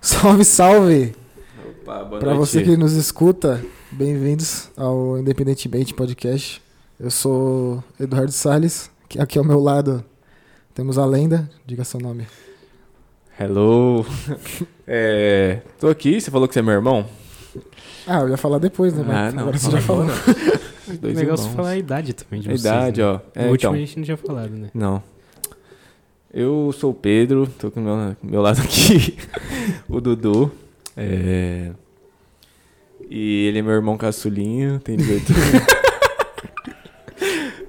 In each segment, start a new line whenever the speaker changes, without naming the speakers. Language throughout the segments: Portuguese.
Salve, salve!
Opa, boa
Para
noite.
você que nos escuta, bem-vindos ao Independentemente Podcast. Eu sou Eduardo Salles, que aqui ao meu lado temos a lenda, diga seu nome.
Hello. É, tô aqui, você falou que você é meu irmão?
Ah, eu ia falar depois, né?
Ah,
Mas agora você já falou.
Os
O
Dois
negócio é
irmãos.
falar a idade também de
A
vocês.
idade,
né?
ó. É,
o último
então,
a gente não tinha falado, né?
Não. Eu sou o Pedro, tô com o meu, meu lado aqui, o Dudu. É... E ele é meu irmão caçulinho, tem 18 anos.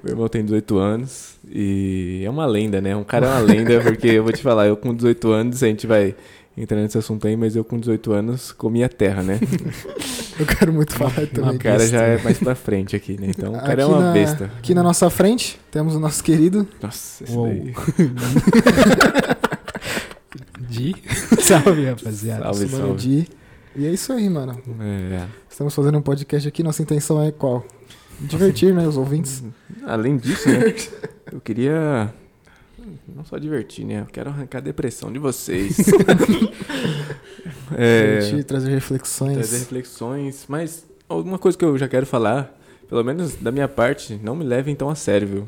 meu irmão tem 18 anos e é uma lenda, né? Um cara é uma lenda, porque eu vou te falar, eu com 18 anos, a gente vai entrar nesse assunto aí, mas eu com 18 anos comi a terra, né?
Eu quero muito falar também.
O cara já é mais pra frente aqui, né? Então o cara é
Aqui
uma
na-
besta.
Aqui na nossa frente temos o nosso querido.
Nossa, esse
Uou.
daí.
De. Salve, rapaziada.
Salve,
Silvano
salve.
Di. E é isso aí, mano.
É.
Estamos fazendo um podcast aqui, nossa intenção é qual? Divertir, né, os ouvintes.
Além disso, né? eu queria não só divertir, né? Eu quero arrancar a depressão de vocês. é,
Divertir, trazer reflexões.
trazer reflexões, mas alguma coisa que eu já quero falar, pelo menos da minha parte, não me levem tão a sério, viu?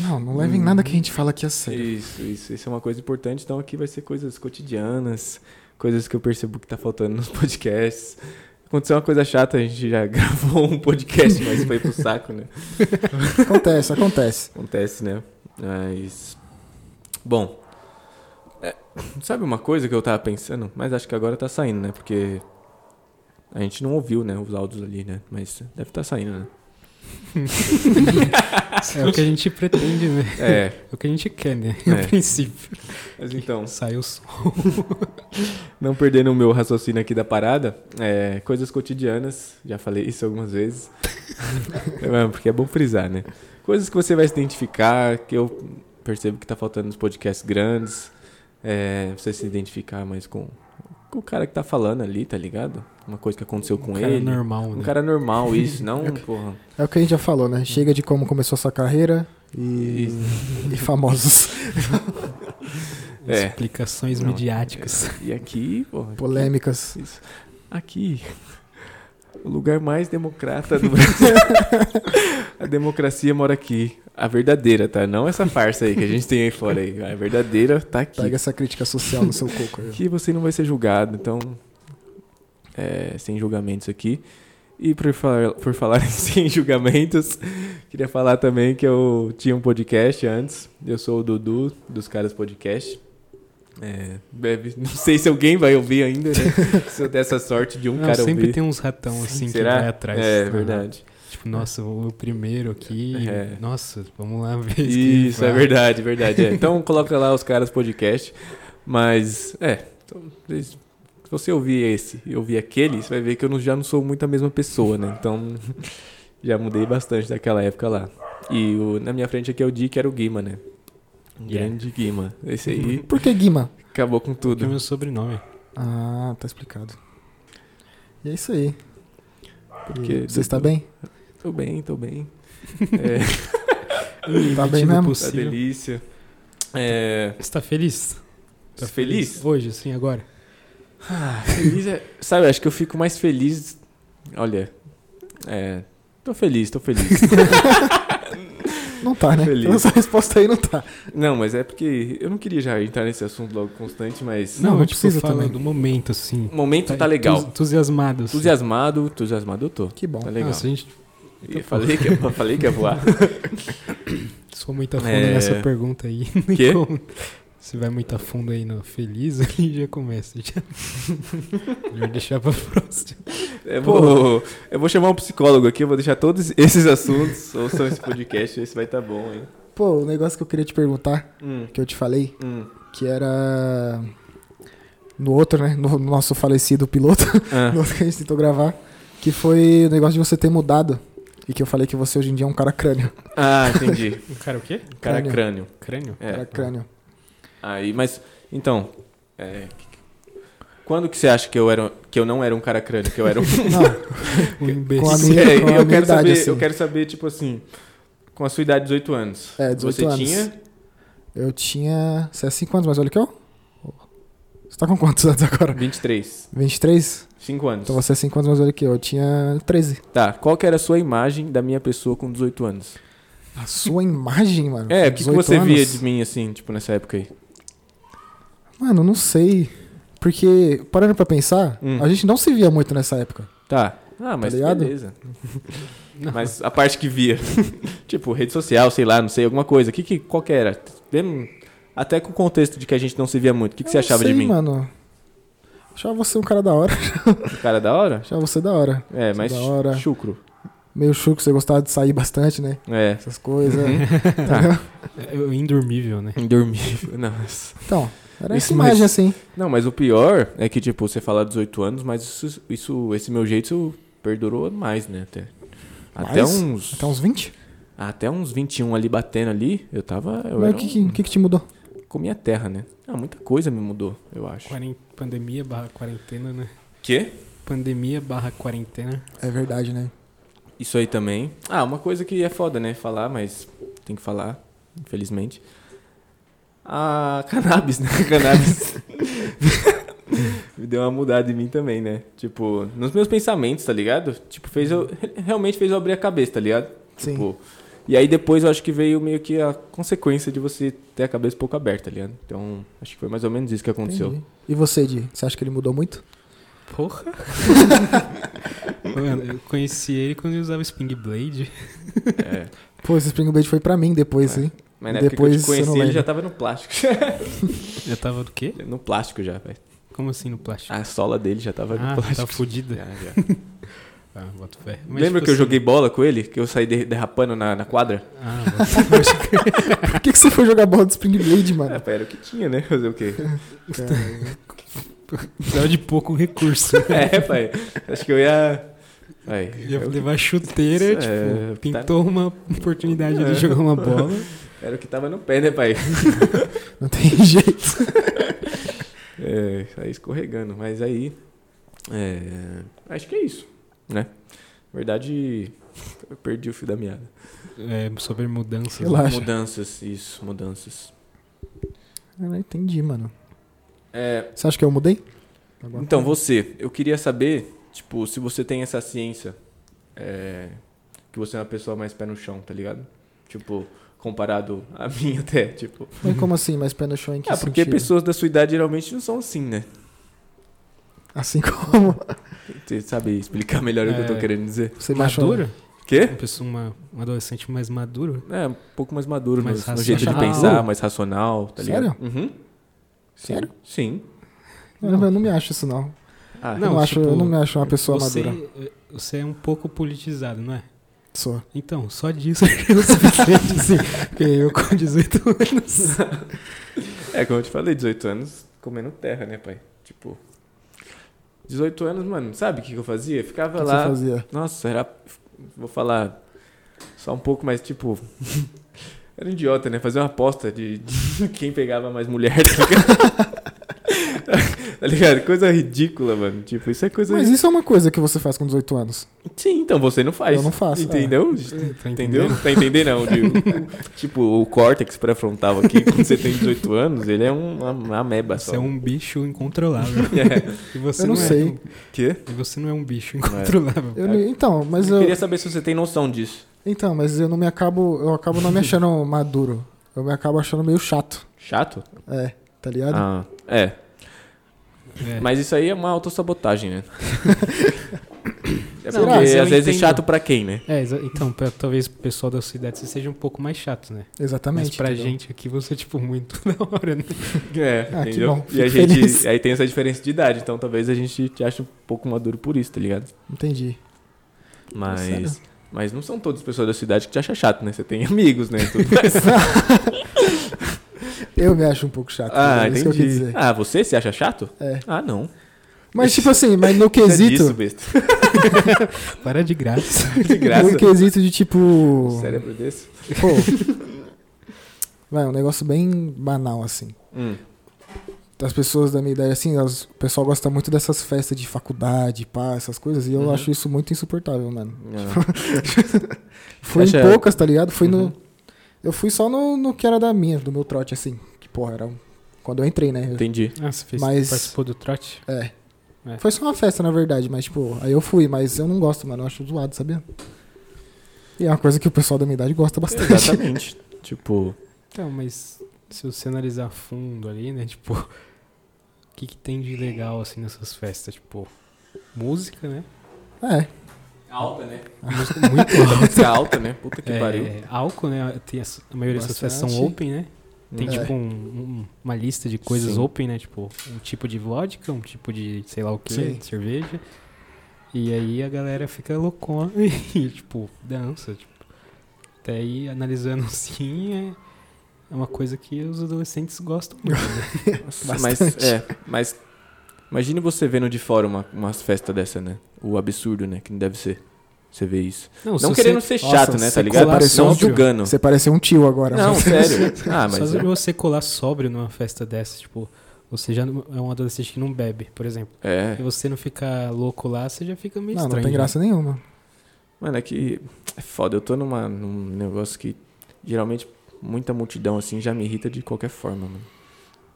Não, não levem nada que a gente fala aqui a sério.
Isso, isso, isso é uma coisa importante. Então aqui vai ser coisas cotidianas, coisas que eu percebo que tá faltando nos podcasts. Aconteceu uma coisa chata, a gente já gravou um podcast, mas foi pro saco, né?
Acontece, acontece.
Acontece, né? Mas. Bom. é, sabe uma coisa que eu tava pensando? Mas acho que agora tá saindo, né? Porque. A gente não ouviu, né? Os áudios ali, né? Mas deve tá saindo, né?
É o que a gente pretende, né?
É.
É o que a gente quer, né? No
É.
princípio.
Mas então.
Saiu o som.
Não perdendo o meu raciocínio aqui da parada, é, coisas cotidianas, já falei isso algumas vezes, É mesmo, porque é bom frisar, né? Coisas que você vai se identificar, que eu percebo que tá faltando nos podcasts grandes, é, você se identificar mais com, com o cara que tá falando ali, tá ligado? Uma coisa que aconteceu com
um cara
ele.
normal,
Um
né?
cara normal, isso, não, porra.
É o que a gente já falou, né? Chega de como começou a sua carreira e, e famosos.
É.
Explicações
Não, É,
midiáticas.
E aqui, porra.
Polêmicas.
Isso. Aqui, o lugar mais democrata do Brasil. a democracia mora aqui. A verdadeira, tá? Não essa farsa aí que a gente tem aí fora aí. A verdadeira tá aqui.
Pega essa crítica social no seu coco. aí.
Aqui você não vai ser julgado, então. é, sem julgamentos aqui. E por, falar, por falar em sem julgamentos, queria falar também que eu tinha um podcast antes. Eu sou o Dudu, dos caras podcast. É, deve- não sei se alguém vai ouvir ainda, né? se eu der essa sorte de um
Não,
cara
sempre
ouvir.
tem uns ratão assim que vai atrás.
É
né?
verdade.
Tipo, nossa, o primeiro aqui.
É.
Nossa, vamos lá ver. Ah, esse que
Isso, é
vai.
verdade, verdade. é. Então coloca lá os caras podcast. Mas, é. então, vocês- se você ouvir esse e ouvir aquele, você vai ver que eu não- já não sou muito a mesma pessoa, né? Então, já mudei bastante daquela época lá. E o- na minha frente aqui é o Di, que era o Guima, né? Um
Yeah.
Grande Guima. Esse aí
Por que Guima?
acabou com
Que é o
tudo.
meu sobrenome.
Ah, tá explicado. E é isso aí.
Porque-
E você está bem?
Tô bem, tô bem. É,
Tá bem
Medida
mesmo?
tá
é possível.
delícia. É,
Você tá feliz? Tá
feliz?
Hoje, assim, agora.
Ah, feliz é... Sabe, acho que eu fico mais feliz. Olha. É. Tô feliz, tô feliz.
Não tá, né?
Feliz.
Então essa resposta aí não tá.
não, mas é porque eu não queria já entrar nesse assunto logo constante, mas.
Não,
Não,
não
tipo,
precisa
fala
também.
do momento, assim.
O momento tá legal.
Entus- Entusiasmado. assim.
Entusiasmado, entusiasmado eu tô.
Que bom.
Tá legal.
Nossa, Ah, a gente
E falei, que, eu falei que ia voar.
sou muito a fundo
É.
nessa pergunta aí. Nem
Quê?
como. Você vai muito a fundo aí no feliz, aí já começa. Já... Melhor deixar pra próxima.
Eu vou, eu vou chamar um psicólogo aqui, eu vou deixar todos esses assuntos. Ouçam esse podcast, esse vai tá bom, hein?
Pô, o negócio que eu queria te perguntar,
Hum,
que eu te falei,
hum.
que era no outro, né? No no nosso falecido piloto,
Ah,
no outro que a gente tentou gravar, que foi o negócio de você ter mudado. E que eu falei que você hoje em dia é um cara crânio.
ah, entendi.
Um cara o quê? Um
Cara
Crânio.
crânio.
Crânio?
É.
cara crânio.
Aí, mas então, é, quando que você acha que eu era que eu não era um cara crânio, que eu era um
Não,
Um imbecil.
Com a minha-
É,
com a
eu
minha
quero saber,
idade, assim.
eu quero saber tipo assim, com a sua idade 18 anos.
É, 18
você
anos.
tinha
eu tinha. Você é 5 anos mais velho que eu? Você tá com quantos anos agora?
23.
23?
5 anos.
Então você é 5 anos mais velho que eu. Eu tinha 13.
Tá, qual que era a sua imagem da minha pessoa com 18 anos?
A sua imagem, mano.
É, o
com
que, que
18
você via
anos?
de mim, assim, tipo, nessa época aí?
Mano, não sei. Porque, parando pra pensar,
Hum.
a gente não se via muito nessa época.
Tá. Ah, mas
ligado?
beleza. mas a parte que via. tipo, rede social, sei lá, não sei, alguma coisa. Que, que, qual que era? Mesmo- Até com o contexto de que a gente não se via muito. O que, que
Eu
você
não
achava
sei,
de mim?
mano. Achava você um cara da hora.
O cara é da hora?
Achava você da hora.
É, mas
da hora.
chucro.
Meio chuco, você gostava de sair bastante, né?
É.
Essas coisas.
Tá.
É o indormível, né?
Indormível. Nossa.
Então, era
Isso,
essa imagem assim.
Não, mas o pior é que, tipo, você fala 18 anos, mas isso, isso- esse meu jeito isso perdurou mais, né? Até, até
Mais?
uns.
Até Então, uns 20?
Até uns 21 ali batendo ali, eu tava. Eu
Mas
era
o que, que, que que te mudou?
um- comia terra, né? Ah, muita coisa me mudou, eu acho.
Quaren- Pandemia barra quarentena, né?
Quê?
Pandemia barra quarentena.
É verdade, né?
Isso aí também. Ah, uma coisa que é foda, né? Falar, mas tem que falar, infelizmente. A cannabis, né? cannabis. Me deu uma mudada em mim também, né? Tipo, nos meus pensamentos, tá ligado? Tipo, fez eu. Realmente fez eu abrir a cabeça, tá ligado?
Sim.
Tipo, e aí depois eu acho que veio meio que a consequência de você ter a cabeça pouco aberta, tá ligado? Então, acho que foi mais ou menos isso que aconteceu.
Entendi. E você, Di? Você acha que ele mudou muito?
Porra! Mano, eu conheci ele quando ele usava Spring Blade.
É.
Pô, esse Spring Blade foi pra mim depois, hein?
Mas na
E
época que eu
depois você
te
não
conheci, ele
lembra.
já tava no plástico.
Já tava do quê?
no plástico já, velho.
Como assim no plástico?
A sola dele já Ah, tava no
Ah,
plástico.
tá fodida.
Já, já.
Ah, bota fé. Mas,
Lembra
tipo
que eu
assim-
joguei bola com ele? Que eu saí de- derrapando na, na quadra?
Ah, bota fé.
Por que, que você foi jogar bola de Spring Blade,
Ah,
mano?
pá, era o que tinha, né? Fazer o quê?
Precisava de pouco recurso.
é, pai. Acho que eu ia. Pai,
Ia
é o que-
levar chuteira,
É,
tipo,
tá-
pintou uma oportunidade
É.
de jogar uma bola.
era o que tava no pé, né, pai?
Não tem jeito.
É, saí escorregando. Mas aí. é, acho que é isso, né? Na verdade, eu perdi o fio da meada.
É, sobre mudanças.
Relaxa. Acha?
Mudanças, isso, mudanças.
Eu não entendi, mano.
É,
Você acha que eu mudei?
Então, você, eu queria saber, tipo, se você tem essa ciência é, que você é uma pessoa mais pé no chão, tá ligado? Tipo, comparado a mim até, tipo.
Mas como assim? Mas pé no chão em que
Ah, porque
sentido?
pessoas da sua idade geralmente não são assim, né?
Assim como...
Você sabe explicar melhor o que eu tô
É.
querendo dizer?
Você me achou-
Madura?
Quê?
Uma pessoa, uma, um adolescente mais maduro?
É, um pouco mais maduro
Mais
no, no jeito de
racional.
pensar, mais racional, tá ligado?
Sério?
Uhum. Sim.
Sério?
Sim.
Eu, eu não me acho isso, não.
Ah,
eu,
Não,
não acho,
tipo,
eu não me acho uma pessoa
você,
madura.
você é um pouco politizado, não é?
Sou.
Então, só disso é o suficiente, assim. Porque eu com 18 anos.
É, como eu te falei, 18 anos comendo terra, né, pai? Tipo. 18 anos, mano, sabe o que, que eu fazia?
O
Ficava
que você
lá.
fazia?
Nossa, era. Vou falar só um pouco, mas tipo. Era um idiota, né? Fazer uma aposta de, de quem pegava mais mulher, tá ligado? tá ligado? Coisa ridícula, mano. Tipo, isso é coisa.
Mas isso é uma coisa que você faz com 18 anos.
Sim, então você não faz.
Eu não faço, é.
Entendeu?
Tá
Entendeu? Tá entendendo? Não, tipo, o córtex pré-frontal aqui, quando você tem 18 anos, ele é um- uma, uma ameba só.
Você é um bicho incontrolável.
É.
E você
Eu não sei.
É, um-
Quê?
e você não é um bicho incontrolável.
Eu não- então, mas
eu,
eu,
queria saber se você tem noção disso.
então, mas eu não me acabo, eu acabo não me achando maduro. Eu me acabo achando meio chato.
Chato?
É, tá ligado?
Ah, é.
É.
Mas isso aí é uma autossabotagem, né? é
Não,
porque
mas eu
às vezes é
entendo.
chato pra quem, né?
É, exa- então, pra- talvez o pessoal da sua idade você seja um pouco mais chato, né?
Exatamente.
Mas pra
entendeu?
gente aqui você é, tipo, muito da hora, né?
É,
Ah, que
entendeu?
bom,
e a
fico
gente.
feliz.
Aí tem essa diferença de idade, então talvez a gente te ache um pouco maduro por isso, tá ligado?
Entendi.
Mas.
Tá Sério?
Mas não são todas as pessoas da cidade que te acham chato, né? Você tem amigos, né? e Tudo mais.
Eu me acho um pouco chato.
ah,
é isso que eu quis
entendi.
dizer.
Ah, você se acha chato?
É.
Ah, não.
Mas tipo assim, mas no
Isso é
quesito,
disso, besta.
Para de graça.
De graça.
no quesito de tipo,
Um Cérebro desse.
pô, vai um negócio bem banal assim.
Hum.
As pessoas da minha idade, assim, elas- o pessoal gosta muito dessas festas de faculdade, pá, essas coisas, e eu
Uhum.
acho isso muito insuportável, mano.
Ah,
Fui
Acha-
em poucas, tá ligado? Fui
Uhum.
no. Eu fui só no, no que era da minha, do meu trote, assim. Que, porra, era um Quando eu entrei, né? Eu-
Entendi.
Ah, você fez,
Mas-
participou do trote?
É.
É.
Foi só uma festa, na verdade, mas tipo, aí eu fui, mas eu não gosto, mano. Eu acho zoado, sabia? E é uma coisa que o pessoal da minha idade gosta bastante.
Exatamente. tipo,
Então, mas se você analisar fundo ali, né? Tipo, o que, que tem de legal assim nessas festas? Tipo, música, né?
É.
alta, né?
Música muito alta.
Música alta, né? Puta que
É,
pariu.
álcool, né? Tem as- a maioria dessas festas são
Bastante.
open, né? Tem
É.
Hum.
tipo um- um- uma lista de coisas
Sim.
open, né? Tipo, um tipo de vodka, um tipo de sei lá o que,
Sim.
cerveja. E aí a galera fica loucona e, tipo, dança. Tipo. Até aí, analisando assim, é, é uma coisa que os adolescentes gostam muito.
Nossa, mas, é, mas imagine você vendo de fora uma, umas festas dessa, né? O absurdo, né? Que não deve ser. Você vê isso.
se
Não
você-
querendo ser
Nossa,
chato, né? Tá
você
ligado?
colar
Não
sóbrio.
julgando.
Você pareceu um tio agora.
Não,
mas-
sério. Ah,
Só
mas.
se
é-
você colar sóbrio numa festa dessa, tipo, você já não- é um adolescente que não bebe, por exemplo.
É.
E você não ficar louco lá, você já fica meio
Não,
estranho.
não tem
né?
graça nenhuma.
Mano, é que é foda. Eu tô numa, num negócio que geralmente muita multidão assim já me irrita de qualquer forma, mano.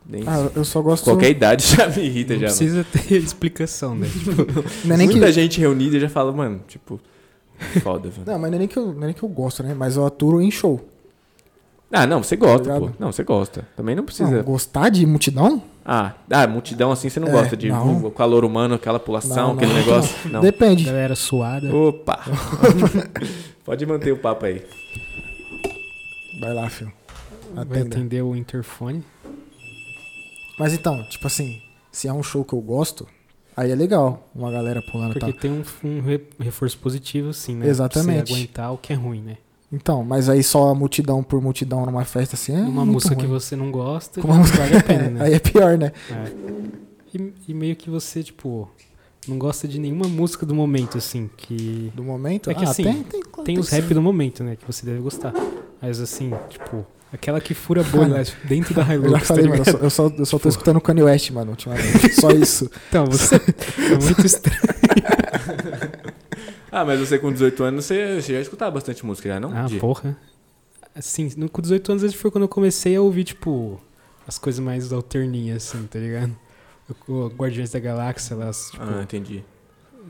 Nem
Ah, eu só gosto.
Qualquer idade já me irrita
Não
já. né? mano.
precisa ter explicação, né? Tipo,
Não é nem que...
Muita gente reunida já fala, mano, tipo, foda, velho.
Não, mas não é, nem que eu, não é nem que eu gosto, né? Mas eu aturo em show.
Ah, não, você gosta,
Tá
pô.
ligado?
Não, você gosta. Também não
Não,
precisa.
gostar de multidão?
Ah, ah, multidão assim você não
É,
gosta de
não.
o calor humano, aquela pulação,
Não, não,
aquele
não.
negócio. Não.
Depende.
galera suada.
Opa! Pode manter o papo aí.
Vai lá, filho.
vai
Atenda.
atender o interfone.
Mas então, tipo assim, se é um show que eu gosto, aí é legal. Uma galera pulando e
Porque
tal.
tem um, um re- reforço positivo, sim, né?
tá. Exatamente.
Você aguentar o que é ruim, né?
Então, mas aí só multidão por multidão numa festa assim é.
Uma
muito
música
ruim.
que você não gosta,
Com uma
não
música-
vale a pena, né?
Aí é pior, né?
É. E, e meio que você, tipo, não gosta de nenhuma música do momento, assim, que
Do momento.
É que
ah,
assim,
tem, tem,
Tem os rap do momento, né? Que você deve gostar. Mas assim, tipo, aquela que fura bolha dentro da
Eu já
Hilux, tá
falei, mano, eu
ligado?
só, eu só, eu só
Tipo-
tô escutando Kanye West, mano, ultimamente. Só isso.
Então, você é muito estranho.
Ah, mas você com 18 anos, você, você já escutava bastante música, já não?
Ah,
De-
porra. Assim, no- com 18 anos esse foi quando eu comecei a ouvir, tipo, as coisas mais alterninhas, assim, tá ligado? O Guardiões da Galáxia, elas, tipo,
Ah, entendi.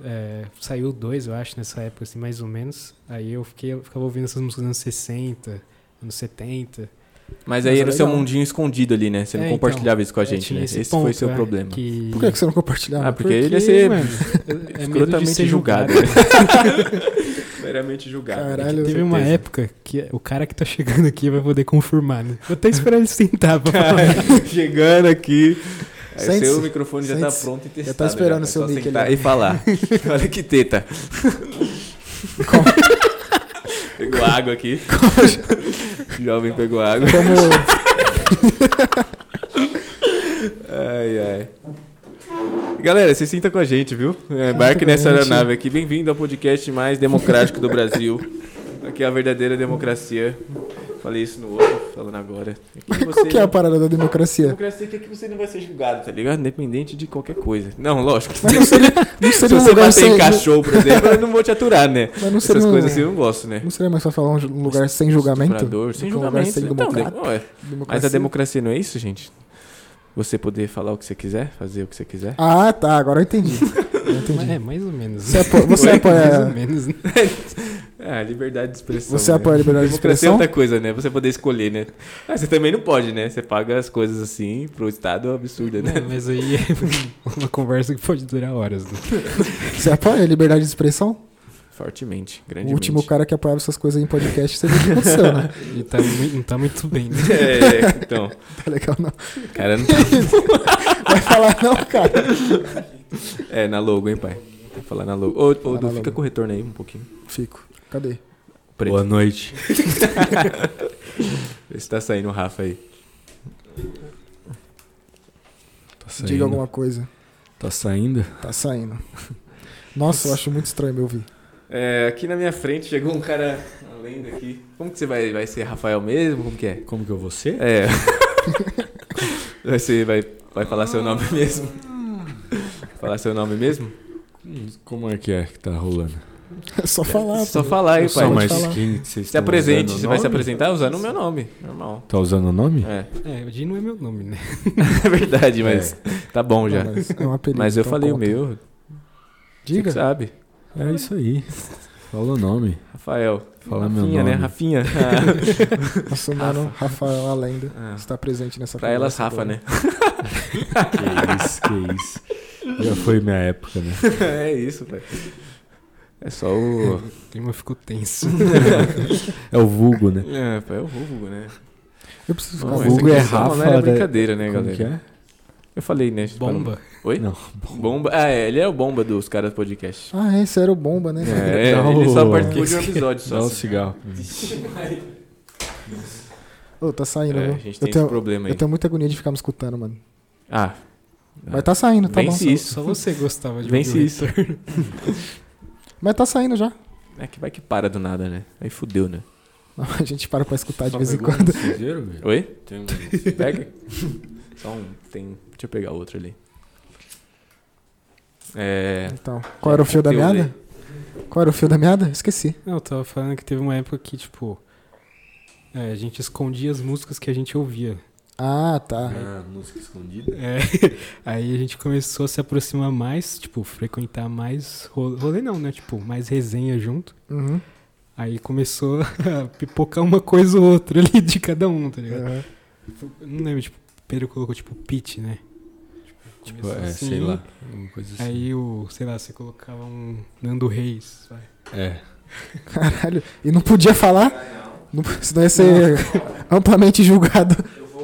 é, saiu dois, eu acho, nessa época, assim, mais ou menos. Aí eu fiquei, eu ficava ouvindo essas músicas dos anos 60, anos 70.
Mas aí
Mas é
era o seu
legal.
mundinho escondido ali, né? Você não
É,
compartilhava isso com a
É,
gente,
tinha
né?
esse
Esse foi
ponto,
o seu
é,
problema.
que-
Por que, que você não
Ah,
compartilhava?
porque, ele ia ser
mano, é medo de
escrotamente
ser julgado. né?
julgado. né? meramente julgado. né?
Caralho.
Com
Com
Teve uma
certeza.
época que o cara que tá chegando aqui vai poder confirmar, né? Vou até esperar ele sentar pra falar.
Chegando aqui. Aí
Sente-se.
seu microfone já tá
Sente-se.
pronto e testado.
tá esperando
já.
o seu
é só
mic
sentar
ali,
E falar. Olha que teta. pegou água aqui. Jovem pegou água.
Como.
Ai, ai. Galera, se sinta com a gente, viu? É, Embarque nessa aeronave aqui. Bem-vindo ao podcast mais democrático do Brasil. Aqui é a verdadeira democracia. Falei isso no outro, falando agora. Aqui
Qual que é a
você-
parada da democracia?
Democracia que aqui você não vai ser julgado, tá ligado? Independente de qualquer coisa. Não, lógico.
Mas não seria, não
Se
seria um
você
lugar
bater em
sem.
cachorro, por exemplo, eu não vou te aturar, né?
Mas não seria
Essas
um-
coisas assim eu não gosto, né?
Não seria mais pra falar um ju- um lugar sem julgamento?
Estuprador, sem
Um lugar
julgamento.
sem
Então,
democra-
de- ué, mas a
democracia?
democracia não é isso, gente? Você poder falar o que você quiser, fazer o que você quiser.
Ah, tá, agora eu entendi. Eu entendi.
É, mais ou menos.
Você apo- você
Oi?
Mais ou
apoia,
menos, né?
Ah, liberdade de expressão.
você
né?
apoia a liberdade de
Democracia é
expressão?
outra coisa, né? Você poder escolher, né? Ah, você também não pode, né? Você paga as coisas assim pro Estado absurda, né?
É, mas aí é uma conversa que pode durar horas. Né?
Você é apoia a liberdade de expressão?
Fortemente,
O
grandemente.
último cara que apoiava essas coisas em podcast, você viu o que aconteceu, né?
E tá, mui- não tá muito bem. Né?
É, então.
Tá legal, não.
Cara, não
Vai falar não, cara.
É, na logo, hein, pai? Tem que falar na logo. Ô, ô
na
Du, fica
logo.
com o retorno aí um pouquinho.
Fico. Cadê?
Boa
noite.
Vê se tá saindo o Rafa aí.
Tá saindo?
Diga alguma coisa.
Tá saindo?
Tá saindo. Nossa, eu acho muito estranho meu ouvir.
É, aqui na minha frente chegou um cara, uma lenda aqui. Como que você vai? Vai ser Rafael mesmo? Como que é?
Como que eu vou ser?
É. vai ser, vai, vai falar seu nome mesmo? falar seu nome mesmo?
Hum, Como é que é que tá rolando?
É só falar.
Só
pô.
falar aí,
só
pai.
mais-
Mas
falar.
um
se apresente, você vai se apresentar usando o meu nome. Normal.
Tá usando o nome?
É,
É, o Di não é meu nome, né?
é verdade, mas tá bom já.
Não,
Mas,
mas é um apelido,
eu
então
falei
conta.
o meu. Você que
Diga.
sabe.
É, isso aí. Fala o nome.
Rafael.
Fala
Rafinha,
meu nome.
né? Rafinha. Ah,
Nosso mano Tá um Rafael a lenda
Ah.
está presente nessa
pra elas,
conversa
Rafa,
agora.
né?
Que isso, que isso. Já foi minha época, né?
é isso, pai. É só o.
O clima ficou tenso.
É o vulgo, né?
É, pai, é o vulgo, né?
Eu preciso
Não,
ficar
mas
vulgo
isso aqui
é
só
Rafa,
Não era
né?
brincadeira, né,
Como que
galera?
é?
Eu falei, né? gente, pra não-
Bomba.
Oi?
Não.
Bomba. Ah, é, ele é o bomba dos caras do podcast.
Ah, esse era o bomba, né?
É,
Dá
ele só
o-
participou de um episódio
Dá
só.
o cigarro.
Ô, tá saindo,
É,
viu?
a gente tem
eu,
esse
tenho,
problema aí.
eu tenho muita agonia de ficar me escutando, mano.
Ah,
Mas tá saindo, tá
Vence
bom.
isso.
Só você gostava de
Vence
ouvir o
isso.
Heitor.
Mas tá saindo já.
é que vai que para do nada, né? Aí fudeu, né?
A gente para pra escutar de
Só
vez em
pegou um
quando.
sujeiro, velho?
Oi?
Tem um-
Pega. Só um. Tem. Deixa eu pegar outro ali. É.
Então, qual era o fio da
conteúdo
meada? Qual era o fio da meada? Esqueci.
Não, eu tava falando que teve uma época que, tipo, é, a gente escondia as músicas que a gente ouvia.
Ah,
É.
tá.
Ah, música escondida.
É, aí a gente começou a se aproximar mais, tipo, frequentar mais rolê, rolê não, né? Tipo, mais resenha junto.
Uhum.
Aí começou a pipocar uma coisa ou outra ali de cada um, tá ligado?
Uhum.
Eu Não lembro, tipo, o Pedro colocou, tipo, pitch, né?
Tipo,
Começou
é,
assim,
sei lá. Alguma coisa assim.
Aí o, sei lá, você colocava um Nando Reis, vai.
É.
Caralho. E não podia falar? Não, senão ia ser amplamente julgado.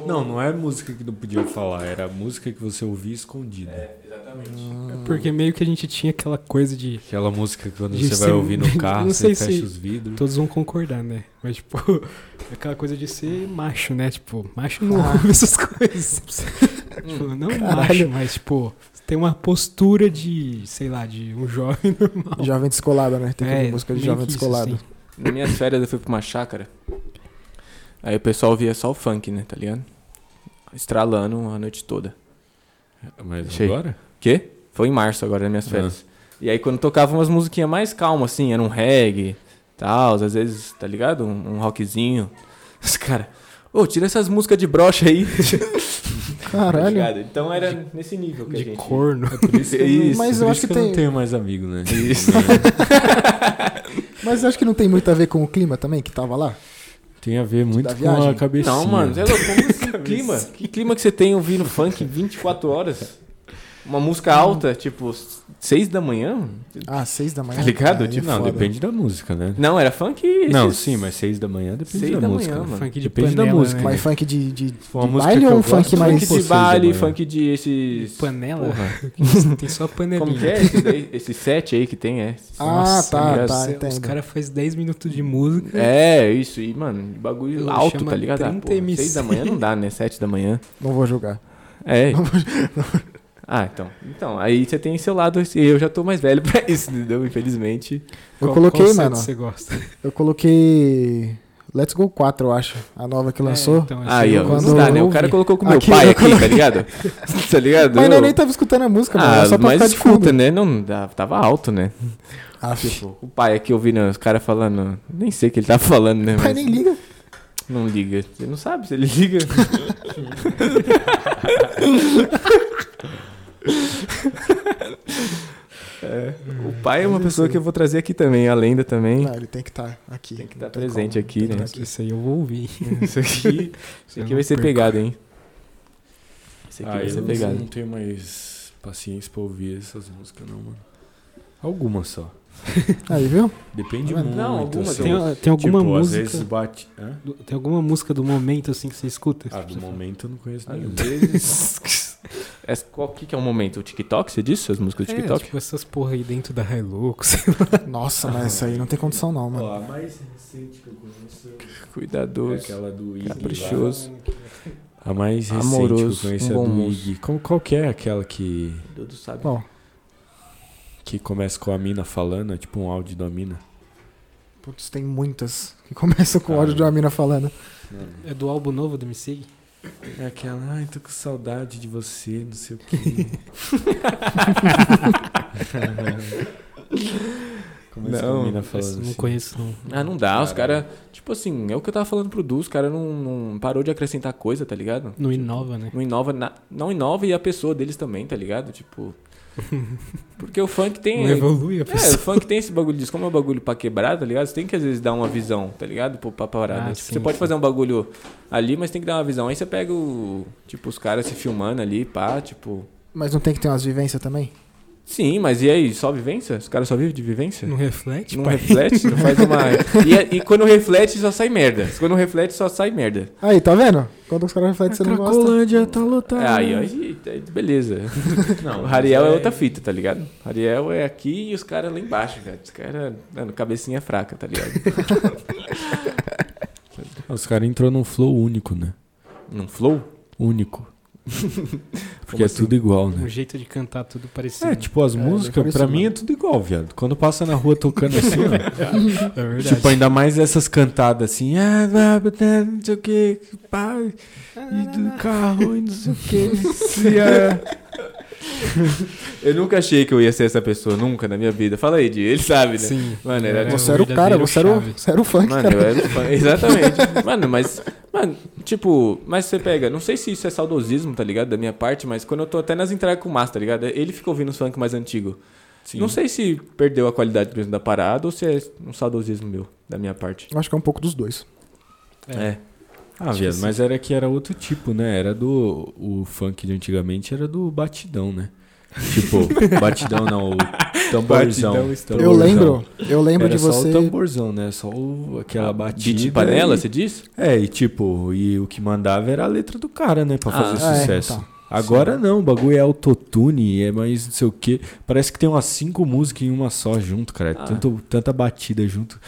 Não, não é música que não podia falar, era música que você ouvia escondida. Ah.
Porque meio que a gente tinha aquela coisa de.
Aquela música que quando
De
você
ser-
vai ouvir no carro,
não sei
você fecha
se-
os vidros.
Todos vão concordar, né? Mas, tipo, aquela coisa de ser macho, né? Tipo, macho não
Ah.
ouve essas coisas. tipo, não macho,
Caralho.
mas, tipo, tem uma postura de, sei lá, de um jovem normal.
Jovem descolada, né? Tem que
É,
ouvir música de
meio
jovem
que isso,
descolado.
assim.
Nas minhas férias eu fui pra uma chácara. Aí o pessoal via só o funk, né? Tá ligado? Estralando a noite toda.
Mas
Achei.
agora?
Quê? Foi em março agora, nas minhas férias. E aí quando tocava umas musiquinhas mais calmas, assim, era um reggae, tal, às vezes, tá ligado? Um, um rockzinho. Os caras, ô, tira essas músicas de brocha aí. Tá
Caralho.
ligado? Então era nesse nível que a
De
gente...
corno.
tá
Isso.
Mas eu
Por
acho
isso
que
eu
tem.
não tenho mais amigo, né?
Isso.
Mas eu acho que não tem muito a ver com o clima também que tava lá.
Tem a ver muito
Da
com
viagem?
a cabecinha.
Não, mano, você é louco, como assim, clima? Que clima que você tem ouvindo funk 24 horas? Uma música alta, tipo, 6 da manhã?
Ah, seis da manhã.
Tá ligado?
Caralho,
Tipo,
Não,
foda.
depende da música, né?
Não, era funk.
Não,
esses-
sim, mas seis da manhã depende
Seis
da,
da
música.
manhã, mano.
Funk de
Depende da
panela,
música.
Né?
Mas funk de, de,
Foi uma
de
música
baile
que
ou
eu
um funk
gosto.
mais.
Funk
Pô,
de
seis da
baile,
manhã.
funk de esses.
Panela?
Porra.
Tem só panelinha.
Como que é esse, daí? esse set aí que tem, é?
Ah, tá,
Nossa,
tá,
Nossa, Os
entendo.
caras fazem 10 minutos de música.
É, isso, e, mano, bagulho
Pô,
alto,
chama
tá ligado? Ah,
30
porra,
MC.
6 da manhã não dá, né? 7 da manhã.
Não vou julgar.
É. ah, então. Então, aí você tem seu lado, e eu já tô mais velho pra isso, entendeu? Infelizmente.
Eu
Qual-
coloquei,
qual set
mano.
Você gosta?
Eu coloquei. Let's Go 4, eu acho. A nova que lançou.
É, então, esse
Aí,
eu
ó,
gosto.
não dá, né? O
ouve.
cara colocou com meu
Aqui,
pai
eu
aqui, tá ligado? tá ligado?
Mas eu
Eu-
nem tava escutando a música, mano.
Ah,
era só pra
mas
ficar de
escuta,
fundo.
né? Não, dá- tava alto, né?
Ah,
Tipo, o pai aqui ouvindo os caras falando. Nem sei o que ele tá falando, né?
Mas
Mas
nem liga.
Não liga. Você não sabe se ele liga. É, o pai é uma pessoa que eu vou trazer aqui também, a lenda também.
Não, ele tem que estar aqui.
Tem que
Não
estar presente
como,
aqui,
tem que
né?
tá
Isso aí eu vou ouvir.
Isso aqui, isso
Eu
aqui
não
vai ser
perco.
pegado, hein? Isso aqui
Ah,
vai
eu
ser
não-
pegado.
não tenho mais paciência pra ouvir essas músicas, não, mano. Algumas só.
Aí, viu?
Depende
Não,
muito.
algumas
assim.
eu-
Tem, tem alguma
tipo,
música.
às vezes bate... Hã?
do- Tem alguma música do momento assim que você escuta?
Ah, do
Você fala,
momento eu não conheço
Às
nenhuma.
vezes. É, qual que, que é o momento? O TikTok? Você disse as músicas do
É,
TikTok?
tipo, essas porra aí dentro da Hilux.
Nossa, mas isso aí não tem condição, não, mano.
Ó, a mais recente que eu conheço é
Cuidadoso.
aquela do Iggy. lá.
Caprichoso.
A mais recente
Amoroso,
que eu conheci
um bom
é do
moço.
Iggy. Qual, qual que é aquela que,
Dudu sabe.
Bom,
que começa com a mina falando? É tipo um áudio da mina.
putz, tem muitas que começam com o
Ah,
áudio de uma mina falando.
É do álbum novo do MC?
É aquela, ai, tô com saudade de você, não sei o que. Como eles
Não,
combinam
Não
falando assim?
conheço, não.
Ah, não dá. Os caras, tipo assim, é o que eu tava falando pro Du, os caras não, não parou de acrescentar coisa, tá ligado?
Não inova, né?
Não inova, na- não inova e a pessoa deles também, tá ligado? Tipo. Porque o funk tem.
Não evolui a
É, o
pessoa.
funk tem esse bagulho disso. Como é um bagulho pra quebrar, tá ligado? Você tem que às vezes dar uma visão, tá ligado? Pô, Pra parada.
Ah,
Tipo,
sim,
você pode
sim.
fazer um bagulho ali, mas tem que dar uma visão. Aí você pega o. Tipo, os caras se filmando ali, pá, tipo.
Mas não tem que ter umas vivências também?
Sim, mas e aí? Só vivência? Os caras só vivem de vivência?
Não reflete,
não
pai.
reflete, Tipo, não faz uma. E, e quando reflete, só sai merda. Quando reflete, só sai merda.
Aí, tá vendo? Quando os caras refletem, você não gosta.
Cracolândia tá lotada.
É, aí, aí, aí, beleza.
Não,
o Ariel é
mas
outra fita, tá ligado? O Ariel é aqui e os caras lá embaixo, cara. Os caras, mano, cabecinha fraca, tá ligado?
Os caras entrou num flow único, né?
Num flow?
Único. Porque
Como
é
assim?
tudo igual, né?
Um jeito de cantar tudo parecido.
É, tipo, as
É, bem
músicas,
parecido,
pra mim é
né?
tudo igual, viado. Quando passa na rua tocando assim, ó,
é verdade.
tipo, ainda mais essas cantadas assim, ah, blá, blá, blá, não sei o que, pá, e do carro, e não sei o que, se é.
Eu nunca achei que eu ia ser essa pessoa, nunca na minha vida. Fala aí, Di, ele sabe, né?
Sim.
Mano, era-
É,
Você era o cara,
verdadeiro
você era o,
chave.
você era o funk,
é.
Mano,
cara.
eu era fã. Exatamente. Mano, mas. Mano, tipo, mas você pega, não sei se isso é saudosismo, tá ligado? Da minha parte, mas quando eu tô até nas entregas com o Massa, tá ligado? Ele fica ouvindo os funk mais antigo. Não sei se perdeu a qualidade mesmo da parada ou se é um saudosismo meu, da minha parte.
Eu acho que é um pouco dos dois.
É.
Ah, viado, mas era que era outro tipo, né? Era do. O funk de antigamente era do batidão, né? Tipo, batidão não, o tamborzão.
Batidão, estouro.
Eu
tamborzão.
lembro, eu lembro
Tá Era
de você. assim?
Só o tamborzão, né? Só o, aquela batida.
Beat de Ah, panela,
e-
você diz?
É, e tipo, e o que mandava era a letra do cara, né? Pra
Ah,
fazer
é,
sucesso.
então.
Agora não, o bagulho é autotune, é mais não sei o quê. Parece que tem umas cinco músicas em uma só junto, cara. É
Ah.
Tanto, tanta batida junto.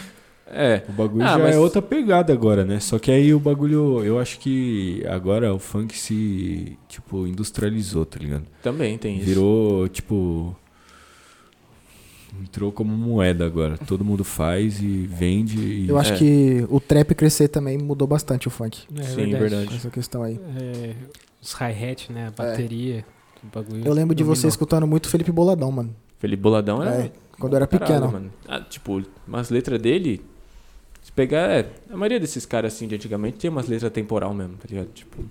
É.
O bagulho
Ah,
já
mas-
é outra pegada agora, né? Só que aí o bagulho, eu acho que agora o funk se, tipo, industrializou, tá ligado?
Também tem É isso.
Virou, tipo. Entrou como moeda agora. Todo mundo faz e vende. E...
Eu acho
É.
que o trap crescer também mudou bastante o funk.
É
Sim,
com Essa questão aí.
É, os hi-hat, né? A bateria. o bagulho
Eu lembro de
dominou.
você escutando muito Felipe Boladão, mano.
Felipe Boladão era.
É, quando eu era
Caralho,
pequeno.
mano. Ah, tipo, umas letras dele. Se pegar. É, a maioria desses caras assim de antigamente tinha umas letras temporal mesmo, tá ligado? Tipo.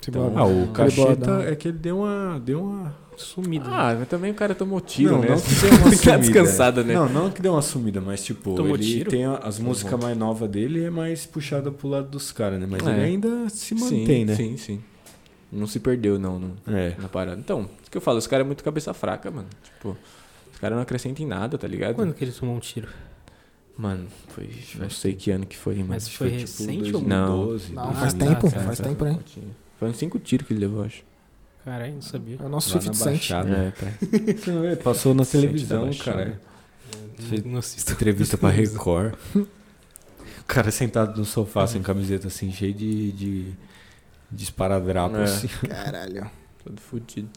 Tipo,
Ah, o
Boladão.
Cacheta é que ele deu uma. Deu uma
Sumido. né?
Ah, mas também o cara tomou tiro,
não,
né?
não que deu uma
Tá
sumida.
descansado, né?
Não, não que deu uma sumida, mas tipo,
Tomou
ele
tiro?
tem a- as músicas mais novas dele é mais puxada pro lado dos caras, né? Mas
É.
ele ainda se mantém,
sim,
né?
Sim, sim. Não se perdeu, não, no-
É.
na parada. Então, isso que eu falo, os caras é muito cabeça fraca, mano. Tipo, os caras não acrescentam em nada, tá ligado?
Quando que ele tomou um tiro?
Mano, foi. Eu não sei que ano que foi, mano.
Mas foi
Tipo,
recente ou
2012,
Não, faz
Ah,
2012.
tempo,
tá,
faz um
tá.
tempo, né? hein?
Foi uns cinco tiros que ele levou, acho.
Caralho, não sabia.
É o nosso
Lá na
50 Cent.
Baixada.
É, tá.
É, Passou na
Sente
televisão,
da
cara. Você-
Não assisto.
Entrevista pra Record. O cara sentado no sofá, sem camiseta, assim, cheio de, de, de esparadrapo,
É.
assim.
Caralho.
Todo fudido.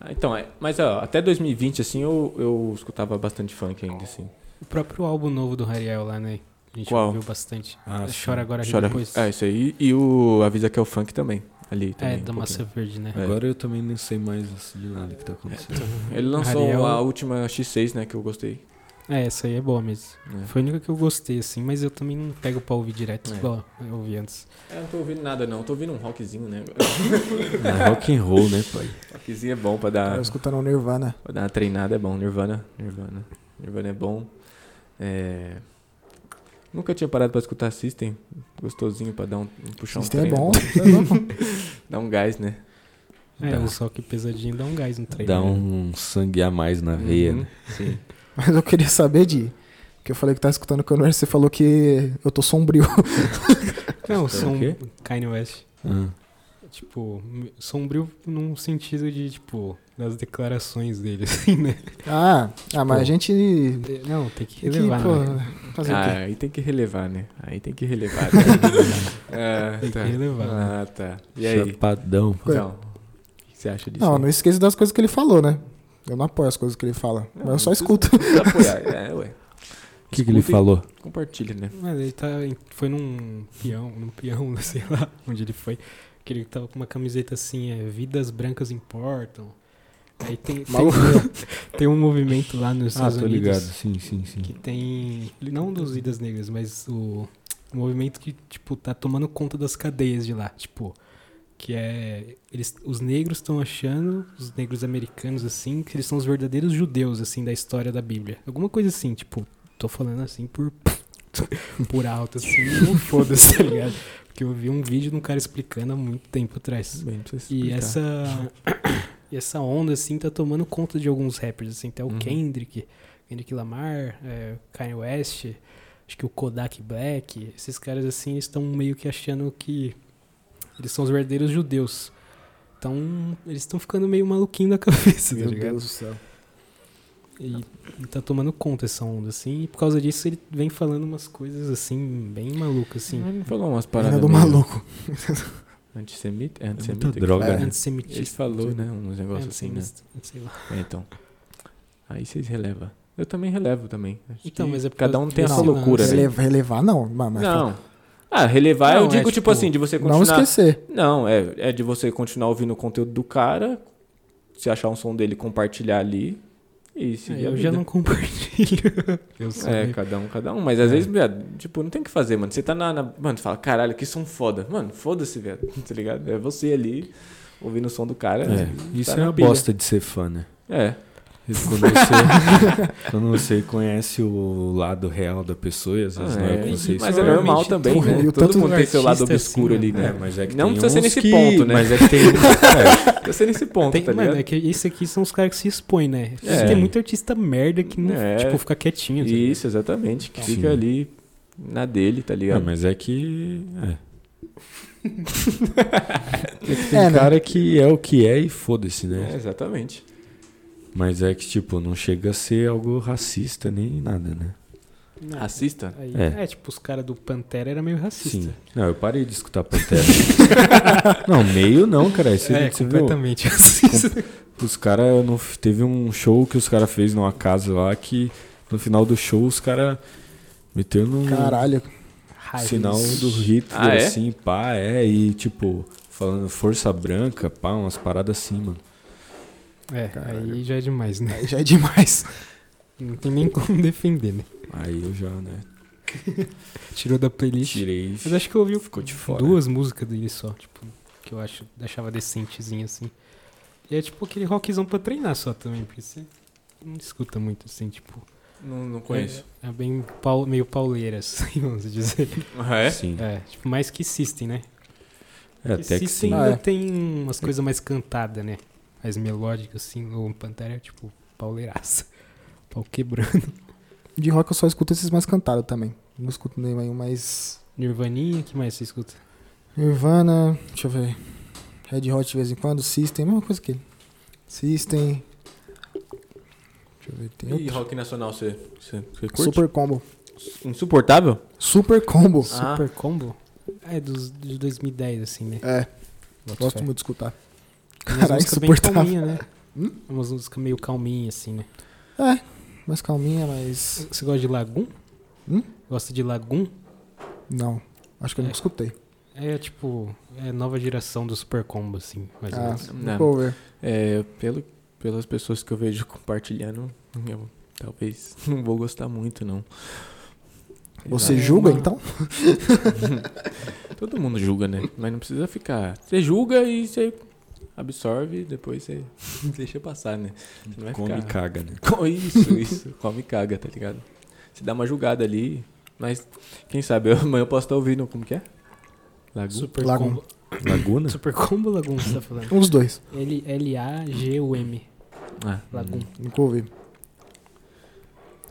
Ah, então, é, mas ó, até 2020, assim, eu, eu escutava bastante funk ainda, assim.
O próprio álbum novo do Rariel lá, né? A gente
Qual?
ouviu bastante.
Ah,
Chora agora, Ri
Chora.
depois.
É, isso aí. E o Avisa que é o funk também. Ali também.
É,
um
da Massa
pouquinho.
Verde, né?
É.
Agora eu também não sei mais assim, de nada que tá acontecendo.
Ele lançou
Ariel.
a última X6, né, que eu gostei.
É, essa aí é boa mesmo.
né.
Foi a única que eu gostei, assim, mas eu também não pego pra ouvir direto,
É.
igual eu ouvi antes.
É, eu não tô ouvindo nada, não. Eu tô ouvindo um rockzinho, né?
É rock and roll, né, pai?
Ah, rockzinho é bom pra
Tava
Ah.
dar,
escutando o Nirvana.
pra dar uma treinada, é bom. Nirvana, Nirvana. Nirvana é bom. É... Nunca tinha parado pra escutar System. Gostosinho pra dar um, um puxão.
System é
treino,
né?
bom. é louco.
Dá um gás, né?
É,
Dá.
o só que pesadinho dá um gás no trem.
Dá
né?
um sangue a mais na veia,
É. Uhum,
né?
Sim.
Mas eu queria saber de. Que eu falei que tava escutando quando era, você falou que eu tô sombrio.
Não, o som
o quê?
Kanye West.
Ah,
Tipo, sombrio num sentido de, tipo, das declarações dele, assim, né?
Ah, ah mas
Pô.
a gente.
Não, tem que
tem que,
relevar,
pô,
né?
fazer o quê?
Ah, aí tem que relevar, né? Aí tem que relevar. Né?
É.
Tem que relevar, né?
Ah, tá. E aí?
Chapadão. pô.
Então, o que você acha disso?
Não,
aí?
não esqueça das coisas que ele falou, né? Eu não apoio as coisas que ele fala. mas eu só
não
escuto.
precisa apoiar. É, ué.
O que, que ele
Escutem.
falou?
Compartilha, né?
Mas ele tá, em- foi num peão, num peão, sei lá, onde ele foi, que ele tava com uma camiseta assim, é, vidas brancas importam, Aí tem, tem,
Maluco.
tem um movimento lá nos
Ah,
Estados
tô ligado.
Unidos
Sim, sim, sim.
que tem. Não dos Idas Negras, mas o, o movimento que, tipo, tá tomando conta das cadeias de lá. Tipo, que é. Eles, os negros estão achando, os negros americanos, assim, que eles são os verdadeiros judeus, assim, da história da Bíblia. Alguma coisa assim, tipo, tô falando assim por. por alto, assim, não foda-se, tá ligado? Porque eu vi um vídeo de um cara explicando há muito tempo atrás.
Bem, não precisa
E
explicar.
essa, e essa onda, assim, tá tomando conta de alguns rappers, assim. Até o
Uhum.
Kendrick, Kendrick Lamar, é, Kanye West, acho que o Kodak Black. Esses caras, assim, eles estão meio que achando que eles são os verdadeiros judeus. Então, eles estão ficando meio maluquinho da cabeça, tá
Meu
ligado?
Deus do céu.
E, e tá tomando conta essa onda, assim. E por causa disso, ele vem falando umas coisas, assim, bem malucas, assim.
Ele falou umas
Era
paradas.
do
meio
maluco.
Antissemita? É
muita
antissemita? que
droga,
fala,
né?
né?
Antissemitista.
Ele falou, né? Uns negócios assim, né?
antissemista, sei lá.
É, então. Aí vocês relevam. Eu também relevo também. Acho
Então,
que
mas é por
cada
causa
um tem a sua
desse
loucura,
lance.
né?
Rele- relevar, não. Mas, mas
Não. Ah, relevar
Não,
eu
é
digo, tipo,
tipo,
assim, de você
Não
continuar.
esquecer.
Não, é, é de você continuar ouvindo o conteúdo do cara, se achar um som dele, compartilhar ali e
Ah,
seguir a
eu
é vida.
já não compartilho. Eu sou
É,
meio-
cada um, cada um. Mas
É.
às vezes, viado, tipo, não tem o que fazer, mano. Você tá na, na- Mano, você fala, caralho, que som foda. Mano, foda-se, velho. Tá ligado? É você ali, ouvindo o som do cara.
É, isso
tá
é
na
uma
pilha.
bosta de ser fã, né?
É.
Quando você, quando você conhece o lado real da pessoa, e às vezes
Ah,
não é
é.
o que você
Mas é
espera.
normal também,
Porra,
né?
eu
Todo
tanto
mundo tem seu lado
artista
obscuro
assim,
ali,
É,
né?
mas é que
Não
tem
precisa ser
uns
nesse
que-
ponto, né?
Mas é que tem. é,
Eu sei nesse ponto,
Tem,
tá ligado?
mano, é que esse aqui são os caras que se expõem, né?
É.
Tem muito artista merda que não,
É.
tipo, fica quietinho. tá
né?
ligado?
Isso, exatamente. Que
Sim.
fica ali na dele, tá
é,
ligado?
mas é que. É. É que tem
É, né?
cara que é o que é e foda-se,
É,
né?
exatamente.
Mas é que, tipo, não chega a ser algo racista nem nada, né?
Não,
Racista?
aí- é.
É.
tipo, os caras do Pantera era meio racista.
Sim. Não, eu parei de escutar Pantera. não, meio não, cara. Você,
é,
você viu?
completamente racista.
Os caras. Teve um show que os caras fez numa casa lá que no final do show os caras meteu
Hum.
num
Caralho.
Raiz.
sinal do Hitler,
Ah, é?
assim, pá, é, e tipo, falando força branca, pá, umas paradas assim, mano.
É, aí já é demais, né?
Aí já é demais.
Não tem nem como defender, né?
Aí eu já, né,
Tirou da playlist.
tirei.
Mas acho que eu ouvi
Ficou de fora.
duas músicas dele só, tipo, que eu acho, achava decentezinho assim. E é tipo aquele rockzão pra treinar só também, porque você não escuta muito assim, tipo.
Não, não conheço.
É, é bem pau- meio pauleira, assim, vamos dizer.
Ah, é?
Sim.
É, tipo, mais que System, né?
É,
que
até que
System
sim.
Ah,
ainda
é.
tem umas coisas mais cantadas, né? Mais melódicas, assim. O Pantera é tipo pauleiraça. Pau quebrando.
De rock eu só escuto esses mais cantados também. Não escuto nenhum mais.
Nirvaninha, que mais você escuta?
Nirvana, deixa eu ver. Red Hot de vez em quando, System, mesma coisa que ele. System. Deixa eu ver, tem
E
outro.
rock nacional você, você, você curte?
Super Combo.
Insuportável?
Super Combo.
Ah.
Super Combo? É, dos, de 2010, assim, né?
É,
Boto
gosto
fé.
muito de escutar.
Tem umas
Caralho,
músicas bem
insuportável. Hum?
calminha, né? Umas músicas meio calminha, assim, né?
Mais calminha, mas.
Você gosta de Lagoon?
Hum?
Gosta de Lagoon?
Não. Acho que eu
É.
nunca escutei.
É tipo, é nova geração do Super Combo, assim, mais ou
Ah,
menos.
Não.
vou ver.
É, pelo, pelas pessoas que eu vejo compartilhando, eu talvez não vou gostar muito, não.
Você
É
julga
uma-
então?
Todo mundo julga, né? Mas não precisa ficar. Você julga e você absorve, depois você deixa passar, né? Você não vai
Come e
ficar.
caga, né?
Com isso, isso. Come e caga, tá ligado? Você dá uma julgada ali, mas quem sabe eu- amanhã eu posso estar ouvindo como que é? Lagoon?
Super
Lagoon.
Combo.
Laguna?
Super Combo Lagoon, você tá falando?
Os dois.
L- L-A-G-U-M,
Ah,
Lagoon.
Nunca ouvi.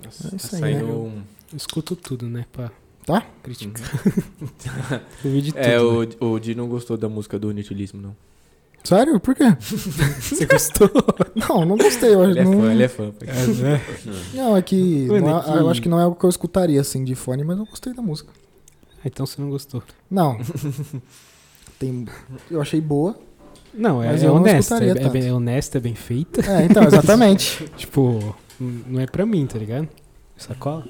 nossa,
É
tá
isso aí,
saindo
né?
um.
Eu escuto tudo, né, pra
Tá?
criticar. Uhum. Eu vi de tudo,
É,
né?
o, o Di não gostou da música do Nitilismo, não.
Sério? Por quê?
Você gostou?
Não, não gostei. Eu
Ele é
não...
fã, ele é fã. pai.
Não, é que,
Mano,
não
é
é-
que-
Eu acho que não é algo que eu escutaria assim de fone, mas eu gostei da música.
Ah, então você não gostou.
Não. Tem... Eu achei boa.
Não, é,
Mas
é
eu não
honesta. É,
escutaria
é, bem- é honesta, é bem feita.
É, então, exatamente.
Tipo, n- não é pra mim, tá ligado? Sacola?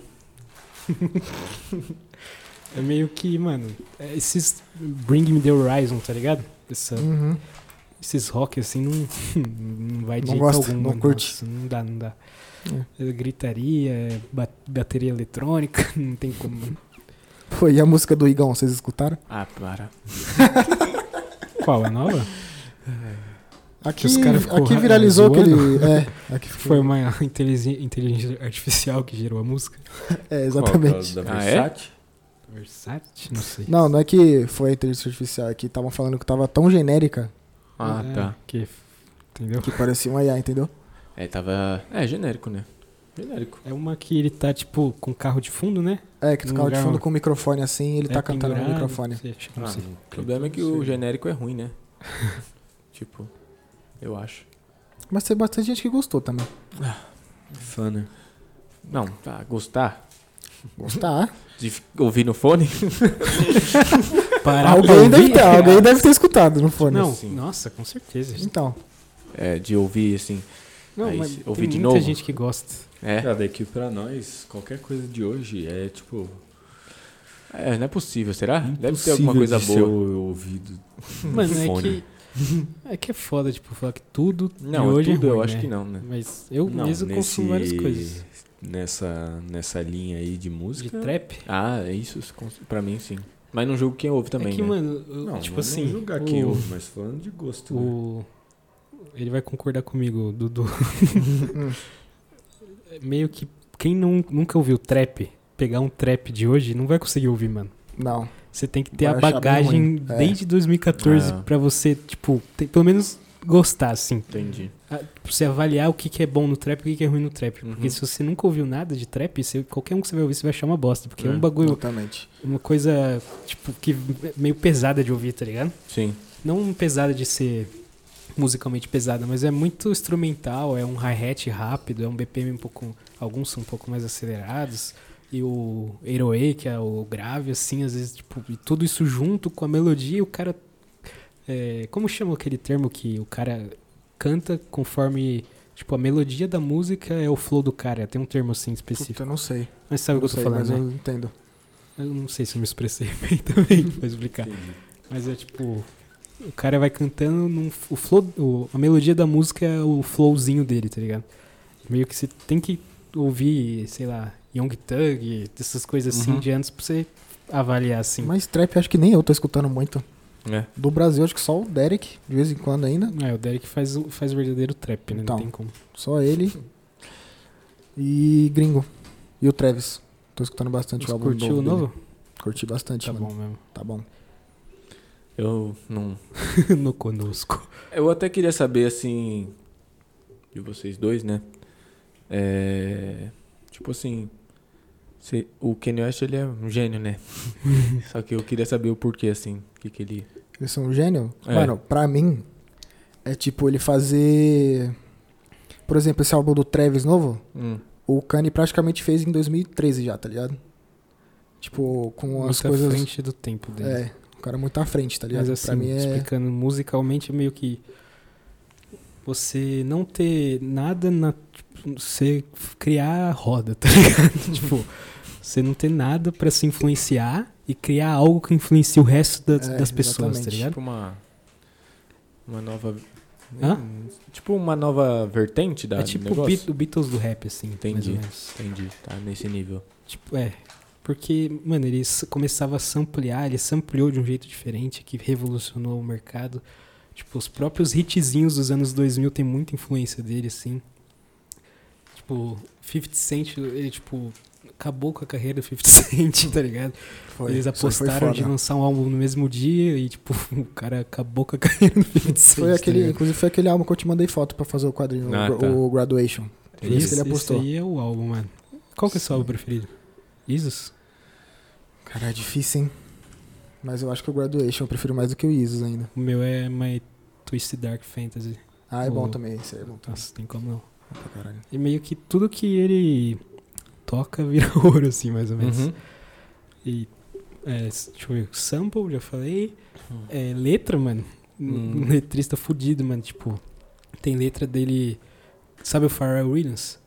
é
Hum.
meio que, mano, é esses Bring Me The Horizon, tá ligado? Essa,
Uhum.
Esses rock assim não, não vai de
Não
jeito
gosta,
algum.
não
mano.
curte.
Nossa, não dá, não dá. É Gritaria, é ba- bateria eletrônica, não tem como. mano.
Pô, e a música do Igão, vocês escutaram?
Ah, para.
Qual? É nova?
Aqui,
Que os cara ficou
aqui
ra-
viralizou aquele.
zoando?
É, aqui ficou-
Foi uma intelizi- inteligência artificial que gerou a música.
é,
Qual,
exatamente.
por causa da
Ah, é?
Versace?
Versace? Não sei.
Não, não é que foi a inteligência artificial, é que estavam falando que tava tão genérica
Ah,
É,
tá.
que f- entendeu?
que parecia uma IA, entendeu?
É, tava. É, genérico, né? Genérico.
É uma que ele tá, tipo, com carro de fundo, né?
É, que tu
No
ficava de
lugar-
fundo com o microfone assim e ele
É
tá cantando no
pendurado,
microfone.
não sei, acho que não
Ah,
sei.
o problema é que o genérico é ruim, né? tipo, eu acho.
Mas tem bastante gente que gostou também.
Fã, né?
Não, tá, gostar
Gostar?
de f- ouvir no fone?
Parar pra
alguém,
ouvir?
deve ter, alguém deve ter escutado, não foi? né?
Não,
Sim.
nossa, com certeza.
Então,
É, de ouvir assim.
Não,
Aí,
mas
se
tem
ouvir de
muita
novo?
gente que gosta.
É.
Cara, daqui pra nós, qualquer coisa de hoje é tipo.
É, não é possível, será? Deve ter
impossível
alguma coisa
de
boa.
Seu ouvido.
Mano, é
Hum, Fone.
que, é que é foda, tipo, falar que tudo
Não,
de hoje
tudo
é ruim,
eu acho
né?
que não, né?
Mas eu
Não,
mesmo consumo várias
nesse-
coisas.
Nessa, nessa linha aí de
De
música.
trap.
Ah, é isso com- pra mim sim. Mas não julgo quem ouve também.
é que,
né?
mano, eu- tipo assim,
Não julgar
o,
quem ouve, mas falando de gosto. né?
o- ele vai concordar comigo, Dudu. É Meio que quem nun- nunca ouviu trap, pegar um trap de hoje, não vai conseguir ouvir, mano.
não.
Você tem que ter
Vai
a
achar bem
bagagem
ruim. É.
desde 2014
É.
pra você, tipo, ter- pelo menos gostar, assim.
Entendi.
a- pra você avaliar o que, que é bom no trap e o que, que é ruim no trap.
Uhum.
Porque se você nunca ouviu nada de trap, você- qualquer um que você vai ouvir, você vai achar uma bosta. Porque é,
É.
um bagulho,
Exatamente.
uma coisa, tipo, que é meio pesada de ouvir, tá ligado?
Sim.
Não pesada de ser musicalmente pesada, mas é muito instrumental, é um hi-hat rápido, é um BPM um pouco. Alguns são um pouco mais acelerados. E o Heroe, que é o grave, assim, às vezes, tipo, e tudo isso junto com a melodia, e o cara. é, como chama aquele termo que o cara canta conforme. Tipo, a melodia da música é o flow do cara. Tem um termo assim específico.
Puta, eu não sei.
Mas sabe o
não
que eu tô
sei,
falando,
mas
né?
eu entendo.
Eu não sei se eu me expressei bem também, vou explicar. Mas é tipo, o cara vai cantando num, o flow, o- a melodia da música é o flowzinho dele, tá ligado? Meio que você tem que ouvir, sei lá, Young Thug, essas coisas assim
Uhum.
de antes pra você avaliar assim.
Mas trap acho que nem eu tô escutando muito.
É.
Do Brasil acho que só o Derek, de vez em quando ainda.
É, o Derek faz o faz o verdadeiro trap, né?
Então.
Não tem como.
Só ele. E gringo. E o Travis. Tô escutando bastante
Você
o álbum
curtiu o
dele.
novo?
Curti bastante,
Tá
mano.
bom mesmo.
Tá bom.
Eu não.
no conosco.
Eu até queria saber assim de vocês dois, né? É, tipo assim, se- o Kanye West ele é um gênio, né? Só que eu queria saber o porquê assim, o que que ele
Eles são um gênio?
É.
Mano, pra mim, é tipo ele fazer. Por exemplo, esse álbum do Travis novo,
Hum,
o Kanye praticamente fez em 2013 já, tá ligado? Tipo, com as
Muito à
coisas.
frente do tempo dele.
É, o cara é muito à frente, tá ligado?
Mas assim,
pra mim é.
explicando musicalmente, é meio que você não ter nada na. tipo, você criar a roda, tá ligado? tipo, você não ter nada pra se influenciar e criar algo que influencie o resto das,
É,
das pessoas, tá
exatamente.
ligado?
tipo uma uma nova
Hã?
tipo uma nova vertente da
É
do
tipo o,
negócio.
Beat- o Beatles do rap, assim, mais
Entendi.
ou menos.
Entendi, tá nesse nível.
Tipo, é. Porque, mano, ele s- começava a samplear, ele sampleou de um jeito diferente, que revolucionou o mercado. Tipo, os próprios hitzinhos dos anos 2000 tem muita influência dele, assim. Tipo, 50 Cent, ele, tipo, acabou com a carreira do 50 Cent, tá ligado?
Foi,
Eles
isso aí foi
apostaram
foda.
de lançar um álbum no mesmo dia e, tipo, o cara acabou com a carreira do 50 Cent.
Foi
tá
aquele,
ligado?
inclusive foi aquele álbum que eu te mandei foto pra fazer o quadrinho,
Ah,
o,
tá.
o Graduation. Foi isso que ele
Esse-
apostou.
Esse aí é o álbum, mano. Qual que é o seu álbum preferido? Jesus?
Cara, é difícil, hein? Mas eu acho que o Graduation eu prefiro mais do que o Isis ainda.
O meu é My Twisted Dark Fantasy.
Ah, é bom
O-
também, esse aí é bom também.
Nossa, tem como Tá, não.
pra caralho.
E meio que tudo que ele toca vira ouro, assim, mais ou menos.
Uhum.
E, é, s- deixa eu ver, sample, já falei. É, letra, mano. Um
Uhum. Hum.
letrista fudido, mano. Tipo, tem letra dele. Sabe o Pharrell Williams?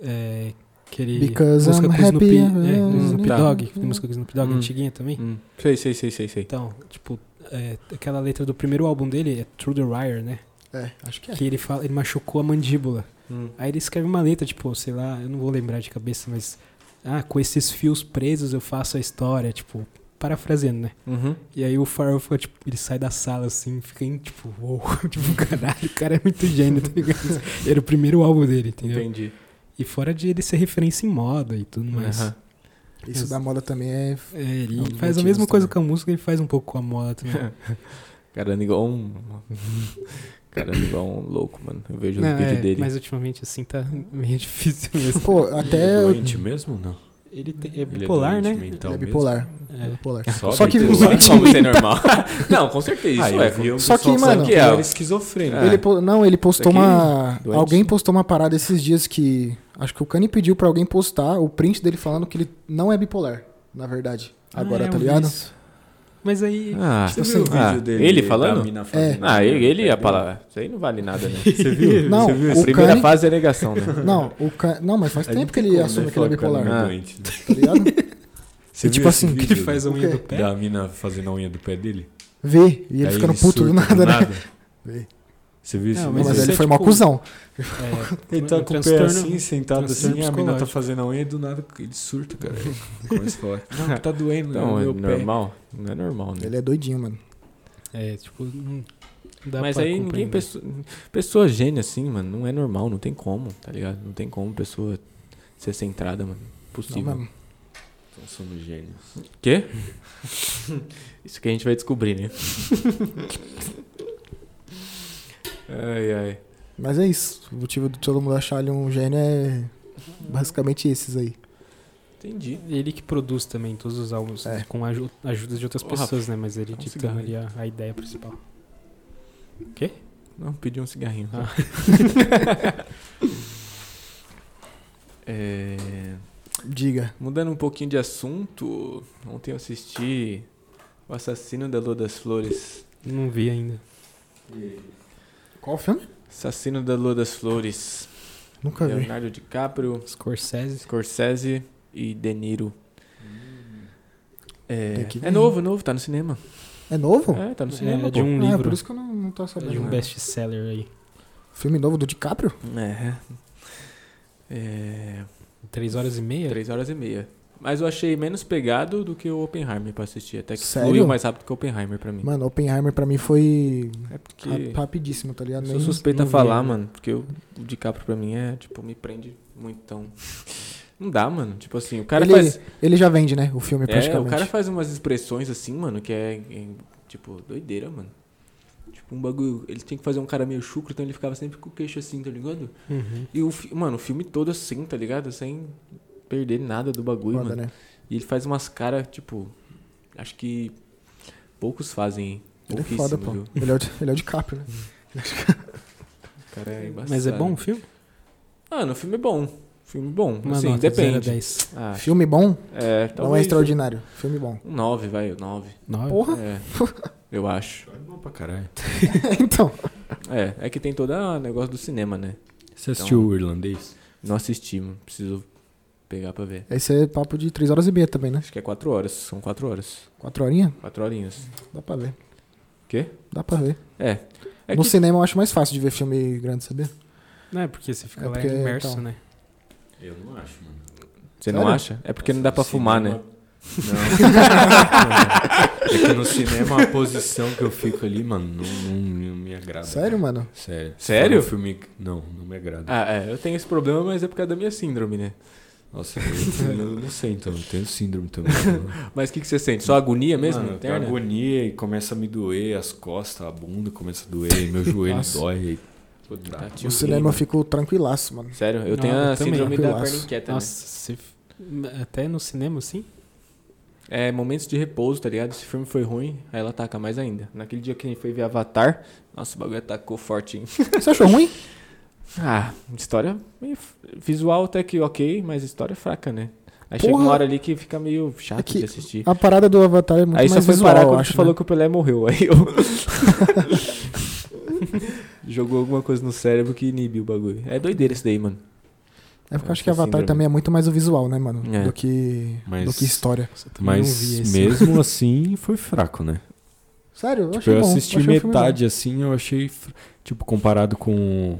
É, que ele.
Because
música
I'm
com o Snoop,
happy,
é,
uh,
do Snoop
tá.
Dogg. Tem música com o Snoop Dogg,
Hum.
antiguinha também.
Hum. Sei, sei, sei, sei, sei.
Então, tipo, é, aquela letra do primeiro álbum dele, é Through the Wire, né?
É, acho que é.
Que ele fala, ele machucou a mandíbula.
Hum.
Aí ele escreve uma letra, tipo, sei lá, eu não vou lembrar de cabeça, mas. Ah, com esses fios presos eu faço a história, tipo, parafraseando, né?
Uhum.
E aí o Farrell fica, tipo, ele sai da sala assim, fica em, tipo, uou, tipo, caralho, o cara é muito gênio, tá ligado? Era o primeiro álbum dele, entendeu?
Entendi.
E fora de ele ser referência em moda e tudo mais.
Aham.
Isso da moda também é.
É, ele
É um dos
faz a
motivos
mesma coisa
também.
com a música, ele faz um pouco com a moda também.
Cara, igual um. Cara, igual um louco, mano. Eu vejo
Não,
o vídeo
é,
dele.
Mas ultimamente, assim, tá meio difícil mesmo.
Pô,
Ele
até.
é
Ele
doente mesmo? Não.
Ele tem- é
Ele
bipolar, né?
mental
é
mesmo?
bipolar. É
É.
bipolar.
Só,
Só que
bipolar?
os
Não tem como ser normal. Não, com certeza.
Ah,
Isso
eu
é.
vi um
Só que,
pessoal falando
mano, Ah,
que
é, ó.
era esquizofrênico.
É.
Ele po- Não, ele postou
Isso aqui,
uma.
doente.
Alguém postou uma parada esses dias que. Acho que o Kanye pediu pra alguém postar o print dele falando que ele não é bipolar, na verdade. Agora,
Ah, é,
tá
eu vi
ligado?
isso. Mas aí.
Ah,
Você viu o vídeo
Ah,
dele?
ele
da
falando?
mina
É.
fazendo-
ah ele, ele ia falar. Isso aí não vale nada, né?
Você viu?
Não,
Você viu
o
esse-
Primeira
Kanye-
fase é negação, né?
Não, o Ka- não, mas faz
Aí não
tempo que
tem
ele
como,
assume
né,
que ele é
falar o
bipolar,
bipolar.
cara não doente, né?
tá ligado?
Você
E
viu
tipo
esse
assim, que
vídeo
Ele faz a unha do pé.
Da mina fazendo a unha do pé dele?
Vê, e ele
Aí
ficando puto do
surta
nada, né?
nada.
Vê.
Você viu esse
Não,
Mas,
vídeo?
isso
ele
é
foi mó
tipo-
cuzão.
É,
Ele tá
um
com o pé
transtorno-
assim, sentado
transtorno
assim, a mina tá
psicológico.
fazendo a unha e do nada ele surta, cara. Ele Começa a falar, não, tá doendo
Então,
no
é
né,
meu pé.
normal? Não é normal, né?
Ele é doidinho, mano.
É, tipo, não dá
Mas
é pra
aí ninguém.
compreender.
Pessoa, pessoa gênia assim, mano, não é normal, não tem como, tá ligado? Não tem como pessoa ser centrada, mano.
Não,
Possível.
mano.
Então somos gênios.
Quê? Isso que a gente vai descobrir, né? ai, ai.
Mas é isso. O motivo de todo mundo achar ele um gênio é basicamente esses aí.
Entendi.
Ele que produz também todos os álbuns,
É.
com a aju- ajuda de outras
Ô, Rafa,
pessoas, né? Mas
dá
ele
um
dita
cigarro
ali a, a ideia principal.
Não, pedi um cigarrinho.
Ah.
É,
Diga.
mudando um pouquinho de assunto, ontem eu assisti O Assassino da Lua das Flores.
Não vi ainda.
Qual filme?
Assassino da Lua das Flores.
Nunca vi.
Leonardo DiCaprio,
Scorsese.
Scorsese e De Niro.
Hum,
Tem
É,
que
é
ver.
novo, é novo, tá no cinema.
É novo?
É, tá no
É,
cinema.
é de
pô.
um
Ah, é
livro.
por isso que eu não, não tô
É
sabendo.
de um
né?
best-seller aí.
Filme novo do DiCaprio?
É. É,
Três horas e meia?
Três horas e meia. Mas eu achei menos pegado do que o Oppenheimer pra assistir. Até que
Sério?
fluiu mais rápido que o Oppenheimer pra mim.
Mano, Oppenheimer pra mim foi
é porque
ra- rapidíssimo, tá ligado?
sou
Nem-
suspeito a
não vi
falar,
ainda.
mano. Porque o o DiCaprio pra mim é, tipo, me prende muito. Então... Não dá, mano. Tipo assim, o cara
ele,
faz...
ele já vende, né? O filme
É,
praticamente.
o cara faz umas expressões assim, mano, que é, é, tipo, doideira, mano. Tipo, um bagulho. Ele tinha que fazer um cara meio chucro, então ele ficava sempre com o queixo assim, tá ligado?
Uhum.
E o, fi- mano, o filme todo assim, tá ligado? Sem perder nada do bagulho,
Foda,
mano.
né?
E ele faz umas caras, tipo. Acho que poucos fazem, hein?
Ele é
Pouquíssimos,
foda, pô.
viu?
Ele é, o Di- ele é o DiCaprio, né?
O cara é embaçado.
Mas é bom o filme?
Ah, no filme é bom. Filme bom.
Uma
assim,
nota, zero a
depende.
10.
Ah,
Filme bom?
é,
Não é
talvez
extraordinário. Filme bom.
Um 9, vai, 9.
Nove?
Porra!
É. Eu acho.
É bom pra caralho.
então.
É, é que tem todo o negócio do cinema, né?
Você assistiu o irlandês?
Não assisti, mano. Preciso pegar pra ver.
Esse é papo de 3 horas e meia também, né?
Acho que é quatro horas. São quatro horas.
4 horinhas?
Quatro horinhas.
Dá pra ver.
Quê?
Dá pra ver.
É. É
no
que...
cinema eu acho mais fácil de ver filme grande, sabia?
Não, é porque você fica
É
lá
porque,
imerso,
então.
né?
Eu não acho, mano.
Você não
Sério?
acha? É porque não dá pra fumar, né?
Não. é que no cinema a posição que eu fico ali, mano, não, não- não me agrada.
Sério, mano?
Sério.
Sério?
Fora o filme... Não, não me agrada.
Ah, é. Eu tenho esse problema, mas é por causa da minha síndrome, né?
Nossa, eu, eu não sei então, eu tenho síndrome também.
Mas o que, que você sente? Só agonia mesmo?
Mano, eu tenho
interna?
agonia e começa a me doer as costas, a bunda começa a doer, meu joelho
Nossa.
dói. e- Pô, dá.
Tá,
No
tio,
cinema eu fico tranquilaço, mano.
Sério, eu
Não,
tenho a
eu também,
síndrome da
tranquilaço.
perna inquieta. né?
Nossa, você... f- até no cinema, assim?
É, momentos de repouso, tá ligado? Se o filme foi ruim, aí ela ataca mais ainda. Naquele dia que a gente foi ver Avatar, nossa, o bagulho atacou forte, hein?
Você achou ruim?
Ah, história meio f- visual até que ok, mas história fraca, né? Aí chega
Porra.
uma hora ali que fica meio chato
É que-
de assistir.
A parada do Avatar é muito
Aí só
mais
foi
visual,
parar
eu
quando
acho.
tu falou
né?
que o Pelé morreu. Aí eu. Jogou alguma coisa no cérebro que inibiu o bagulho. É doideira isso daí, mano.
É porque eu acho
Essa
que Avatar
síndrome.
também é muito mais o visual, né, mano?
É.
Do que
Mas-
do que história.
Nossa, eu também não vi
Mas
esse.
mesmo assim foi fraco, né?
Sério, eu
Tipo,
achei
eu
bom.
assisti
achei um filme
metade assim, eu achei. fr- Tipo, comparado com.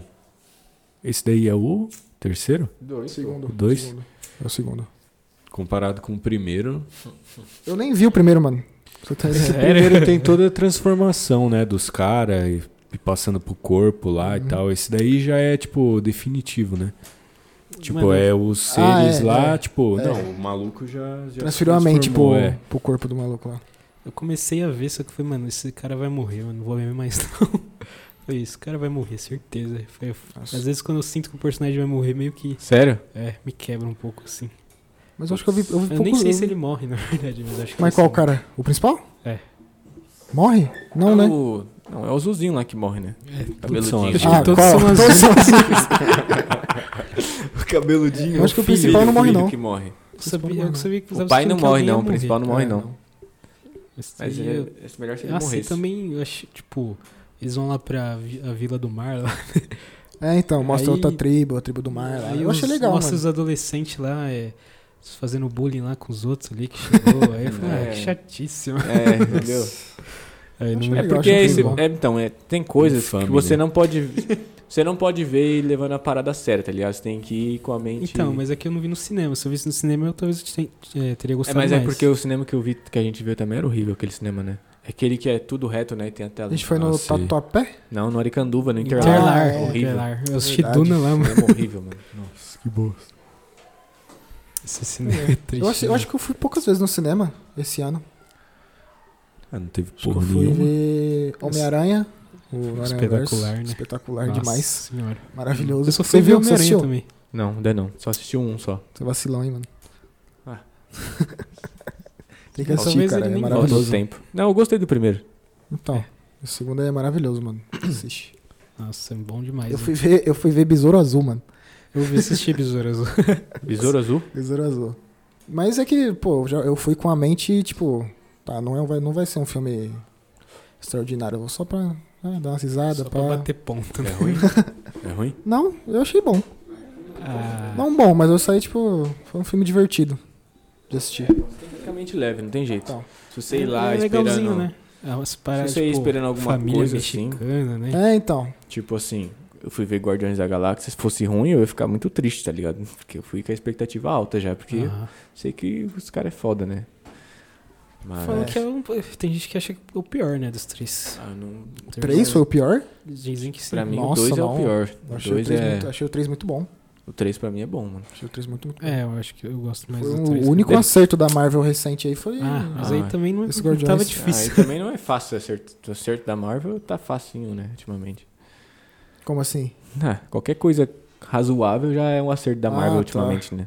Esse daí é o terceiro?
bom.
Dois.
Segundo.
Dois?
Segundo. É o segundo.
Comparado com o primeiro.
Eu nem vi o primeiro, mano. Você tá
Esse primeiro tem toda a transformação, né? Dos caras e, e passando pro corpo lá e
Uhum.
tal. Esse daí já é, tipo, definitivo, né? Tipo,
Mano,
é os seres
é,
lá,
é.
tipo,
É.
não, o maluco já. já
Transferiu a mente pro,
transformou, é.
pro corpo do maluco lá.
Eu comecei a ver, só que foi, mano, esse cara vai morrer, mano, não vou ver mais não. Foi isso, o cara vai morrer, certeza. Foi-
Nossa.
às vezes quando eu sinto que o personagem vai morrer, meio que.
Sério?
É, me quebra um pouco assim.
Mas eu acho que eu vi, eu vi
Eu
Um pouco.
nem sei se ele morre, na verdade, mas acho que.
Mas
eu
qual
sei.
cara? O principal?
É.
Morre? Não, né?
O... Não, é o Zuzinho lá que morre, né?
todos são
Cabeludinho.
azuis. Ah,
É, todos são azuis.
todos são azuis.
Cabeludinho. é
Eu acho que o
filho,
principal não morre,
filho
não.
que morre.
Eu sabia, eu sabia que um
O pai não morre, não. O principal não morre,
É,
não.
Mas,
Mas
aí
é,
eu-
é melhor se ele
Nossa, e
morresse.
também, eu achei, tipo, eles vão lá pra vi- a Vila do Mar lá.
É, então, mostra
Aí-
outra tribo, a tribo do mar. lá.
Aí
eu achei
os-
legal,
Nossa,
mano.
os adolescentes lá, é, fazendo bullying lá com os outros ali que chegou. Aí eu falei, ah,
É.
que chatíssimo.
É, entendeu?
Aí
Acho
não-
É
Eu
porque
acho
é esse,
bom.
é, então, é, tem coisas
Infame,
que você
né?
não pode você não pode ver e levando a parada certa, aliás, tem que ir com a mente
Então, mas aqui eu não vi no cinema. Se eu visse no cinema, eu talvez te- é, teria
É,
gostado
mas
mais.
é porque o cinema que eu vi, que a gente viu também era horrível aquele cinema, né? É Aquele que é tudo reto, né? E tem a
A
tela.
gente foi no
Ah, sim.
Tatuapé?
Não, no Aricanduva, no Interlar.
Interlar,
Ah, é,
horrível.
Interlar. Eu assisti
Verdade.
Duna lá, mano.
Cinema horrível, mano.
Nossa, que bosta.
Esse cinema é triste.
Eu acho, eu
né?
acho que eu fui poucas vezes no cinema esse ano.
Ah, não teve
Acho que eu
porra
fui
nenhuma.
ver Homem-Aranha. o Aranha-Verso.
Espetacular, né?
Espetacular
Nossa
é demais.
Senhora.
Maravilhoso.
Eu só fui ver
Você
Homem-Aranha
assistiu?
também.
Não, ainda não. Só assisti um só.
Você vacilão, hein, mano?
Ah.
Tem que
Talvez
assistir,
ele
cara. É
nem
Falta o
maravilhoso.
tempo. Não, eu gostei do primeiro.
Então, o segundo é maravilhoso, mano. Assiste.
Nossa, é bom demais.
Eu
né?
fui ver, eu fui ver Besouro Azul, mano.
Eu vi assistir Besouro Azul.
Besouro Azul?
Besouro Azul. Mas é que, pô, eu já, eu fui com a mente, tipo, tá, não, é, vai- não vai ser um filme extraordinário, eu vou só pra né, dar uma risada.
Só pra bater ponto, né?
É ruim? é ruim?
Não, eu achei bom.
Ah,
Não bom, mas eu saí, tipo, foi um filme divertido de assistir.
Tecnicamente leve, não tem jeito.
Então.
Se você ir
é-
lá
é legalzinho,
esperando...
né? É umas paradas,
você ir
tipo,
esperando alguma
família
coisa, assim.
mexicana, né?
É, então.
Tipo assim, eu fui ver Guardiões da Galáxia. Se fosse ruim, eu ia ficar muito triste, tá ligado? Porque eu fui com a expectativa alta já, porque
Aham.
sei que os caras é foda, né? Mas.
Falam que é um- Tem gente que acha que é o pior, né, dos três.
Ah, não-
Três foi o pior?
Dizem que sim.
Pra mim,
Nossa,
o 2 é
não.
o pior.
Eu
O
achei, o
2
três
é.
muito, achei o três muito bom.
O 3 pra mim é bom, mano.
Achei o três muito, muito bom.
É, eu acho que eu gosto mais
Foi
do
um-
três.
o único
né?
acerto da Marvel recente aí foi.
Ah, mas aí
Ah,
também não,
esse
não tava
Guardiões-
difícil.
Ah, e também não é fácil acerto. O acerto da Marvel tá facinho, né? Ultimamente.
é-
Como assim?
Ah, qualquer coisa razoável já é um acerto da
Ah,
Marvel
tá.
ultimamente, né?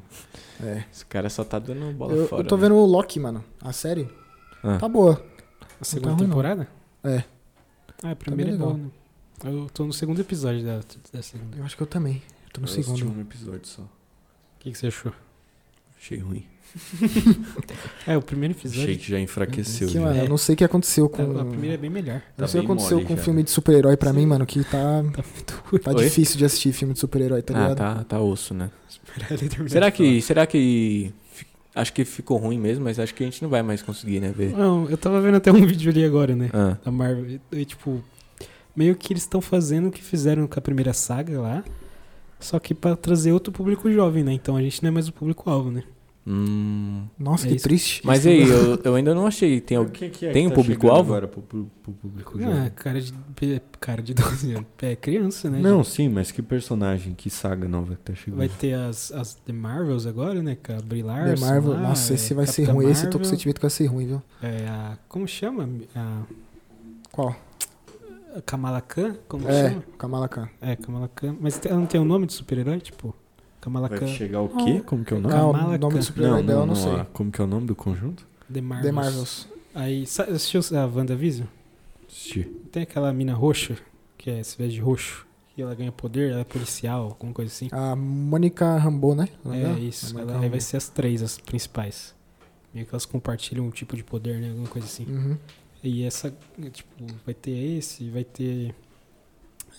É.
Esse cara só tá dando bola
Eu,
fora.
eu tô
né?
vendo o Loki, mano. A série.
Ah.
Tá boa.
A segunda
ruim, não.
temporada?
É.
Ah, a primeira
bem
é boa,
legal.
né? Eu tô no segundo episódio da, da segunda.
Eu acho que eu também. Eu tô no
Eu assisti
segundo.
um episódio só.
O que, que você achou?
um
Achei ruim.
É, o primeiro
Achei
episódio.
que já enfraqueceu.
Que,
já. Tá
mano,
é.
eu não sei o que aconteceu com.
A primeira é bem melhor.
Eu não sei o que
bem
aconteceu
mole
com
já,
filme de super-herói pra
Sim.
mim, mano, que tá,
Tá muito ruim.
tá
né? Oi?
difícil de assistir filme de super-herói, tá
Ah,
ligado?
tá, tá osso, né?
Esperar ele terminar
Será
de
que. Será que. fi- Acho que ficou ruim mesmo, mas acho que a gente não vai mais conseguir, né?
falar.
Ver.
Não, eu tava vendo até um vídeo ali agora, né?
Ah,
Da Marvel. E, e, tipo, meio que eles estão fazendo o que fizeram com a primeira saga lá. Só que pra trazer outro público jovem, né? Então a gente não é mais o público-alvo, né?
hum.
Nossa,
É
que
isso.
triste.
Mas aí, eu, eu ainda não achei. Tem alguém.
é
tem um público-alvo?
tá agora pro, pro- pro público
Ah,
é,
jovem?
cara de, cara de 12 anos. É criança, né?
Não, sim, mas que personagem, que saga nova que tá chegando?
Vai ter as, as The Marvels agora, né? Com a Brie Larson.
The Marvel,
lá,
nossa,
é,
esse vai ser
Capitã
ruim. Esse eu tô com
Marvel,
sentimento que vai ser ruim, viu?
É a, como chama? A,
Qual?
a Kamala Khan? Como chama?
É, Kamala Khan.
É, Kamala Khan. Mas te- ela não tem o nome de super-herói? Tipo, Kamala
Vai
Khan.
chegar o quê? Como que é o nome?
Ah,
Kamala
o nome
Khan.
do super-herói dela eu não, sei.
ah, Como que é o nome do conjunto?
The Marvels.
The Marvels.
Aí, sa- assistiu a WandaVision?
Assisti.
Tem aquela mina roxa, que é, se veste de roxo. E ela ganha poder, ela é policial, alguma coisa assim.
A Mônica Rambeau, né? O nome
É
dela?
isso,
A Mônica
ela aí vai
Rambeau.
ser as três, as principais. Meio que elas compartilham um tipo de poder, né? Alguma coisa assim.
Uhum.
E essa, tipo, vai ter esse, vai ter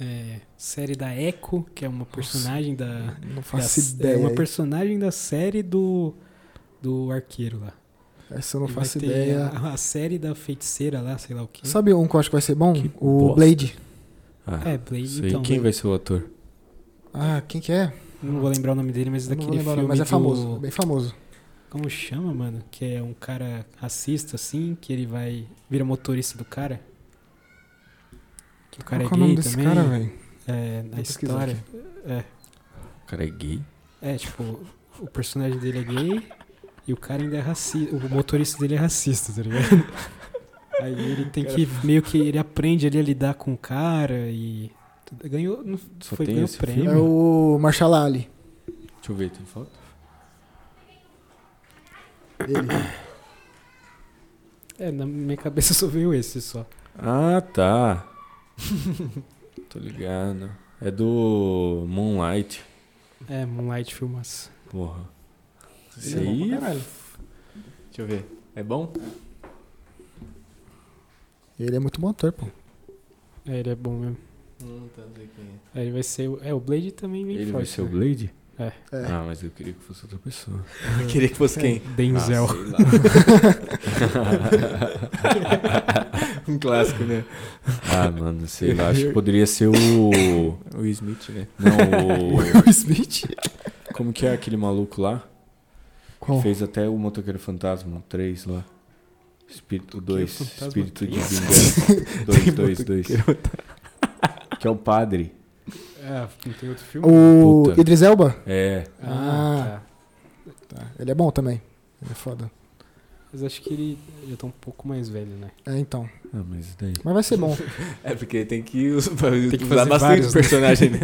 é, série da Echo, que é uma personagem da.
Não
da
faço
é
ideia.
uma
aí.
personagem da série do. Do arqueiro lá.
Essa eu não
E vai
faço
ter
ideia.
A, a série da feiticeira lá, sei lá o que.
Sabe um que eu acho que vai ser bom?
Que
o
bosta.
Blade.
Ah,
É, Blade,
sei.
então.
Quem vai ser o ator?
Ah, quem que é?
Não vou lembrar o nome dele, mas é
Eu não vou
daquele
lembrar, o
filme
nome, mas é
do-
famoso. Bem famoso.
Como chama, mano? Que é um cara racista, assim, que ele vai... Vira motorista do cara. Que o cara
Qual é
é
o nome
gay
desse
também.
cara, velho?
é, na
Vou pesquisar
história. É,
O cara é gay?
É, tipo, o personagem dele é gay e o cara ainda é racista. O motorista dele é racista, tá ligado? Aí ele tem que. Meio que ele aprende ali a lidar com o cara e. tudo. Ganhou. Não,
Só
foi
tem
ganhou
esse
prêmio.
filme?
É o Marshall Ali.
Deixa eu ver, tem foto?
Ele.
É, na minha cabeça só veio esse só.
Ah, tá. Tô ligado. É do Moonlight.
É, Moonlight filmas.
Porra. Isso
Ele é bom
aí.
pra caralho. Deixa eu ver. É bom?
Ele é muito bom ator, pô.
É, ele é bom mesmo.
Não, tá sei quem é.
Aí ele vai ser. o- É, o Blade também vem
Ele vai
forte.
ser o
né?
Blade?
É.
Ah, mas eu queria que fosse outra pessoa.
Eu queria que fosse quem?
Denzel.
Ah, sei lá.
Um clássico, né?
ah, mano, sei lá. Acho que poderia ser o.
O Smith, né?
Não, o.
Will Smith?
Como que é aquele maluco lá?
Qual?
é
Que fez até o Motoqueiro Fantasma 3 lá. Espírito 2.
Fantasma
Espírito de
3?
vingança. 2, 2, 2. Que é o padre.
Ah, não tem outro filme?
O
Puta.
Idris Elba?
É.
Ah, tá.
Tá. Ele é bom também. Ele é foda.
Mas acho que ele já tá um pouco mais velho, né?
É, então.
Ah, mas daí.
Mas vai ser bom.
É porque tem que us- usar
que fazer
bastante
vários, né?
personagem, né?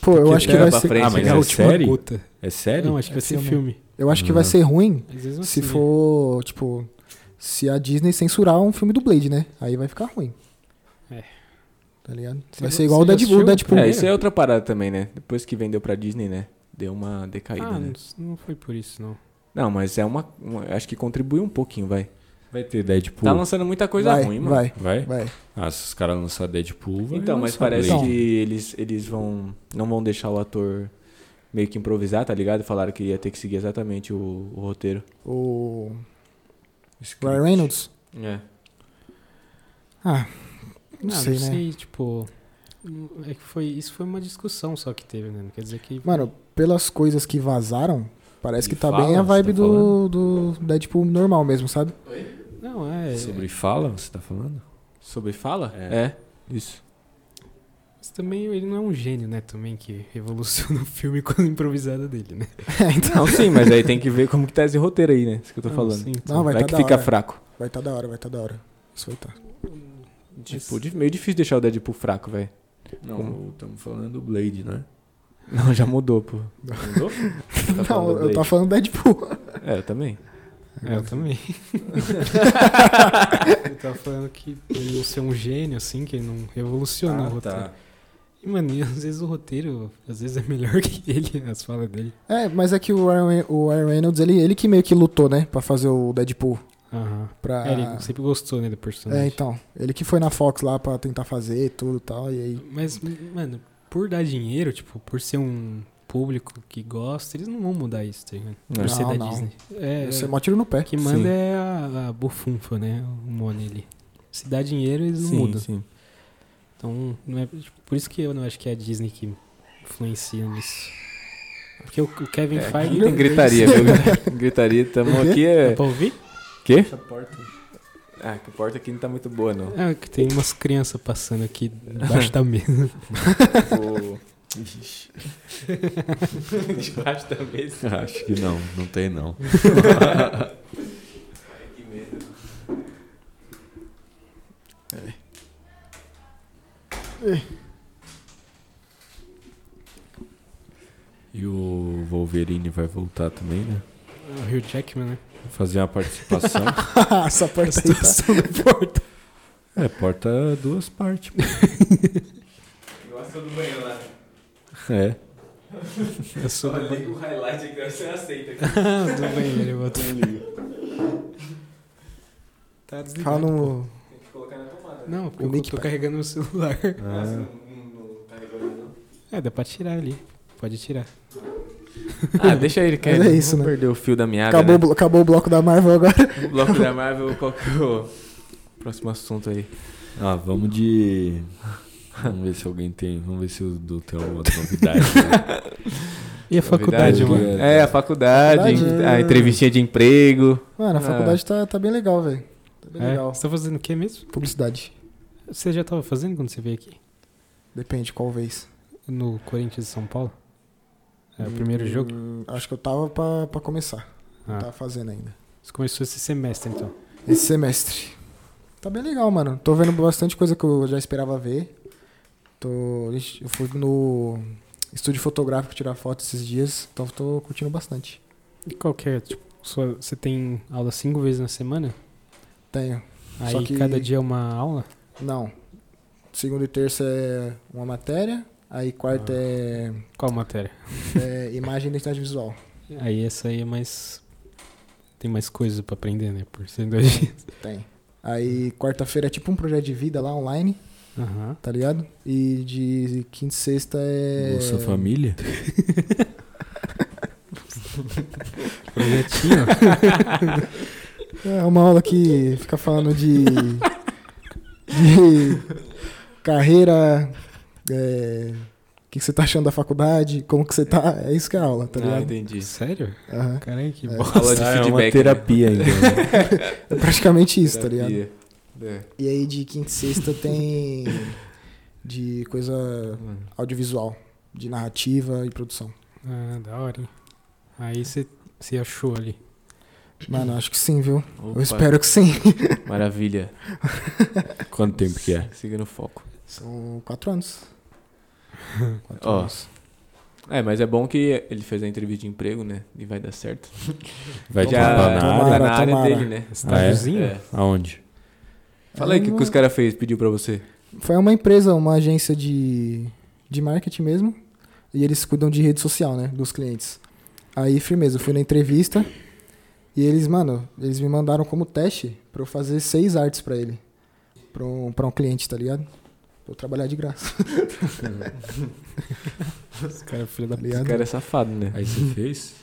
Pô, eu
que
acho que
dera
vai
pra
ser.
frente,
Ah, mas
né?
é,
a última
série?
gota.
É série?
Não, acho que vai ser
filme.
filme.
Eu acho que vai
Ah.
ser ruim
Às vezes
se
assim, né?
for, tipo, se a Disney censurar um filme do Blade, né? Aí vai ficar ruim.
É.
Tá ligado?
Você
vai
já-
ser igual o
você já
Deadpool,
assistiu?
Deadpool. um.
É, isso é outra parada também, né? Depois que vendeu pra Disney, né? Deu uma decaída,
Ah,
né?
não, não foi por isso, não.
Não, mas é uma, uma- Acho que contribuiu um pouquinho, vai.
Vai ter Deadpool.
Tá lançando muita coisa
vai,
ruim, mano.
vai,
Vai?
vai.
Ah, se os caras lançarem Deadpool, vai
Então, mas
lançar
parece
Blade.
que eles, eles vão. Não vão deixar o ator meio que improvisar, tá ligado? Falaram que ia ter que seguir exatamente o, o roteiro.
O
Script.
Ryan Reynolds?
É.
Ah,
Não, não
sei,
sei,
né?
tipo. não- É que foi, isso foi uma discussão só que teve, né? Não quer dizer que.
mano, pelas coisas que vazaram, parece
De
que tá
fala,
bem a
você
vibe
tá
do, do Deadpool normal mesmo, sabe?
Não, é.
Sobre fala, você tá falando?
Sobre fala?
É.
É. Isso.
Mas também ele não é um gênio, né? Também que revoluciona o filme com a improvisada dele, né?
É, então.
Não, sim, mas aí tem que ver como que tá esse roteiro aí, né? Isso que eu tô
Não,
falando.
sim,
Não, vai
vai
tá
que
da
fica
hora.
fraco.
Vai tá da hora, vai tá da hora. Isso vai tá.
Tipo, di- meio difícil deixar o Deadpool fraco, velho.
Não, estamos falando do Blade, né?
Não, já mudou, pô.
Mudou?
Tá falando
não, eu
Blade.
tava falando Deadpool.
É, eu também.
É, eu também. ele tava falando que ele ia ser um gênio, assim, que ele não revolucionou o
ah,
roteiro.
tá.
E, mano, e às vezes o roteiro, às vezes é melhor que ele, as falas dele.
É, mas é que o Ryan, o Ryan Reynolds, ele, ele que meio que lutou, né? Pra fazer o Deadpool.
Aham.
Pra...
É, ele sempre gostou, né, do personagem.
Ah. É, então. Ele que foi na Fox lá pra tentar fazer e tudo e tal. E aí.
Mas, mano, por dar dinheiro, tipo, por ser um público que gosta, eles não vão mudar isso, tá ligado? Por
Não,
ser da
não.
Disney. É,
Você mó tiro no pé.
o que manda
Sim.
é a, a bufunfa, né? O Money ali. Se dá dinheiro, eles não
Sim,
mudam.
sim.
Então, não é, tipo, por isso que eu não acho que é a Disney que influencia nisso. Porque o, o Kevin
É,
Feige...
aqui tem gritaria, viu? galera? gritaria, tamo aqui
Dá
é...
pra ouvir?
Quê? Ah, que a porta aqui não tá muito boa, não.
É, que tem umas crianças passando aqui debaixo da mesa.
Debaixo da mesa.
Acho que não, não tem não.
Que medo.
E o Wolverine vai voltar também, né?
É o Hugh Jackman, né?
Fazer uma participação.
Essa porta aí tá.
Situação da porta.
é, porta duas partes. pô.
Gosta do banheiro lá.
É.
Eu sou do
o highlight aqui, você aceita.
Ah, do banheiro, eu boto Tá
Fala
desligado.
no.
Tem que colocar na tomada.
Não, porque
O
eu
mic
tô
tá-
carregando o celular.
Ah,
tá não, não, não carregou ainda, não.
É, dá pra tirar ali. Pode tirar.
Ah, deixa ele, cara.
Mas é isso,
Vamos
né?
perder o fio da meada,
Acabou, o
né?
blo- acabou o bloco da Marvel agora.
o bloco da Marvel. Qual que é o próximo assunto aí?
Ah, vamos de. Vamos ver se alguém tem. Vamos ver se o Du tem alguma novidade. né?
E a
Novidade,
faculdade, mano?
mano. É, a faculdade,
Faculdade.
a entrevistinha de emprego.
Mano, a
Ah.
faculdade tá, tá bem legal, velho. Tá bem
É,
legal.
Você tá fazendo o que mesmo?
Publicidade.
Você já tava fazendo quando você veio aqui?
Depende, qual vez.
No Corinthians de São Paulo? É o primeiro
Hum,
jogo?
Ah,
Acho que eu tava pra, pra começar. Não
Ah.
tava fazendo ainda.
Você começou esse semestre, então.
Esse semestre. Tá bem legal, mano. Tô vendo bastante coisa que eu já esperava ver. Tô... Ixi, Eu fui no estúdio fotográfico tirar foto esses dias, então tô curtindo bastante.
E qual que é? Tipo, sua- você tem aula cinco vezes na semana?
Tenho.
Aí
Só que-
cada dia é uma aula?
Não. Segunda e terça é uma matéria, aí quarta é,
Qual matéria?
é imagem e identidade visual.
Aí essa aí é mais... Tem mais coisa pra aprender, né? Por ser dois dias.
Tem. Aí quarta-feira é tipo um projeto de vida lá online,
Aham.
tá ligado? E de quinta e sexta é.
Bolsa Família?
Projetinho?
É uma aula que fica falando de. de carreira. é, o que que você tá achando da faculdade? Como que você tá? É isso que é a aula, tá
ah,
ligado?
entendi.
Sério?
Aham.
Caralho, que
É.
bosta.
Aula de
Ah, é
feedback.
uma terapia ainda. né?
É praticamente isso, tá ligado?
Terapia. É.
E aí de quinta e sexta tem de coisa
Mano,
audiovisual, de narrativa e produção.
Ah, da hora, hein? Aí você você achou ali.
Mano, acho que sim, viu?
opa,
Eu espero que sim.
Maravilha.
Quanto tempo que é?
Seguindo o foco.
São quatro anos. Quatro
Ó.
anos.
É, mas é bom que ele fez a entrevista de emprego, né? E vai dar certo.
Vai
Já
trampar na
tomara,
área?
tá na área
tomara.
dele, né?
Estádiozinho?
É.
Aonde?
Fala aí o que,
É
que os
uma-
caras fez, pediu pra
Tá
você.
Foi uma empresa, uma agência de, de marketing mesmo. E eles cuidam de rede social, né? Dos clientes. Aí, firmeza, eu fui na entrevista. E eles, mano, eles me mandaram como teste pra eu fazer seis artes pra ele. Pra um, pra um cliente, tá ligado? Pra eu trabalhar de graça.
Esse cara é filho da
Tá
puta.
Esse
ligado?
cara é safado, né?
Aí você fez?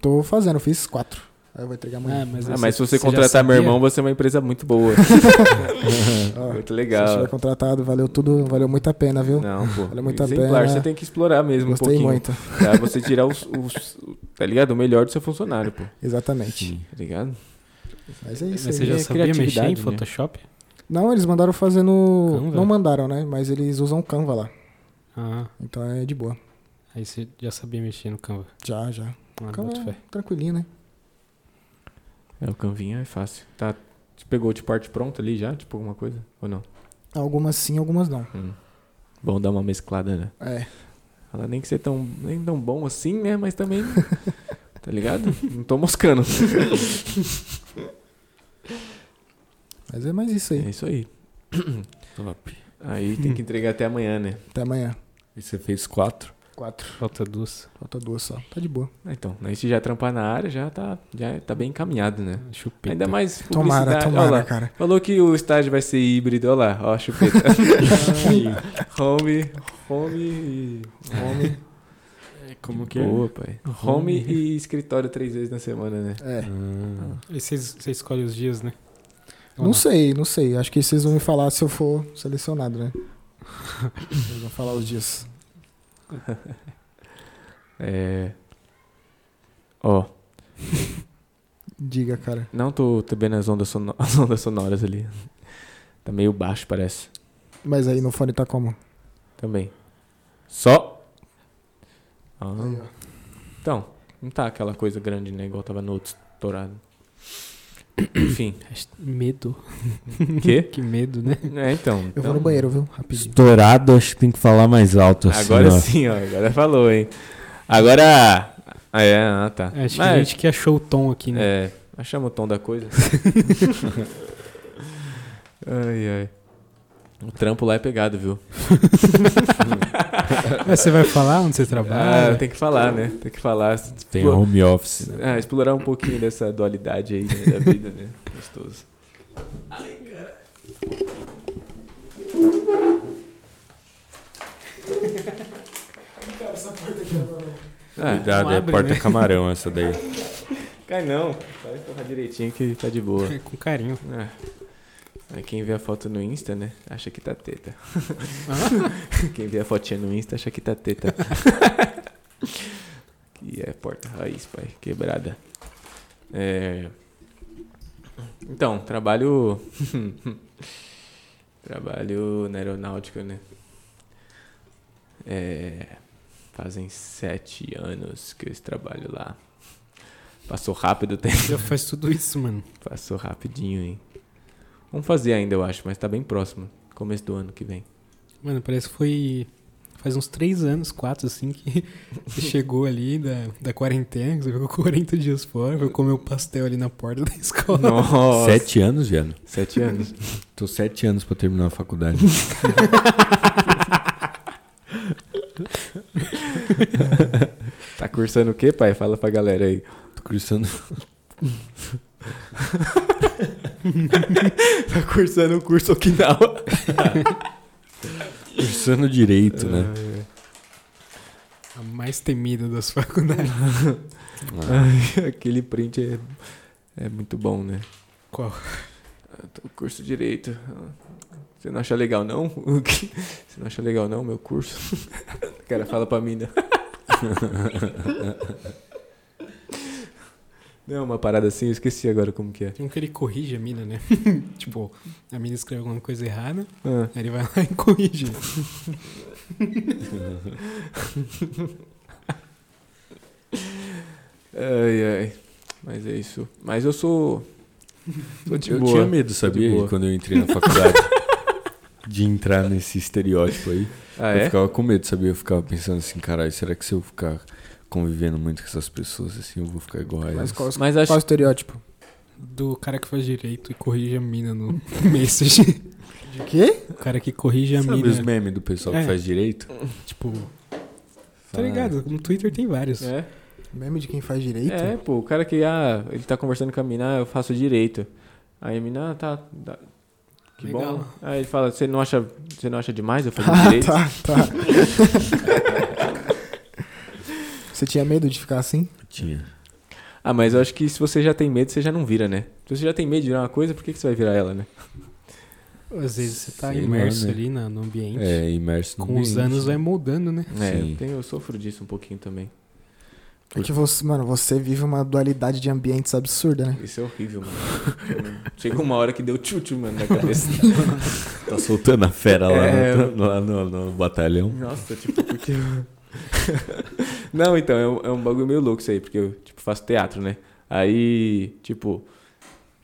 Tô fazendo, eu fiz quatro. Aí eu vou entregar amanhã.
mas,
Ah,
aí
mas se você
já
contratar meu
sabia?
irmão, você é uma empresa muito boa.
Ó,
muito
Se eu
legal.
tiver contratado, valeu tudo, valeu muito a pena, viu?
Não, pô.
Vale é muito a
exemplar,
pena.
você tem que explorar mesmo um
Gostei
pouquinho.
muito.
Pra você tirar os, os- Tá ligado? O melhor do seu funcionário, pô.
Exatamente.
Sim.
Tá ligado?
Mas é
Mas
isso.
você
aí.
já
é
sabia mexer em
criatividade, né?
Photoshop?
Não, eles mandaram fazer no.
Canva?
Não mandaram, né? Mas eles usam Canva lá.
Ah,
Então é de boa.
aí você já sabia mexer no Canva.
Já, já.
Ah,
Canva
boto
é
fé.
tranquilinho, né?
É, o Canvinha é fácil. Tá. Te pegou de parte pronta ali já? Tipo, alguma coisa? Ou não?
Algumas sim, algumas não.
Hum. Bom dar uma mesclada, né?
É.
Fala nem que você é tão, nem tão bom assim, né? Mas também. tá ligado? Não tô moscando.
Mas é mais isso aí.
É isso aí.
Top.
Aí tem que entregar até amanhã, né?
Até amanhã.
E você fez quatro?
Quatro.
Falta duas.
Falta duas só. Tá de boa.
Ah, Então, aí se já trampar na área, já tá, já tá bem encaminhado, né?
Chupeta.
Ainda mais publicidade.
Tomara,
Olha
tomara,
lá.
cara.
Falou que o estágio vai ser híbrido, olha lá, ó, a chupeta. home, home e. Home.
Como
é?
é?
Boa, pai. Home e escritório três vezes na semana, né?
É.
Ah,
Aí você, você escolhe os dias, né? Ou
Não sei, não sei. Acho que vocês vão me falar se eu for selecionado, né? Eles vão falar os dias.
É. Ó,
Diga, cara.
não tô, tô vendo as ondas, sono- as ondas sonoras ali. Tá meio baixo, parece.
Mas aí no fone tá como?
Também. Só. Ah,
Aí, ó.
Então, não tá aquela coisa grande, né? Igual tava no outro estourado. Enfim.
Medo.
Quê?
que medo, né?
É, então.
Eu
então-
vou no banheiro, viu? Rapidinho.
Estourado, acho que tem que falar mais alto assim.
Agora
ó.
sim, ó. Agora falou, hein? Agora. Ah, é, ah, tá.
Acho que a
Mas,
gente que achou o tom aqui, né?
É, achamos o tom da coisa. ai, ai. O trampo lá é pegado, viu?
Mas você vai falar onde você trabalha?
Ah, tem que falar, né? Tem que falar.
Tem home office. né?
Ah, explorar um pouquinho dessa dualidade aí né, da vida, né? Gostoso. Ah,
Cuidado, é
abre,
porta
né?
camarão essa daí.
cai não. Vai torrar direitinho que tá de boa.
É, com carinho.
Ah, É. aí quem vê a foto no Insta, né? Acha que tá teta. quem vê a fotinha no Insta acha que tá teta. que é porta raiz, pai. Quebrada. É... Então, trabalho. trabalho na aeronáutica, né? É... Fazem sete anos que eu trabalho lá. Passou rápido o tempo.
Já faz tudo isso, mano.
Passou rapidinho, hein? Vamos fazer ainda, eu acho, mas tá bem próximo. Começo do ano que vem.
Mano, parece que foi. Faz uns três anos, quatro, assim, que você chegou ali da, da quarentena, que você ficou 40 dias fora, foi comer o pastel ali na porta da escola.
Nossa!
Sete anos, viado.
Sete anos.
Tô sete anos pra terminar a faculdade.
Tá cursando o quê, pai? Fala pra galera aí.
Tô cursando.
Tá cursando o curso Okinawa.
Cursando direito, né?
A mais temida das faculdades.
Ai, aquele print é, é muito bom, né?
Qual?
Ah, tô- Curso direito. Ah, Você não acha legal, não? O quê? Você não acha legal, não, meu curso? O cara fala pra mim, né? Não, uma parada assim, eu esqueci agora como que é.
Tem um que ele corrige a mina, né? tipo, a mina escreve alguma coisa errada,
Ah.
aí ele vai lá e corrige.
Ai, ai. Mas é isso. Mas eu sou. Sou de
eu
boa.
tinha medo,
De
sabia?
boa.
Quando eu entrei na faculdade. de entrar nesse estereótipo aí.
Ah,
eu
é?
ficava com medo, sabia? Eu ficava pensando assim, caralho, será que se eu ficar convivendo muito com essas pessoas assim, eu vou ficar igual a
Mas
elas?
qual, qual
Mas acho.
o estereótipo?
Do cara que faz direito e corrige a mina no message.
De quê?
O cara que corrige a
Sabe os
mina.
memes do pessoal
É.
que faz direito?
Tipo, tá
Fala,
ligado? No Twitter tem vários.
É?
Meme de quem faz direito?
é, pô, o cara que, ah, ele tá conversando com a mina, ah, eu faço direito. Aí a mina, ah, tá. dá- Que
Legal.
bom. Aí ele fala, você não acha, você não acha demais eu fazer
Ah,
direito?
tá, tá. Você tinha medo de ficar assim?
Tinha.
Ah, mas eu acho que se você já tem medo, você já não vira, né? Se você já tem medo de virar uma coisa, por que, que você vai virar ela, né?
Às vezes você tá
Sei lá,
imerso
né?
ali na- no ambiente.
É, imerso no
Com os
ambiente.
anos vai moldando, né?
É,
Sim.
eu, tenho- eu sofro disso um pouquinho também.
É que você, mano, você vive uma dualidade de ambientes absurda, né?
Isso é horrível, mano. Chega uma hora que deu tchutchu, mano, na cabeça.
Tá soltando a fera lá,
É,
no, lá no- no batalhão.
Nossa, tipo, porque. eu- não, então, é um, é um bagulho meio louco isso aí, porque eu, tipo, faço teatro, né? Aí, tipo,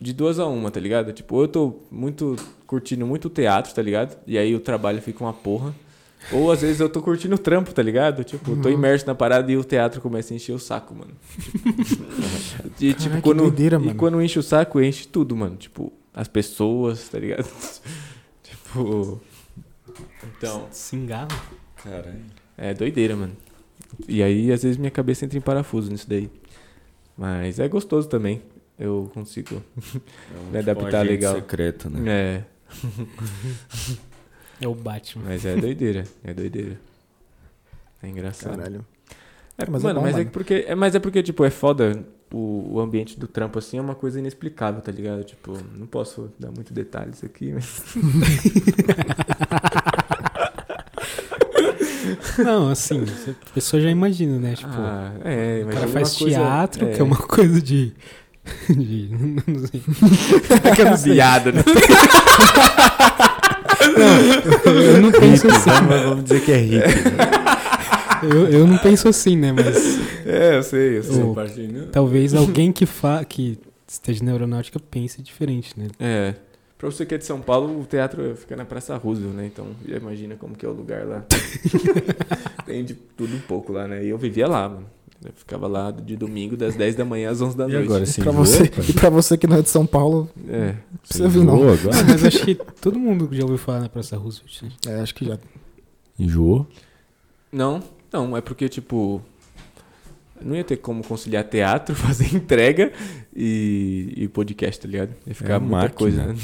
de duas a uma, tá ligado? Tipo, ou eu tô muito curtindo muito o teatro, tá ligado? E aí o trabalho fica uma porra. Ou às vezes eu tô curtindo o trampo, tá ligado? Tipo,
Uhum.
eu tô imerso na parada e o teatro começa a encher o saco, mano. e, tipo,
Caraca, que
quando,
doideira,
e
mano.
quando enche o saco, enche tudo, mano. Tipo, as pessoas, tá ligado? tipo. Então.
Se engala.
Caralho.
É doideira, mano. E aí, às vezes, minha cabeça entra em parafuso nisso daí. Mas é gostoso também. Eu consigo.
É
Me
tá
adaptar legal.
secreto, né?
É.
É o Batman.
Mas é doideira. É doideira. É engraçado.
Caralho.
É,
Mas é
mano,
bom,
mas é
mano.
que porque. É, mas é porque, tipo, é foda. O, o ambiente do trampo, assim, é uma coisa inexplicável, tá ligado? Tipo, não posso dar muito detalhes aqui, mas.
Não, assim, você- a pessoa já imagina, né? Tipo,
ah, é,
o
mas
cara
alguma
faz
coisa-
teatro, que é uma coisa de. de não sei.
Aquela é
assim.
piada, né?
Eu não penso assim.
Mas vamos dizer que é rico.
Eu, eu não penso assim, né? Mas
É, eu sei, eu sei.
Ô. talvez alguém que, fa que esteja na aeronáutica pense diferente, né?
É. Pra você que é de São Paulo, o teatro fica na Praça Roosevelt, né? Então, já imagina como que é o lugar lá. Tem de tudo um pouco lá, né? E eu vivia lá, mano. Eu ficava lá de domingo, das 10 da manhã às 11
É.
da
E
noite.
agora, assim,
Pra você, e pra você que não é de São Paulo,
É.
não precisa vir, não.
agora?
Mas acho que todo mundo já ouviu falar na Praça Roosevelt, né?
É, acho que já.
Enjoou?
Não, não, é porque, tipo. Não ia ter como conciliar teatro, fazer entrega e, e podcast, tá ligado? Ia ficar
É
muita
máquina.
coisa. né?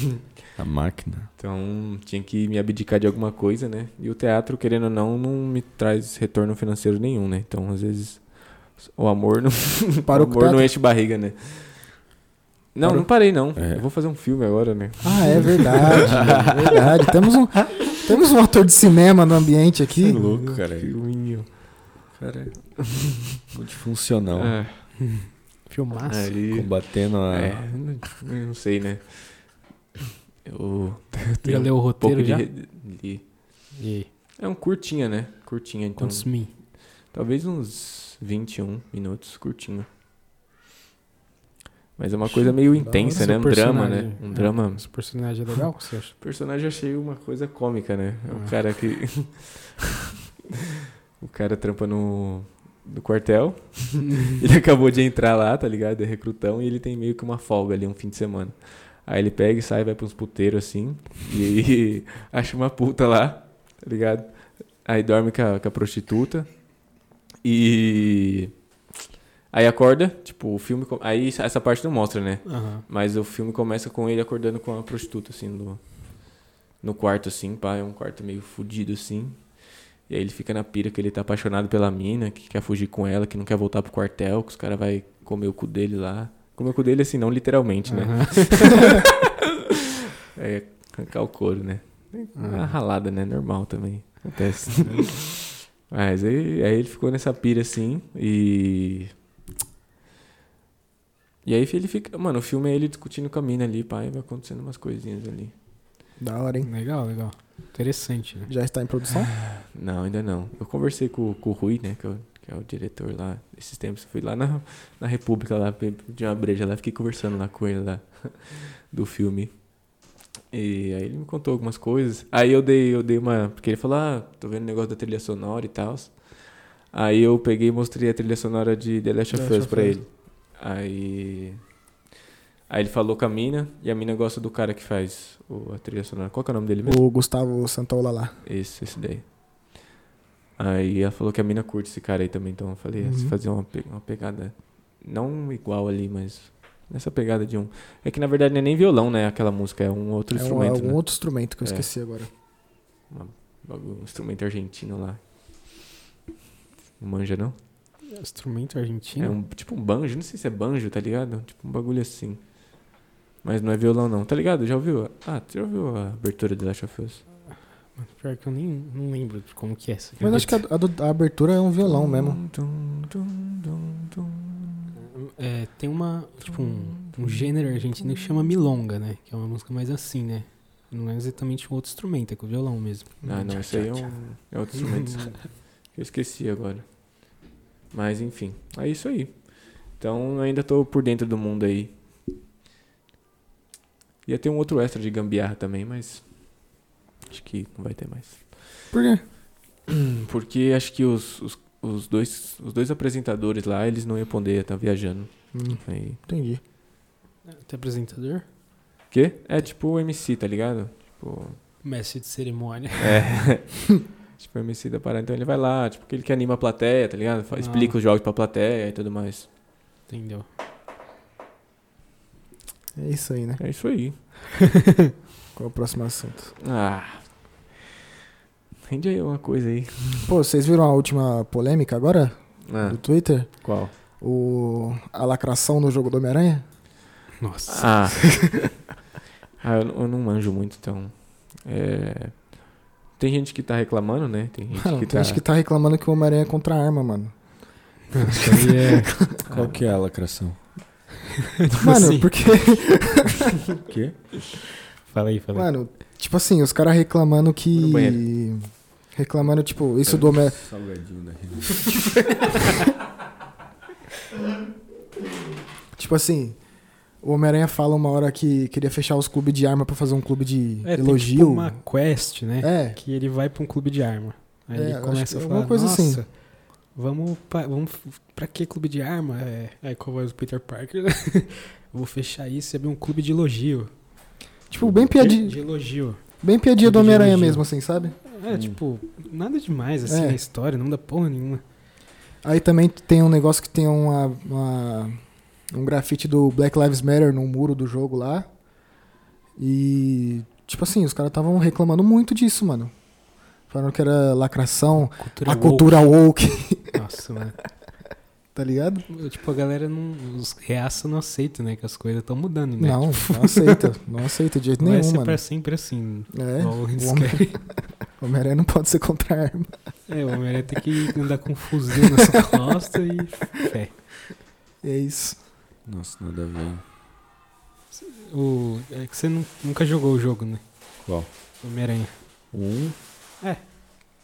A máquina.
Então, tinha que me abdicar de alguma coisa, né? E o teatro, querendo ou não, não me traz retorno financeiro nenhum, né? Então, às vezes, O amor não, o
Parou com o
amor não
teatro?
enche barriga, né? Não,
Parou.
não parei, não.
É.
Eu vou fazer um filme agora, né?
Ah, é verdade. é verdade. Temos um, temos um ator de cinema no ambiente aqui.
louco, cara.
Filminho. Cara,
Multifuncional.
é,
Filmaço.
aí,
Combatendo a.
é, não, não sei, né? Eu
Tu já
tenho
leu o
um pouco
roteiro
de...
já?
re- de-
E aí?
É um curtinha, né? Curtinha, então.
Quantos mil?
Talvez uns 21 minutos, curtinho. Mas é uma coisa meio
da hora
intensa,
seu
né? Um drama,
personagem.
né? Um
É.
drama.
Esse personagem é legal? Você acha?
O personagem eu achei uma coisa cômica, né? É um
Ah.
cara que. o cara trampa no. No quartel, ele acabou de entrar lá, tá ligado? É recrutão e ele tem meio que uma folga ali, um fim de semana. Aí ele pega e sai, vai pra uns puteiros assim, e aí acha uma puta lá, tá ligado? Aí dorme com a, com a prostituta e. Aí acorda, tipo, o filme. co- Aí essa parte não mostra, né?
Aham.
Mas o filme começa com ele acordando com uma prostituta, assim, no, no quarto, assim, pá. É um quarto meio fudido, assim. E aí ele fica na pira que ele tá apaixonado pela mina, que quer fugir com ela, que não quer voltar pro quartel, que os caras vai comer o cu dele lá. Comer o cu dele, assim, não literalmente, né? É, arrancar o couro, né? Uma
Ah,
ralada, né? Normal também. Acontece. Mas aí, aí ele ficou nessa pira assim e. E aí ele fica. Mano, o filme é ele discutindo com a mina ali, pai, vai acontecendo umas coisinhas ali.
Da hora, hein?
Legal, legal. Interessante, né?
Já está em produção?
Ah, Não, ainda não. Eu conversei com, com o Rui, né? Que é o, que é o diretor lá. Esses tempos eu fui lá na, na República, lá, pe- de uma breja lá, fiquei conversando lá com ele lá do filme. E aí ele me contou algumas coisas. Aí eu dei, eu dei uma. Porque ele falou, ah, tô vendo o negócio da trilha sonora e tal. Aí eu peguei e mostrei a trilha sonora de The Last of
The Last
Us
of
pra
Us.
ele. Aí. Aí ele falou com a mina, e a mina gosta do cara que faz o- a trilha sonora. Qual que é o nome dele mesmo?
O Gustavo Santaola lá.
Esse, esse daí. Aí ela falou que a mina curte esse cara aí também, então eu falei, "Ah, se
Uhum.
fazer uma, pe- uma pegada não igual ali, mas nessa pegada de um. É que na verdade não é nem violão, né? Aquela música, é um outro
é um-
instrumento,
algum
né?
outro instrumento que eu
É.
esqueci agora.
Algum um instrumento argentino lá. Não manja, não?
Instrumento
É
argentino.
um, tipo um banjo, não sei se é banjo, tá ligado? Tipo um bagulho assim. Mas não é violão, não, tá ligado? Já ouviu? Ah, você já ouviu a abertura de Last of Us?
Pior que eu nem não lembro de como que é essa.
Mas acho que a, do- a do- a abertura é um violão mesmo.
Tum, tum, tum, tum, tum.
É, tem uma, tipo, um, um gênero argentino que chama milonga, né? Que é uma música mais assim, né? Não é exatamente um outro instrumento, é com violão mesmo.
Ah, não, isso aí é, um, é outro instrumento. Eu esqueci agora. Mas, enfim, é isso aí. Então, eu ainda tô por dentro do mundo aí. Ia ter um outro extra de gambiarra também, mas. Acho que não vai ter mais.
Por quê?
Porque acho que os, os, os dois, os dois apresentadores lá, eles não iam poder estar viajando.
Hum,
Aí.
entendi.
Tem apresentador?
Quê? É tipo o MC, tá ligado? Tipo.
Mestre de cerimônia.
É. tipo, o MC da parada. Então ele vai lá, tipo, que ele que anima a plateia, tá ligado? Fa-
Ah.
Explica os jogos pra plateia e tudo mais.
Entendeu?
É isso aí, né?
É isso aí.
Qual é o próximo assunto?
Ah. Rende aí uma coisa aí.
Pô, vocês viram a última polêmica agora do Twitter?
qual?
O, a lacração no jogo do Homem-Aranha?
Nossa.
Ah. ah eu, não- eu não manjo muito, então. É... Tem gente que tá reclamando, né? Tem gente
Mano,
que
tem
tá.
gente que tá reclamando que o Homem-Aranha é contra a arma, mano.
Isso aí é.
Qual que é a lacração?
Mano,
Assim.
porque.
O quê?
Fala aí, fala aí.
Mano, tipo assim, os caras reclamando
Vou no
que. Reclamando, tipo, isso do Homem.
Salgadinho da Rede.
Tipo assim, o Homem-Aranha fala uma hora que queria fechar os clubes de arma pra fazer um clube de
É, tem
elogio.
tipo uma quest, né?
É,
que ele vai pra um clube de arma. Aí
É, eu
ele
acho que é
começa a
alguma
falar,
coisa
nossa,
assim."
vamos, pra, vamos pra que clube de arma? É, aí qual vai o Peter Parker? né? Vou fechar isso e abrir um clube de elogio.
tipo, bem piadinha,
De elogio.
bem piadinha do
Clube de
Homem-Aranha
elogio.
mesmo, assim, sabe?
É,
Hum.
tipo, nada demais assim
É.
na história, não dá porra nenhuma.
Aí também tem um negócio que tem uma, uma- um grafite do Black Lives Matter no muro do jogo lá. E, tipo assim, os caras estavam reclamando muito disso, mano. Falando que era lacração,
Cultura
a
woke.
cultura woke.
Nossa, mano.
tá ligado?
Tipo, a galera não. Os reaça não aceita, né? Que as coisas estão mudando, né?
Não, não aceita. Não aceita de jeito
Não
nenhum,
vai ser
mano.
pra sempre assim.
né? É,
igual eles
o homem-
querem.
O Homem-Aranha não pode ser contra a arma.
É, o Homem-Aranha tem que andar com um fuzil nas costas e. Fé.
É isso.
Nossa, nada a ver.
O... É que você nu- nunca jogou o jogo, né?
Qual?
Homem-Aranha.
Um.
É.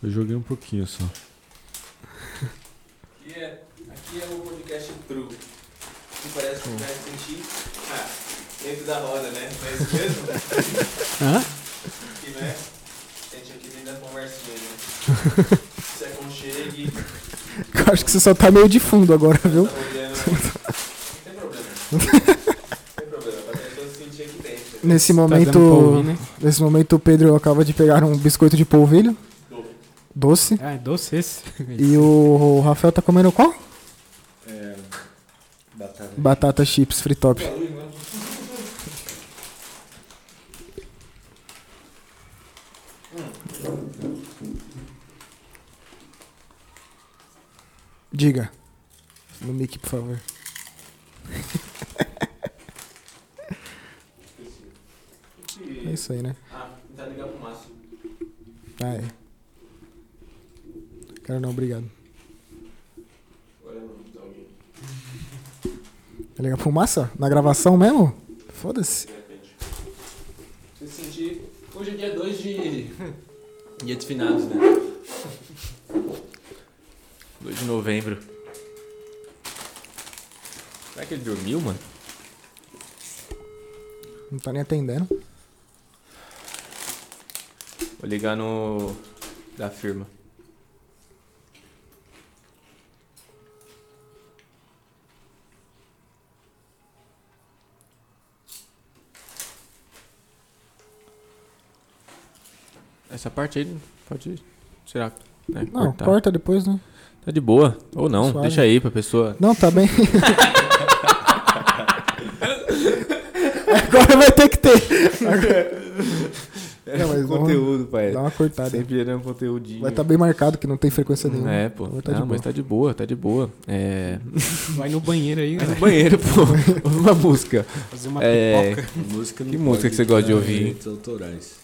Eu joguei um pouquinho só.
Aqui é, aqui é o podcast true. Que parece um Master Chief. Ah, dentro da roda, né? Não é isso mesmo?
Hã?
Que, né? A gente aqui dentro da conversinha, né? Se aconchegue,
Eu acho que você só tá meio de fundo agora, viu?
tá olhando. Não tem problema. Não tem problema, pra pessoa sentir aqui dentro. né?
Nesse
Tá dando
momento.
pra ouvir, né?
Nesse momento o Pedro acaba de pegar um biscoito de polvilho.
Doce.
Doce.
Ah, é doce esse.
E o Rafael tá comendo qual?
É. Batata.
Batata chips free top. Diga. No mic, por favor. É isso aí, né?
Ah, tá ligado pro Márcio.
Ah, é. Cara, não, obrigado.
Agora não, tá alguém.
Tá ligado? Fumaça? Na gravação mesmo? Foda-se.
Se sentir. Hoje é dia 2 de. Dia dos finados, né? 2 de novembro. Será que ele dormiu, mano?
Não tá nem atendendo.
Vou ligar no. da firma. Essa parte aí pode tirar. Né?
Não,
cortar.
corta depois, né?
Tá de boa. Ou não,
Suave.
deixa aí pra pessoa.
Não, tá bem. Agora vai ter que ter. Não, mas vamos-
conteúdo, pai.
Dá uma cortada.
Sempre gerando conteúdinho.
Vai estar tá bem marcado que não tem frequência nenhuma.
É, pô.
Vai tá
não,
de
mas
boa.
tá de boa, tá de boa. É.
Vai no banheiro
É.
aí,
Vai no
né?
banheiro, pô. Uma música.
Fazer uma
É.
pipoca.
Música
Que música que você gosta de ouvir?
Direitos autorais.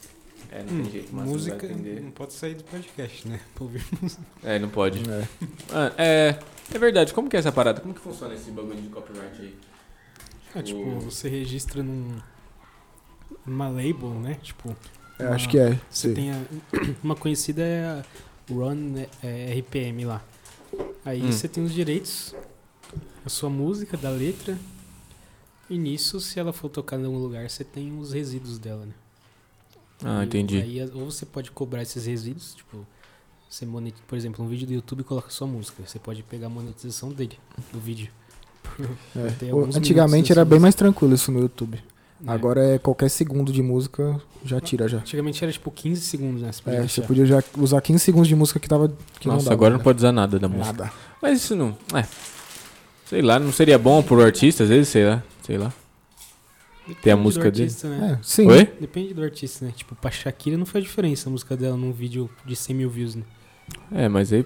É, não tem jeito, mas
Hum, música
Não vai atender.
não pode sair do podcast, né? Pra ouvir.
é, não pode.
É.
Ah, é. É verdade, como que é essa parada? Como que funciona esse bagulho de copyright aí?
Ah, tipo, você registra num. numa label, né? Tipo,
É,
uma-
acho que é.
Você
sim.
tem a- uma conhecida é a Run é, RPM lá. Aí
Hum.
você tem os direitos, a sua música, da letra. E nisso, se ela for tocar em algum lugar, você tem os resíduos dela, né?
Ah,
E
entendi.
Aí, ou você pode cobrar esses resíduos, tipo, você monetiza, por exemplo, um vídeo do YouTube coloca sua música. Você pode pegar a monetização dele, do vídeo.
É.
tem
O-
alguns minutos
Antigamente era
assim,
bem
mas-
mais tranquilo isso no YouTube.
né?
Agora é qualquer segundo de música já tira já.
Antigamente era tipo 15 segundos, né? Você podia
É, você
deixar.
podia já usar 15 segundos de música que tava. Que
Nossa,
dava,
agora não
né?
pode usar nada da música.
Nada.
Mas isso não. É. Sei lá, não seria bom pro artista, às vezes, sei lá. Sei lá.
Depende
ter a
do
música dele.
artista, né?
É, sim.
Oi?
Depende do artista, né? Tipo, pra Shakira não faz diferença a música dela num vídeo de 100 mil views, né?
É, mas aí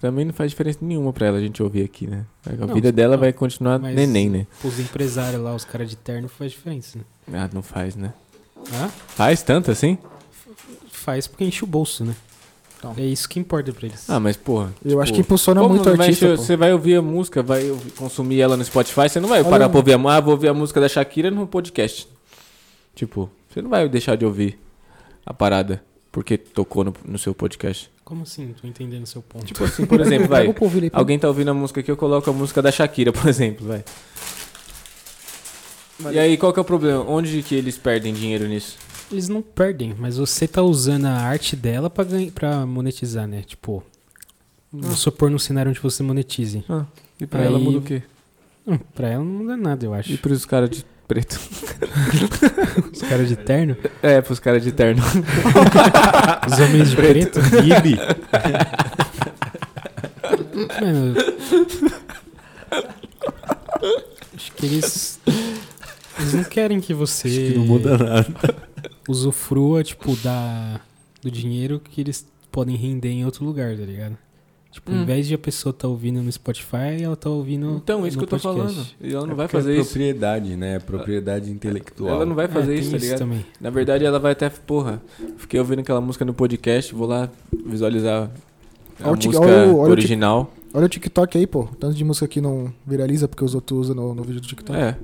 também não faz diferença nenhuma pra ela a gente ouvir aqui, né? A
Não,
vida dela
não.
vai continuar
Mas-
neném, né?
Os empresários lá, os caras de terno, faz diferença, né?
Ah, não faz, né?
Ah,
Faz tanto assim?
faz porque enche o bolso, né?
Então.
É isso que importa pra eles.
Ah, mas porra.
Eu
tipo,
acho que impulsiona
como
muito o
não vai
artista.
encher-
pô.
Você vai ouvir a música, vai ouvir- consumir ela no Spotify, você não vai
Olha-
parar pra ouvir a música, ah, vou ouvir a música da Shakira no podcast. Tipo, você não vai deixar de ouvir a parada porque tocou no, no seu podcast.
Como assim? Tô entendendo seu ponto.
Tipo assim, por exemplo, vai.
Pega o polvilho aí pra
Alguém tá ouvindo a música aqui, eu coloco a música da Shakira, por exemplo, vai. E aí, qual que é o problema? Onde que eles perdem dinheiro nisso?
Eles não perdem, mas você tá usando a arte dela pra, ganhar, pra monetizar, né? Tipo, vamos supor num cenário onde você monetize.
Ah, E
pra ela muda o
quê?
Hum, pra ela não muda nada, eu
E
acho.
pros caras de preto?
Os caras de terno,
É, pros caras de terno.
os homens de preto, Gibi. Mano. Acho que eles. Eles não querem que você.
Acho que não muda nada.
usufrua, tipo, da, do dinheiro que eles podem render em outro lugar, tá ligado? Tipo,
Hum.
ao invés de a pessoa tá ouvindo no Spotify, ela tá ouvindo.
Então, isso
no
que eu tô
podcast.
falando. E ela não
É
vai
porque é
fazer isso.
propriedade, né? É Propriedade intelectual.
Ela não vai fazer
É, tem
isso, tá ligado?
também.
Na verdade, ela vai até, porra, fiquei ouvindo aquela música no podcast, vou lá visualizar a
Olha o tic-
música
olha o- olha o
original.
Olha o TikTok aí, pô. Tanto de música que não viraliza porque os outros usam no, no vídeo do TikTok.
É.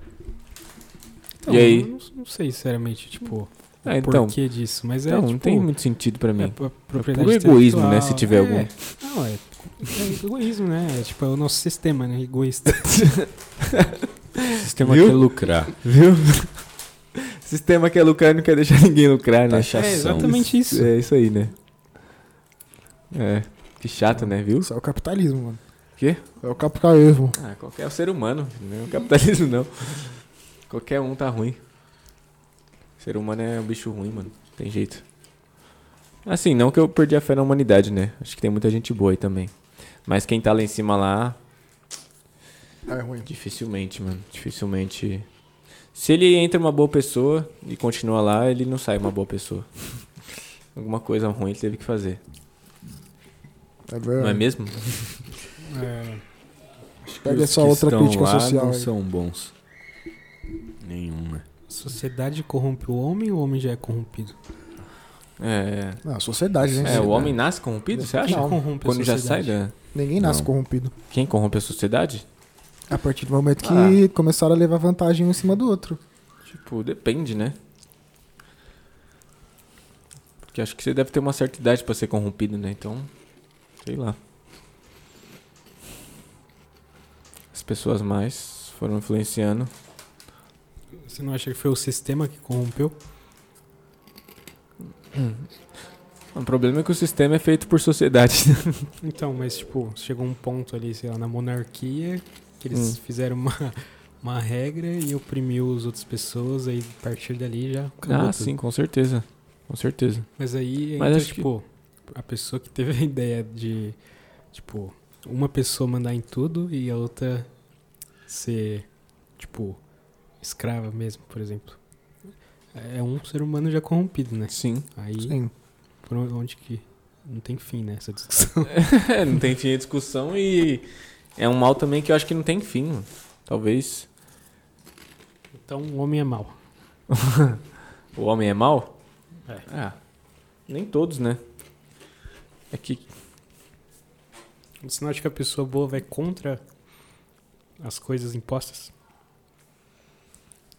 Então,
E aí?
eu Não, não sei, sinceramente, tipo,
Ah,
o
então.
porquê disso. Mas
né?
é,
Então, não
tipo,
tem muito sentido pra
é
mim. É
pro-
puro egoísmo, né, se
intelectual.
tiver algum.
Não, é, é egoísmo, né? É, tipo, é o nosso sistema, né? Egoísta.
O sistema
Viu?
quer lucrar.
Viu? Sistema que é lucrar não quer deixar ninguém lucrar, né?
Taxação.
É, exatamente isso.
É isso aí, né? É. Que chato, né, viu?
Isso é o capitalismo, mano.
Quê?
É o capitalismo.
Ah, qualquer ser humano, não é o capitalismo não. Qualquer um tá ruim. Ser humano é um bicho ruim, mano. Tem jeito. Assim, não que eu perdi a fé na humanidade, né? Acho que tem muita gente boa aí também. Mas quem tá lá em cima lá,
Ah, é ruim.
dificilmente, mano. Dificilmente. Se ele entra uma boa pessoa e continua lá, ele não sai uma boa pessoa. Alguma coisa ruim ele teve que fazer.
É verdade.
Não é mesmo?
É,
Pega
Os
essa
que
outra
estão
crítica
lá
social
Não
aí.
são bons. Nenhum, né?
a sociedade corrompe o homem ou o homem já é corrompido?
É.
Não, a sociedade, né?
É, o homem nasce corrompido, você acha?
Não,
corrompe
Quando
a
já sai
sociedade?
da.
Ninguém nasce
Não.
corrompido.
Quem corrompe a sociedade?
A partir do momento que
Ah.
começaram a levar vantagem um em cima do outro.
Tipo, depende, né? Porque acho que você deve ter uma certa idade pra ser corrompido, né? Então, sei lá. As pessoas mais foram influenciando.
Você não acha que foi o sistema que corrompeu?
O problema é que o sistema é feito por sociedade. né?
Então, mas tipo, chegou um ponto ali, sei lá, na monarquia, que
Hum.
eles fizeram uma, uma regra e oprimiu as outras pessoas, aí a partir dali já acabou
ah,
tudo.
sim, com certeza. Com certeza.
Mas aí,
Mas
entra,
acho que-
tipo, a pessoa que teve a ideia de, tipo, uma pessoa mandar em tudo e a outra ser, tipo, escrava mesmo, por exemplo. É um ser humano já corrompido, né?
Sim.
Aí,
Sim.
por onde que... Não tem fim, né, essa discussão.
É, não tem fim a discussão e é um mal também que eu acho que não tem fim. mano. Talvez
Então, o homem é mau.
o homem é mau.
É.
Ah, nem todos, né? É que
Você não acha que a pessoa boa vai contra as coisas impostas?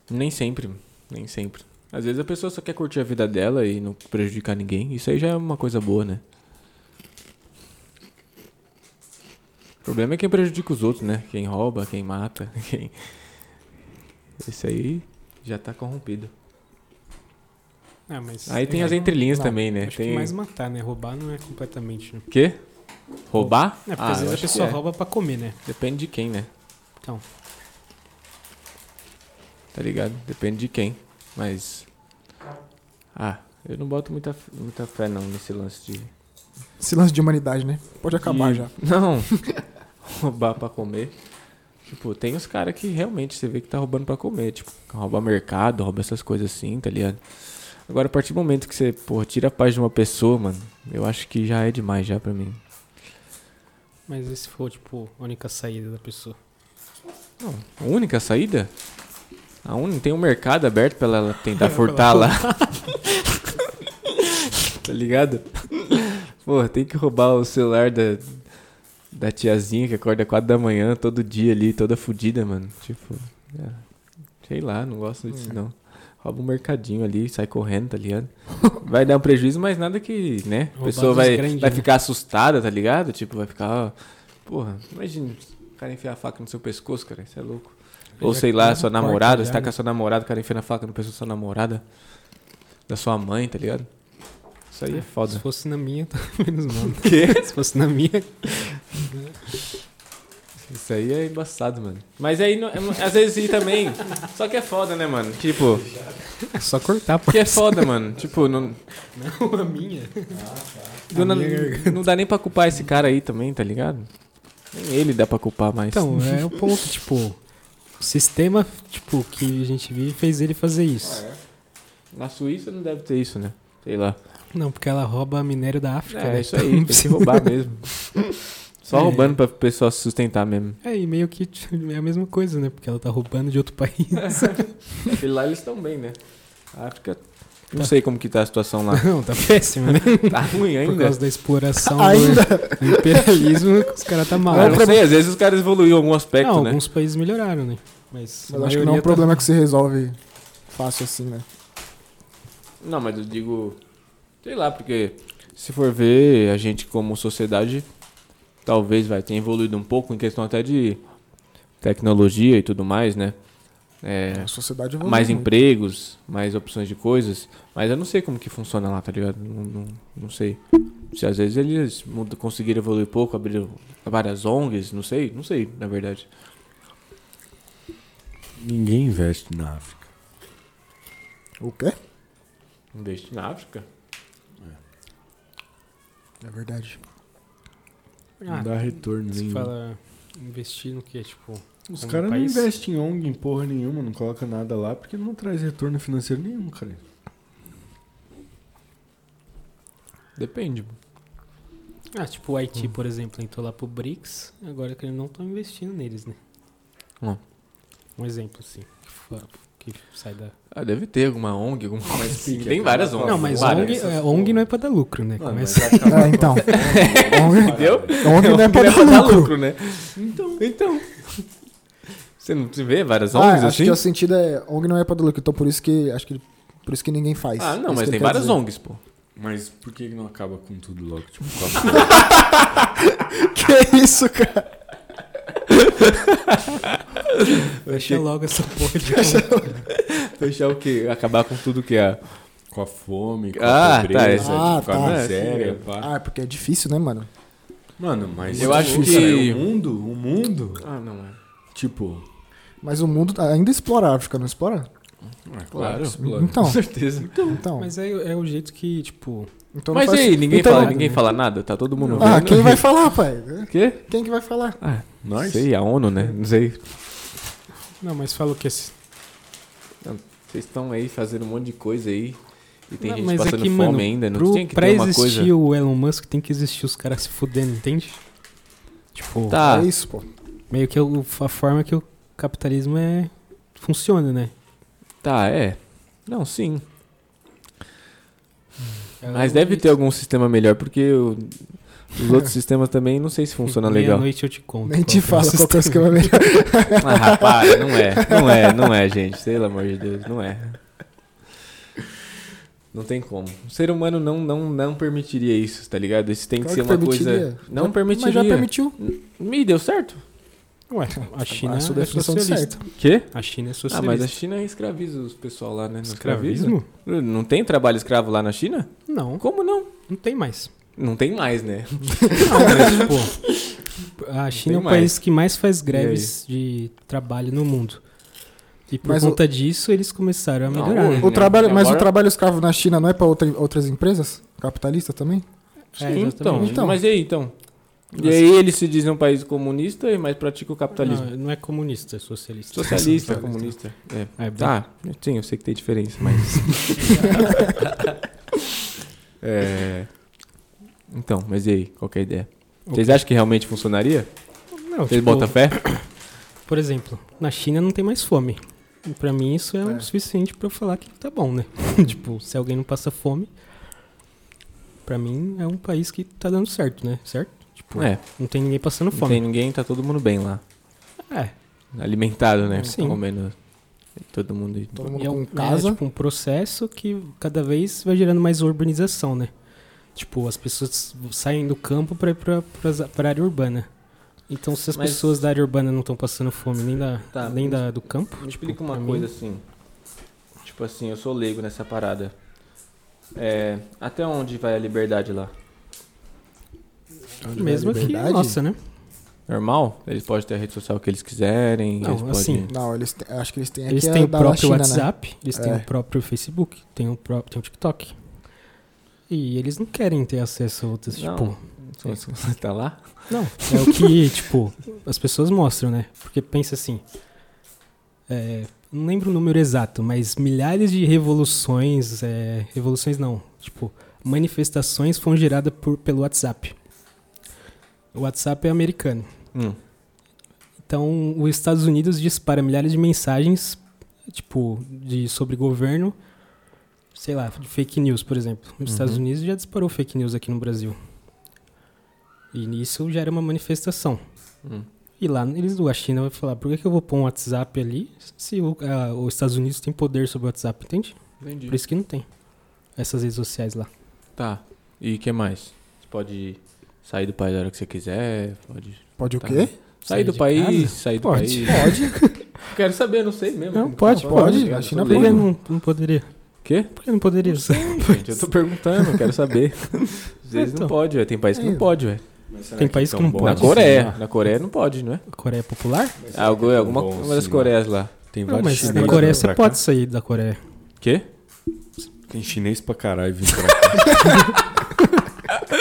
Nem sempre, nem sempre. Às vezes a pessoa só quer curtir a vida dela e não prejudicar ninguém. Isso aí já é uma coisa boa, né? O problema é quem prejudica os outros, né? Quem rouba, quem mata, quem. Esse aí já tá corrompido.
Ah, mas.
Aí tem
é,
as entrelinhas
Não,
também, né?
Acho
tem
que mais matar, né? Roubar não é completamente, né?
Quê? Roubar?
É, porque
Ah,
às
eu
vezes a
acho que
pessoa
é.
rouba pra comer, né?
Depende de quem, né?
Então.
Tá ligado? Depende de quem. Mas. Ah, eu não boto muita, f- muita fé não nesse lance de.
Esse lance de humanidade, né? Pode acabar
E-
já.
Não. roubar pra comer. Tipo, tem uns caras que realmente você vê que tá roubando pra comer. Tipo, rouba mercado, rouba essas coisas assim, tá ligado? Agora, a partir do momento que você, pô, tira a paz de uma pessoa, mano, eu acho que já é demais já pra mim.
Mas e se for, tipo, a única saída da pessoa?
Não, a única saída? A única, tem um mercado aberto pra ela tentar furtar lá. tá ligado? Porra, tem que roubar o celular da, da tiazinha que acorda 4 da manhã todo dia ali, toda fodida, mano. Tipo, é, sei lá, não gosto disso
Hum.
não. Rouba um mercadinho ali, sai correndo, tá ligado? Vai dar um prejuízo, mas nada que, né? A
Roubar
pessoa
dos
vai,
grandes,
vai
né?
ficar assustada, tá ligado? Tipo, vai ficar, ó, porra, imagina o cara enfiar a faca no seu pescoço, cara, isso é louco. Ou
Já
sei
tá
lá,
no
sua
quarto
namorada,
já,
você tá
né?
com a sua namorada, o cara enfia a faca no pescoço da sua namorada, da sua mãe, tá ligado? Isso aí é
Se
foda.
fosse na minha, tá menos mal. né?
quê?
se fosse na minha.
Isso aí é embaçado, mano. Mas aí, não- às vezes, aí também. Só que é foda, né, mano? Tipo,
É só cortar, pô. né?
que é foda, mano. Tipo, não,
Não, a minha.
não,
Ah, tá. minha garganta.
não dá nem pra culpar esse cara aí também, tá ligado? Nem ele dá pra culpar mais.
Então, é o ponto, tipo. O sistema, tipo, que a gente vive fez ele fazer isso.
Ah, é. Na Suíça não deve ter isso, né? Sei lá.
Não, porque ela rouba minério da África.
É,
né?
isso aí, tem que roubar mesmo. Só
É.
roubando pra pessoa se sustentar mesmo.
É, e meio que t- é a mesma coisa, né? Porque ela tá roubando de outro país.
É. E lá eles estão bem, né? A África. Não sei como que tá a situação lá.
Não, tá péssimo, né?
Tá ruim
Por
ainda.
causa da exploração
Ainda.
do- do imperialismo, os caras tá mal.
Não, eu sei, às vezes os caras evoluíram em algum aspecto,
Não,
né?
alguns países melhoraram, né? Mas a
Eu acho que não é
maioria
um
tá-
problema que se resolve fácil assim, né?
Não, mas eu digo. Sei lá, porque se for ver, a gente como sociedade talvez vai ter evoluído um pouco em questão até de tecnologia e tudo mais, né? É,
A sociedade evolui.
mais
muito.
empregos, mais opções de coisas. Mas eu não sei como que funciona lá, tá ligado? Não, não, não sei. Se às vezes eles mudam- conseguiram evoluir pouco, abriram várias ONGs, não sei, não sei, na verdade.
Ninguém investe na África.
O quê?
Investir na África?
É verdade.
Não
Ah,
dá retorno
você
nenhum.
fala investir no quê? Tipo,
Os
Como
caras não
país?
investem em ONG em porra nenhuma, não coloca nada lá, porque não traz retorno financeiro nenhum, cara.
Depende.
ah, tipo o
Hum.
Haiti, por exemplo, entrou lá pro BRICS, agora que eles não estão investindo neles, né?
Hum.
Um exemplo, assim, que fa- que sai da...
Ah, deve ter alguma ONG, alguma coisa assim.
pique,
Tem várias
aquela
ONGs.
Nossa,
não, mas
várias.
ONG, é, ONG não é pra dar lucro,
Ah,
né? Começa...
É, então. ONG,
Entendeu?
ONG não é pra dar lucro.
né? Então. Então. Você não se vê várias
Ah,
ONGs
acho
assim?
que o sentido é ONG não é pra dar lucro, então por isso que acho que por isso que ninguém faz. É
Ah, não,
isso
mas
que
tem
ele quer
várias
dizer.
ONGs, pô.
Mas por que que não acaba com tudo logo? Tipo,
Que isso, cara?
Deixa logo essa porra de
Fechar o quê? Acabar com tudo que é.
com a fome, com
Ah,
a
tá,
pobreza,
essa-
tipo, com
Ah,
a
tá.
miséria, pá.
Ah, é porque é difícil, né, mano?
Mano, mas
Eu acho
Nossa,
que-
o mundo, o mundo,
Ah, não é.
tipo,
Mas o mundo tá ainda explora a África, não explora?
é
Claro.
claro, explora.
Então,
Com certeza.
então.
Mas é, é o jeito que, tipo,
então não
Mas e
faz-
aí, ninguém,
então-
fala, ninguém fala nada? Tá todo mundo
Ah,
vendo?
quem vai falar, pai?
O quê?
Quem que vai falar?
Ah, não
Nós?
sei, a ONU, né? Não sei.
Não, mas fala o que esse.
Vocês estão aí fazendo um monte de coisa aí. E tem
Não,
gente
mas
é
passando
aqui,
fome
mano,
ainda. Não
Pro,
tinha que
pra
ter uma
existir
coisa.
o Elon Musk tem que existir os caras se fudendo, entende? Tipo,
Tá.
É isso, pô.
meio que o- a forma que o capitalismo é funciona, né?
Tá, é. Não, sim.
É
Mas
o-
deve ter algum sistema melhor, porque o- os outros sistemas também não sei se funciona legal.
Meia-noite eu te conto.
Nem
qual
te
que é o
fala qual que é o
sistema.
esquema melhor.
Ah, rapaz, não é, não é, não é, gente. Pelo amor de Deus, não é. Não tem como. O ser humano não, não, não permitiria isso, tá ligado? Isso tem que
Claro
ser
que
uma
permitiria.
coisa. Não permitiria.
Mas já permitiu.
Me deu certo?
Ué, a China
a sua
é
definição de
socialista.
certo.
Quê?
A China é
Ah,
socialista.
mas a China escraviza os pessoal lá, né? Não escraviza?
Escravismo?
Não tem trabalho escravo lá na China?
Não,
Como não?
não tem mais.
Não tem mais, né?
Não, mas, tipo, a China é o
mais.
país que mais faz greves
E
de trabalho no mundo. E por
Mas o-
conta disso, eles começaram a
Não,
melhorar. né?
O
Não,
trabalho, mas o
agora-
trabalho escravo na China não é pra outra- outras empresas? Capitalista também?
É,
Sim, então,
exatamente.
Então.
Mas e aí, então? E
Nossa.
aí eles se dizem um país comunista, mas pratica o capitalismo.
Não, não é comunista, é socialista.
Socialista, comunista. É.
É, bem-
Tá, sim, eu sei que tem diferença, mas. É, Então, mas e aí? Qual que é a ideia? Vocês acham que realmente funcionaria?
Não,
Vocês
tipo,
botam fé?
Por exemplo, na China não tem mais fome. E Pra mim isso é,
É.
o suficiente pra eu falar que tá bom, né? tipo, se alguém não passa fome, pra mim é um país que tá dando certo, né? Certo? Tipo,
É,
não tem ninguém passando
não tem
fome.
ninguém, tá todo mundo bem lá.
É,
Alimentado, né?
Sim.
Comendo todo mundo.
Todo mundo
e é, um,
com
é
casa.
tipo um processo que cada vez vai gerando mais urbanização, né? Tipo, as pessoas saem do campo pra ir pra, pra, pra área urbana. Então, se as
Mas-
pessoas da área urbana não estão passando fome nem, da,
Tá,
nem
me-
da, do campo,
Me explica uma
pra mim-
coisa assim. Tipo assim, eu sou leigo nessa parada. É, até onde vai a liberdade lá? é
mesmo aqui,
Liberdade?
nossa, né?
Normal? Eles podem ter a rede social que eles quiserem.
Não,
eles podem...
assim,
Não, eles te- acho É que eles têm aqui
Eles
a
têm o
da da
próprio
China, né?
WhatsApp, eles têm
É.
o próprio Facebook, tem o próprio tem o TikTok. E eles não querem ter acesso a outras,
Não.
tipo.
Então, se Você tá lá?
Não, é o que, tipo, as pessoas mostram, né? Porque pensa assim. é, não lembro o número exato, mas milhares de revoluções. é, revoluções não. Tipo, manifestações foram geradas por, pelo WhatsApp. O WhatsApp é americano.
Hum.
Então, os Estados Unidos dispara milhares de mensagens, tipo, de sobre governo, sei lá, de fake news, por exemplo. Nos Estados Unidos já disparou fake news aqui no Brasil. E nisso já era uma manifestação.
Hum.
E lá eles do a China vai falar, por que, que eu vou pôr um WhatsApp ali se o- a- os Estados Unidos têm poder sobre o WhatsApp, entende?
Entendi.
Por isso que não tem essas redes sociais lá.
Tá. E o que mais? Você pode sair do país a hora que você quiser, pode...
Pode o
Tá.
quê?
Sair, do
de
país,
casa?
sair do
Pode.
país.
Pode.
Quero saber, não sei mesmo.
Não, pode,
pode.
Eu
A
sou
China
Por que
leigo.
não, não poderia?
Quê?
Por que não poderia?
Gente, eu tô perguntando, eu quero saber. Às vezes não
Então.
pode, velho. Tem país que
É.
não pode, velho.
Tem país que não
tão bom
Na
pode.
assim?
Coreia. Na Coreia não pode, não é?
Coreia Popular?
Algu-
tão
É alguma
bom
uma das
assim,
Coreias lá.
Tem
Não,
vários
mas
chineses
na Coreia
vindo
você
pra
pode
cá.
sair da Coreia.
Quê?
Tem chinês pra caralho vindo pra cá.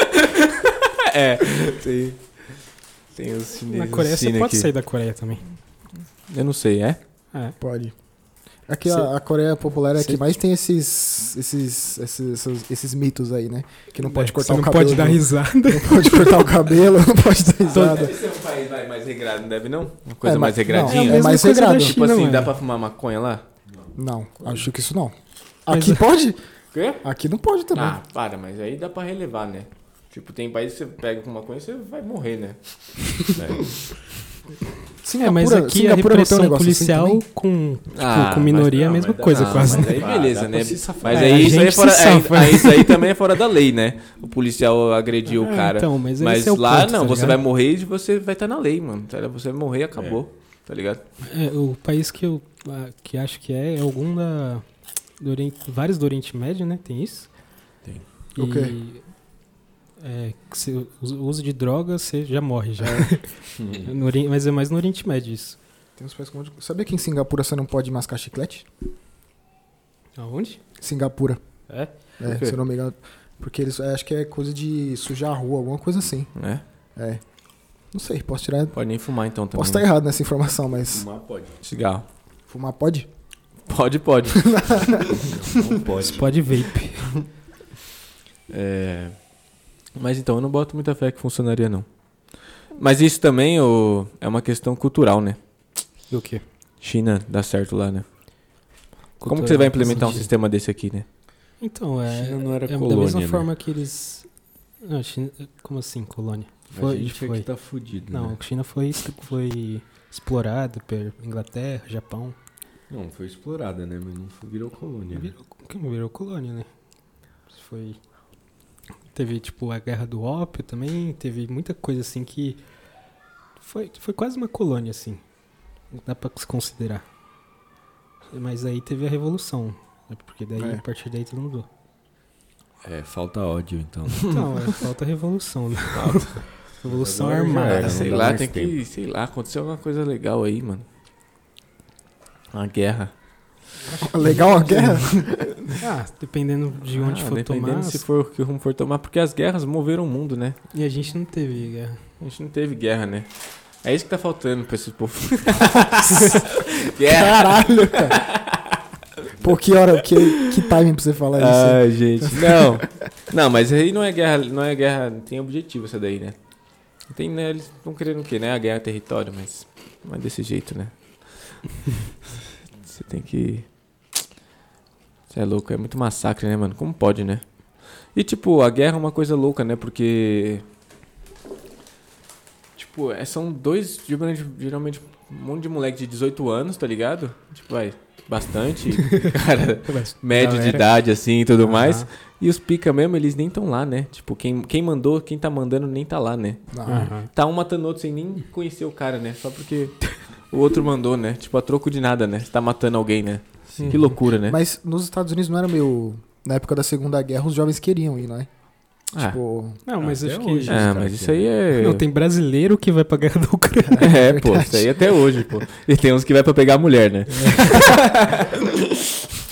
É. Tem, tem os chineses.
Na Coreia você
China
pode
aqui.
sair da Coreia também.
Eu não sei, é?
É.
Pode. Aqui
Cê-
a, a Coreia Popular é a
Cê-
que mais tem esses, esses, esses, esses, esses mitos aí, né? Que não pode
É,
cortar
você
o
não
cabelo. né?
pode dar risada.
não pode cortar o cabelo, não pode dar risada.
ser um país mais regrado, não deve não? Uma
coisa
coisa
É, mais
mais
mas- regradinha?
regradinha?
não, é mais
coisa da
regrado.
tipo
China,
assim,
mano.
dá pra fumar maconha lá?
Não, acho que isso não.
Mas- é-
Aqui pode?
Quê?
Aqui não pode também.
Ah, para, mas aí dá pra relevar, né? Tipo, tem país que você pega com maconha e você vai morrer, né?
Sim,
É, mas aqui
um
a repressão
um
assim
assim
policial com, tipo, com minoria é a mesma coisa, quase.
Ah, Mas aí
Ah,
beleza,
dá
né?
pra se safar.
Mas
É, a
aí isso aí,
gente
é fora,
se
aí-
safa.
aí isso aí também é fora da lei, né? O policial agrediu o
É,
cara.
então, mas esse
mas
é o
lá
ponto,
não,
tá
você
ligado?
vai morrer e você vai estar na lei, mano. Tá ligado? Você vai morrer e acabou, tá ligado?
É, o país que eu ah, que acho que é, é algum da. do Oriente- vários do Oriente Médio, né? Tem isso?
Tem.
E,
O quê?
é, que se o uso de droga, você já morre já.
É.
No Ori- mas é mais no Oriente Médio isso.
Tem uns países com um monte de- Sabia que em Singapura você não pode mascar chiclete?
Aonde?
Singapura.
É?
É,
Por quê?
se eu não me engano. Porque eles. é, acho que é coisa de sujar a rua, alguma coisa assim.
É.
É. Não sei, posso tirar.
Pode nem fumar então também.
Posso
tá
estar errado nessa informação, mas.
Fumar pode.
Cigarro.
Fumar pode?
Pode, pode.
Não pode.
Você pode vape.
É, Mas então, eu não boto muita fé que funcionaria, não. Mas isso também ô, é uma questão cultural, né?
Do quê?
China dá certo lá, né? Como que você vai implementar um
Sentido.
sistema desse aqui, né?
Então, é.
China não era
é da
colônia,
mesma
né?
forma que eles. Não, China, como assim, colônia?
a
Foi,
gente é
foi.
que tá fudido,
Não,
né?
a China foi, foi explorada pela Inglaterra, Japão.
Não, foi explorada, né? Mas não foi- virou colônia. né?
Virou, que virou colônia, né? Foi. Teve, tipo, a guerra do ópio também, teve muita coisa assim que. Foi, foi quase uma colônia, assim. Dá pra se considerar. Mas aí teve a revolução. né? Porque daí,
É.
a partir daí, tudo mudou.
É, falta ódio, então.
Então, é, falta a revolução, né? revolução
Agora já
armada.
era,
É, sei
não dá
lá,
mais
tem que.
tempo.
Sei lá, aconteceu alguma coisa legal aí, mano. Uma guerra.
Legal a guerra?
Ah, dependendo de onde
Ah,
for
dependendo
tomar.
se for que rumo for tomar, porque as guerras moveram o mundo, né?
E a gente não teve guerra.
A gente não teve guerra, né? É isso que tá faltando pra esses povos. guerra!
Caralho, cara. Pô, que hora, que, que timing pra você falar isso?
Ah, gente. Não. Não, mas aí não é guerra, não é guerra, não tem objetivo essa daí, né? Tem, né, eles estão querendo o quê, né? A guerra é território, mas não é desse jeito, né? Você tem que Você é louco, é muito massacre, né, mano? Como pode, né? E tipo, a guerra é uma coisa louca, né? Porque tipo, é- são dois geralmente, geralmente um monte de moleque de 18 anos, tá ligado? Tipo, vai bastante, cara, médio de
Galera.
idade assim e tudo mais.
Aham,
E os pica mesmo, eles nem estão lá, né? Tipo, quem, quem mandou, quem tá mandando nem tá lá, né?
Não.
aham.
Tá um matando outro sem nem conhecer o cara, né? Só porque o outro mandou, né? Tipo, a troco de nada, né? Você tá matando alguém, né? Que loucura, né?
Mas nos Estados Unidos não era meio. Na época da Segunda Guerra, os jovens queriam ir, não é?
ah,
Tipo.
Não, mas
Até
acho que.
hoje.
ah,
cara,
mas
que
isso aí é.
Não, tem brasileiro que vai pra guerra da Ucrânia.
É, pô, isso aí até hoje, pô. E tem uns que vai pra pegar a mulher, né?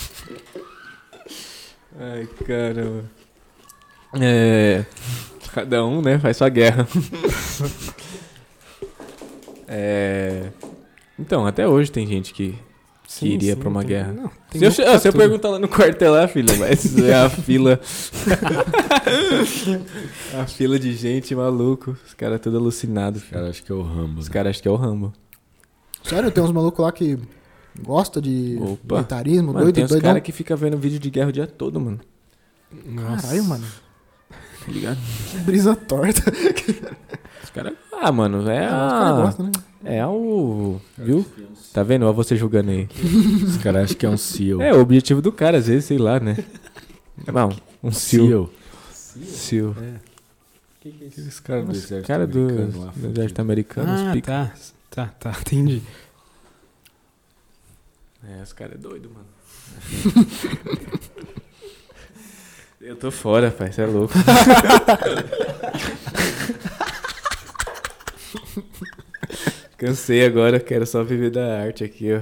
Ai, caramba. É. Cada um, né, faz sua guerra. É. Então, até hoje tem gente que
Sim,
que iria
sim,
pra uma
tem-
guerra.
Não, tem
Se eu,
louco
che- é,
pra
se eu
tudo.
perguntar lá no quartel, lá, filho, mas é a fila. a fila de gente maluco. Os caras tudo alucinados.
Cara, acho que é o Rambo.
Os caras acham que é o Rambo.
Sério, tem uns malucos lá que gosta de
Opa.
militarismo,
Mano, tem
doido,
uns
doidão.
caras que ficam vendo vídeo de guerra o dia todo, mano.
Caralho, mano.
Tá ligado?
Que brisa torta.
Os caras. Ah, mano, é
Os caras
a.
gostam, né?
É o. Viu? Tá vendo? Olha você jogando aí.
Os caras acham que é um SEAL.
É, o objetivo do cara, às vezes, sei lá, né? Não, um SEAL. SEAL.
Aqueles caras do
Os
exército
caras do,
americano lá,
do exército americano, os
Ah,
pica-
tá. Tá, tá, entendi.
É, os caras é doido, mano. Eu tô fora, pai, você é louco. Cansei agora, quero só viver da arte aqui, ó.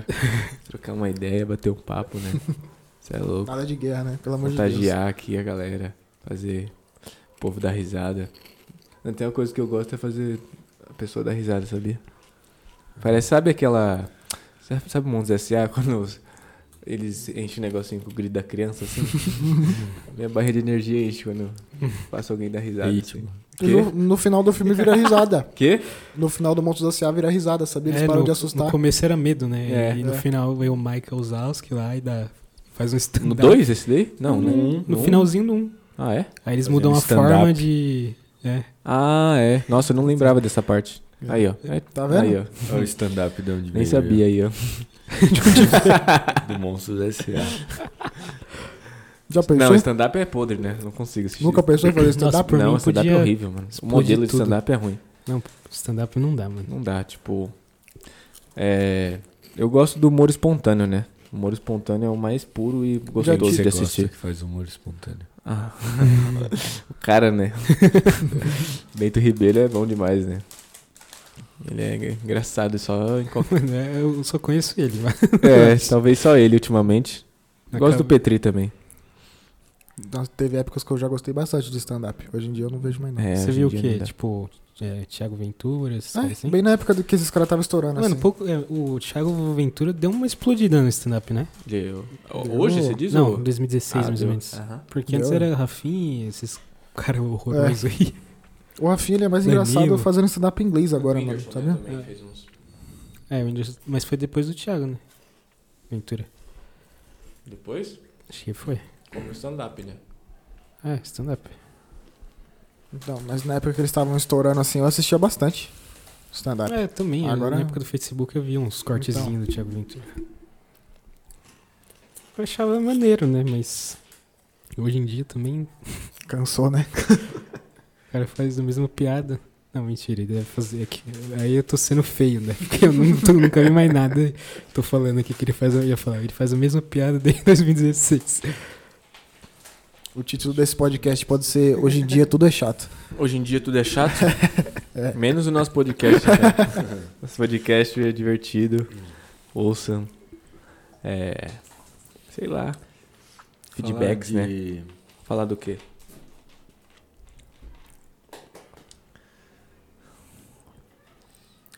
Trocar uma ideia, bater um papo, né? Você é louco.
Nada de guerra, né? Pelo amor de Deus.
Contagiar aqui a galera, fazer o povo dar risada. Até uma coisa que eu gosto é fazer a pessoa dar risada, sabia? Parece, sabe aquela. Sabe, sabe o Montes S.A. quando os- eles enchem o negocinho com o grito da criança, assim? Minha barreira de energia enche quando passa alguém dar risada. Assim.
Ritmo.
E no, no final do filme vira risada.
Quê?
No final do Montes da Seá vira risada, sabia? Eles
É,
param
no,
de assustar.
No começo era medo, né?
É.
e no
É.
final veio o Michael Zalski lá e dá, faz um stand-up.
No 2 esse daí? Não,
No,
né?
Hum.
um, no finalzinho do 1. Um.
Ah, é?
Aí eles
Fazendo
mudam a
stand-up.
forma de. É.
Ah, é. Nossa, eu não lembrava dessa parte. Aí, ó. É,
Tá vendo?
Aí, ó.
Olha o stand-up de onde
Nem
veio,
sabia aí, ó.
Do monstro da S.A.
Já pensou?
Não, stand-up é podre, né? Não consigo assistir.
Nunca pensou em fazer stand-up?
por
não,
mim,
stand-up é
podia
horrível, mano. O
explodir
modelo de
tudo.
stand-up é ruim.
Stand-up não dá, mano.
Não dá, tipo. É. Eu gosto do humor espontâneo, né? O humor espontâneo é o mais puro e
Quem
gostoso
você
de
gosta
assistir.
que faz humor espontâneo?
Ah. o cara, né? Bento Ribeiro é bom demais, né? Ele é engraçado, só em qualquer.
Mano, é, eu só conheço ele, mano.
É, talvez só ele ultimamente. Gosto do Petri também.
Nossa, teve épocas que eu já gostei bastante de stand-up. Hoje em dia eu não vejo mais não.
É, hoje
Você
em
viu o
dia
quê?
não dá.
Tipo, é, Thiago Ventura, esses
Ah,
caras assim?
bem na época do que esses caras estavam estourando,
Mano,
assim.
pouco, é, o Thiago Ventura deu uma explodida no stand-up, né?
Eu- Hoje você diz?
Não,
ou-
2016 mais
Ah, deu. né? É.
ou Ah, menos.
Aham.
Porque antes
Deu.
era Rafinha, esses caras horrorosos aí.
O Rafinha ele é mais
Danilo.
engraçado fazendo stand-up em inglês agora,
O
mano.
Whindersson, né,
Sabia?
também
É.
fez uns-
É, o Whindersson- mas foi depois do Thiago, né? Ventura.
Depois,
Acho que foi.
como stand-up, né?
É, stand-up.
Então, mas na época que eles estavam estourando assim, eu assistia bastante
Ah.
stand-up.
É, também. eu-
Agora-
Na época do Facebook eu vi uns cortezinhos do Thiago Ventura. Eu achava maneiro, né? Mas hoje em dia também
Cansou, né?
o cara faz a mesma piada. Não, mentira, ele deve fazer aqui. Aí eu tô sendo feio, né? Porque eu não tô- nunca vi mais nada. Tô falando aqui que ele faz. Eu ia falar, ele faz a mesma piada desde 2016.
O título desse podcast pode ser Hoje em dia tudo é chato.
Hoje em dia tudo é chato.
É.
Menos o nosso podcast. né? Cara. Nosso podcast é divertido. Ouçam. É, sei lá. Feedbacks, né?
né?
Falar do quê?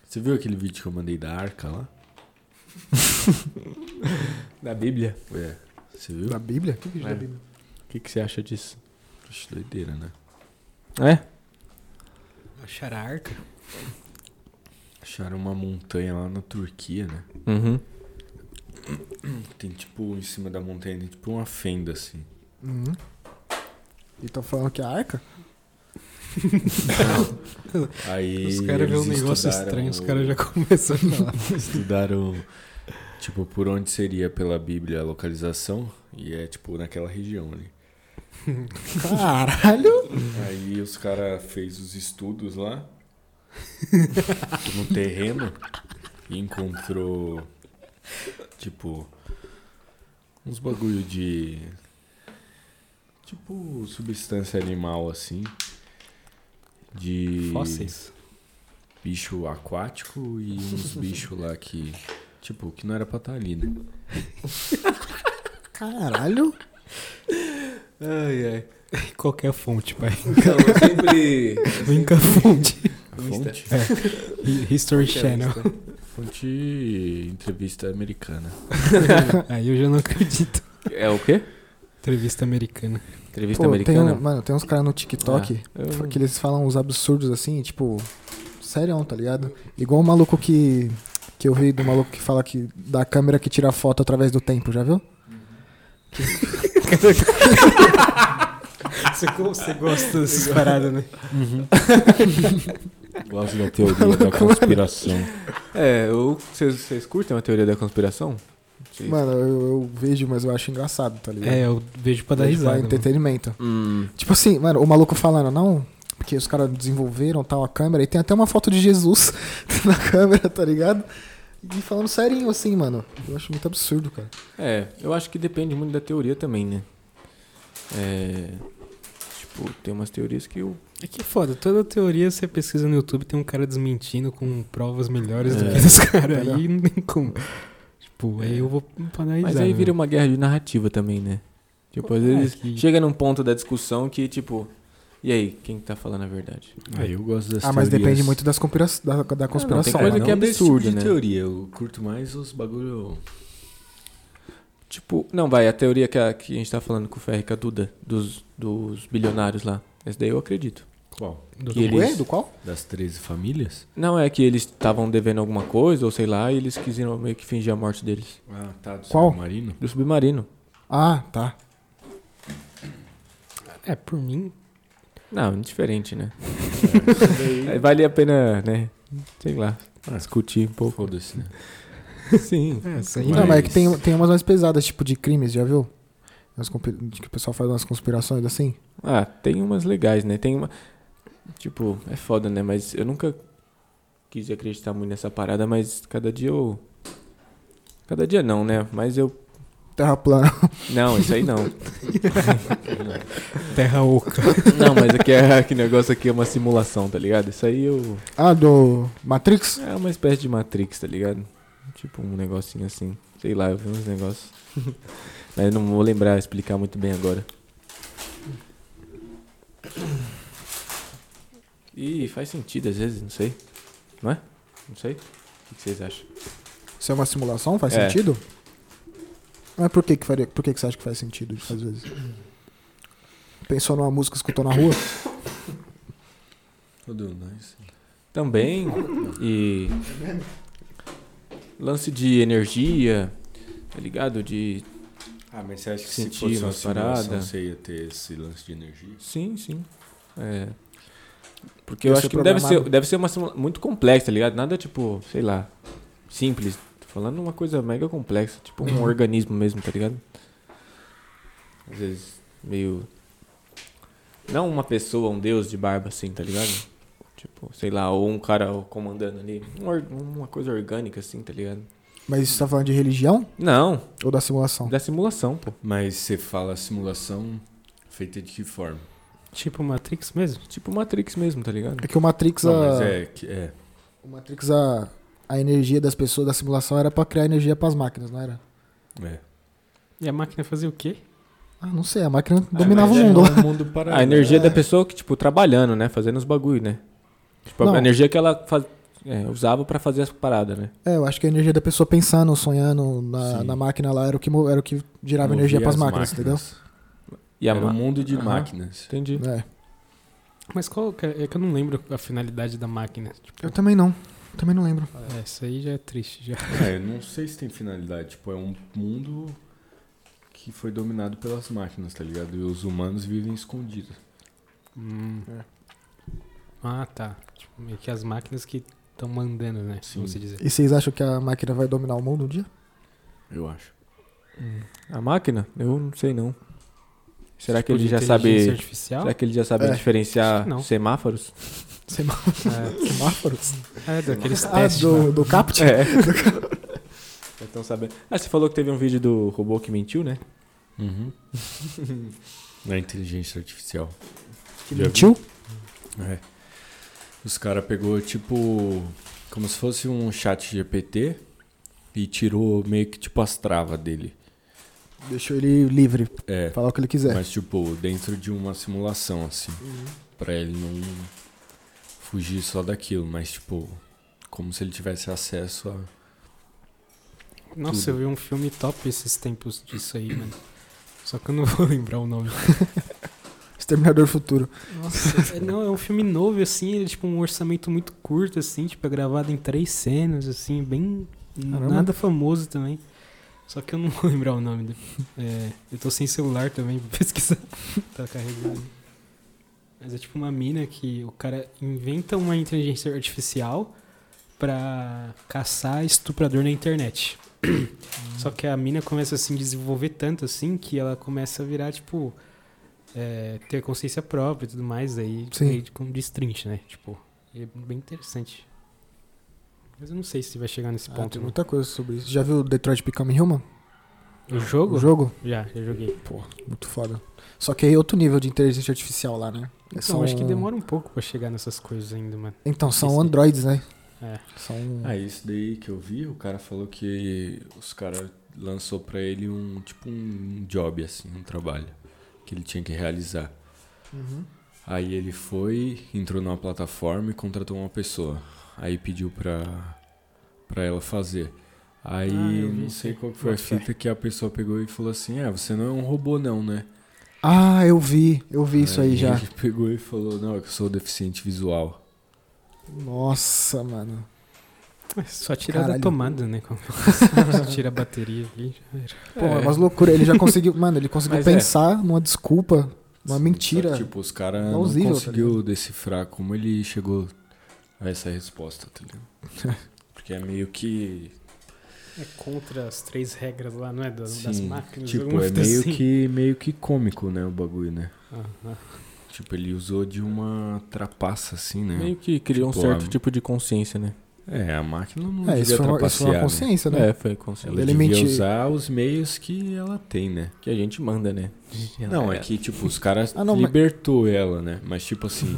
Você viu aquele vídeo que eu mandei da arca lá?
Da Bíblia.
É. Você viu?
Da Bíblia? Que vídeo
É.
da Bíblia?
O que, que você acha disso?
Acho doideira, né?
É?
Achar a arca?
Acharam uma montanha lá na Turquia, né?
Uhum.
Tem tipo, em cima da montanha, tem tipo uma fenda assim.
Uhum. E estão falando que é a arca?
Aí.
os caras vê
eles
um negócio
estudaram
estranho, os
o-
caras já começam a falar.
Estudaram, tipo, por onde seria pela Bíblia a localização. E é, tipo, naquela região ali.
Caralho!
Aí os caras fez os estudos lá no terreno e encontrou tipo uns bagulho de tipo substância animal assim de
Fósseis.
bicho aquático e uns bichos lá que tipo que não era pra estar ali, né?
Caralho!
Ai, ai.
Qualquer é fonte, pai.
Então, eu sempre.
Brinca fonte.
A fonte
History Channel.
fonte entrevista americana.
Aí eu já não acredito.
É o quê?
Entrevista americana.
Entrevista
é
Pô, tem
americana?
um, mano, tem uns caras no TikTok
Ah, eu-
que eles falam uns absurdos assim, tipo, sério, tá ligado? Igual o maluco que que eu vi do maluco que fala que da câmera que tira foto através do tempo, já viu?
Você, você gosta dessas paradas, né?
Gosto da teoria da conspiração.
É, eu- vocês vocês curtem a teoria da conspiração? Vocês-
Mano, eu, eu vejo, mas eu acho engraçado, tá ligado?
né?
É, eu vejo pra dar
Vejo pra
risada. né? mano.
entretenimento.
Hum,
Tipo assim, mano, o maluco falando, não, porque os caras desenvolveram tal a câmera, e tem até uma foto de Jesus na câmera, tá ligado? E falando serinho assim, mano. Eu acho muito absurdo, cara.
é, eu acho que depende muito da teoria também, né? É, tipo, tem umas teorias que eu...
É que é foda, toda teoria você pesquisa no YouTube tem um cara desmentindo com provas melhores do
É.
que dos caras.
Entendeu?
Aí não tem como. Tipo, aí eu vou pra dar
Mas
risada,
aí vira
mano.
uma guerra de narrativa também, né? Tipo, às
É,
vezes
que-
chega num ponto da discussão que, tipo... E aí, quem tá falando a verdade?
Aí eu gosto das
ah, mas
teorias.
depende muito das conspira da, da conspiração.
coisa
mano.
que é
desse
absurdo,
tipo de
né?
teoria. Eu curto mais os bagulho.
Tipo, não, vai, a teoria que a, que a gente tá falando com o Ferri, com a Duda, dos, dos bilionários lá. Essa daí eu acredito.
Qual?
Do-
que
Do
ele-
quê?
eles-
Do qual?
Das 13 famílias?
Não é que eles estavam devendo alguma coisa, ou sei lá, e eles quiseram meio que fingir a morte deles.
Ah, tá. Do
Qual?
submarino?
Do submarino.
Ah, tá.
É, por mim.
Não, indiferente, né? Aí vale a pena, né? Sei lá, discutir um pouco.
Foda-se, né?
Sim.
É, isso
Não, mas é
Mas-
que tem, tem umas mais pesadas, tipo de crimes, já viu? As compi- que o pessoal faz umas conspirações assim.
Ah, tem umas legais, né? Tem uma. Tipo, é foda, né? Mas eu nunca quis acreditar muito nessa parada, mas cada dia eu. Cada dia não, né? Mas eu.
Terra plana.
Não, isso aí não.
Terra oca.
Não, mas aqui é que negócio aqui é uma simulação, tá ligado? Isso aí eu.
Ah, do Matrix?
É uma espécie de Matrix, tá ligado? Tipo um negocinho assim. Sei lá, eu vi uns negócios. Mas eu não vou lembrar, explicar muito bem agora. Ih, faz sentido às vezes, não sei. Não é? Não sei. O que vocês acham?
Isso é uma simulação? Faz
É.
sentido? Mas por que, que, faria, por que, que você acha que faz sentido às vezes? Pensou numa música que escutou na rua?
Tudo nice.
Também. E. Lance de energia, tá ligado? De.
Ah, mas você acha
que se fosse uma simulação,
você ia ter esse lance de energia?
Sim, sim. É. Porque
Deve
eu
ser
acho que deve ser,
programado.
deve ser uma simula- muito complexa, tá ligado? Nada tipo, sei lá, simples. Tô falando uma coisa mega complexa, tipo um
Uhum.
organismo mesmo, tá ligado? Às vezes meio não uma pessoa, um deus de barba assim, tá ligado? Tipo, sei lá, ou um cara comandando ali, Um or- uma coisa orgânica assim, tá ligado?
Mas você tá falando de religião
Não,
ou da simulação?
da simulação, pô.
Mas você fala simulação feita de que forma?
Tipo Matrix mesmo?
Tipo Matrix mesmo, tá ligado?
É que o Matrix,
Não, mas
a,
é, que- é.
o Matrix a, a energia das pessoas da simulação era pra criar energia pras máquinas, não era?
é.
E a máquina fazia o quê?
Ah, não sei, a máquina dominava o mundo lá.
Um mundo paralelo.
A energia
É.
né?
da pessoa que, tipo, trabalhando, né? Fazendo os bagulho, né? Tipo,
Não.
a energia que ela faz- é, usava pra fazer as paradas, né?
É, eu acho que a energia da pessoa pensando, sonhando na,
Sim.
na máquina lá era o que, mo- era o que girava
Movia
energia pras
as
máquinas,
E a
Era
ma-
um mundo de Né?
Aham.
máquinas.
Entendi.
entendeu? É.
Mas qual que é? é que eu não lembro a finalidade da máquina. Tipo,
Eu também não. Também não lembro.
é, isso aí já é triste já.
É, eu não sei se tem finalidade. Tipo, é um mundo que foi dominado pelas máquinas, tá ligado? E os humanos vivem escondidos.
Hum.
É.
Ah, tá. Tipo, meio que as máquinas que estão mandando, né?
Sim.
Vamos dizer.
E vocês acham que a máquina vai dominar o mundo um dia?
Eu acho.
A máquina? Eu não sei, não. Será
Tipo,
que ele
de
já
inteligência
sabe...
Artificial?
Será que ele já sabe
É.
diferenciar
Acho que não.
semáforos?
Sem
É,
semáforos?
é daqueles
Ah,
testes. né? lá.
do, do CAPT?
É. Já estão sabendo. Ah, você falou que teve um vídeo do robô que mentiu, né?
Uhum. Na inteligência artificial.
Que
Já
mentiu?
É. Os caras pegou tipo como se fosse um chat GPT e tirou meio que tipo as travas dele.
Deixou ele livre,
É.
falar o que ele quiser.
Mas tipo dentro de uma
Uhum.
simulação assim, Pra ele não fugir só daquilo, mas tipo Como se ele tivesse acesso a.
Nossa,
Tudo.
eu vi um filme top esses tempos disso aí, mano. Só que eu não vou lembrar o nome.
Exterminador Futuro.
Nossa, é- não, é um filme novo, assim, ele é tipo um orçamento muito curto, assim, tipo, é gravado em três cenas, assim, bem.
Caramba.
Nada famoso também. Só que eu não vou lembrar o nome dele. É, eu tô sem celular também, pra pesquisar. tá carregando. Mas é tipo uma mina que o cara inventa uma inteligência artificial pra caçar estuprador na internet.
Hum.
Só que a mina começa assim desenvolver tanto assim que ela começa a virar tipo é, ter consciência própria e tudo mais aí
Sim.
aí como destrinche, né? Tipo, é bem interessante. Mas eu não sei se vai chegar nesse
Ah,
ponto. né?
tem
não.
muita coisa sobre isso. Já viu Detroit Become Human?
O jogo?
O jogo? é
Já, já joguei. Pô,
Muito foda. Só que aí é outro nível de inteligência artificial lá, né? É
então,
só
acho que
um-
demora um pouco pra chegar nessas coisas ainda, mano.
Então, são
Esse-
androides, né?
É.
São...
Ah, isso daí que eu vi, o cara falou que os caras lançou pra ele um tipo um job assim, um trabalho que ele tinha que realizar.
Uhum.
Aí ele foi, entrou numa plataforma e contratou uma pessoa. Aí pediu pra, pra ela fazer. Aí
Ah, eu vi
não
isso
sei
aí.
qual que foi a
Bota fé.
fita que a pessoa pegou e falou assim: "É, você não é um robô não, né?"
Ah, eu vi. Eu vi isso aí já.
Ele pegou e falou: "Não, é que eu sou deficiente visual."
Nossa, mano.
É Só tirar da
Caralho.
tomada, né? Como- Só tira a bateria ali. já era.
Pô, é umas loucuras. Ele já conseguiu... Mano, ele conseguiu
Mas é.
pensar numa desculpa, uma mentira.
Só, que, tipo, os caras não
plausível, tá
conseguiu
ligado?
decifrar como ele chegou a essa resposta, tá ligado? Porque é meio que
É contra as três regras lá, não é? Das, das
Sim,
máquinas.
tipo,
alguma
é
fita
meio
assim.
que meio que cômico, né, o bagulho, né?
Aham.
Tipo, ele usou de uma trapaça, assim, né?
Meio que criou um
Tipo,
certo
a-
tipo de consciência, né?
É, a máquina não
É,
devia
isso foi, uma, isso foi uma
trapacear, né?
consciência, né?
É, foi consciência.
Ela
Ele
devia
mentiu.
usar os meios que ela tem, né?
Que a gente manda, né?
Não, é que, tipo, os caras
Ah, não, mas-
libertou ela, né? Mas, tipo assim,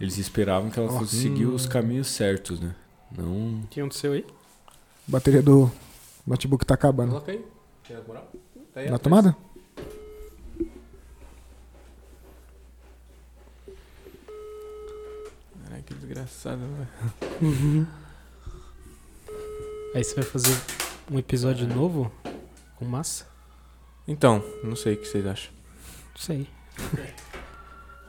eles esperavam que ela
Ó,
fosse
hum.
seguir os caminhos certos, né? Não...
Tinha um do seu aí?
Bateria do notebook tá acabando.
Coloca aí. Tira a moral. Tá aí
Na
atrás.
tomada?
Ai, que desgraçado, né? velho.
Aí você vai fazer um episódio novo? Com massa?
Então, não sei o que vocês acham.
Não sei.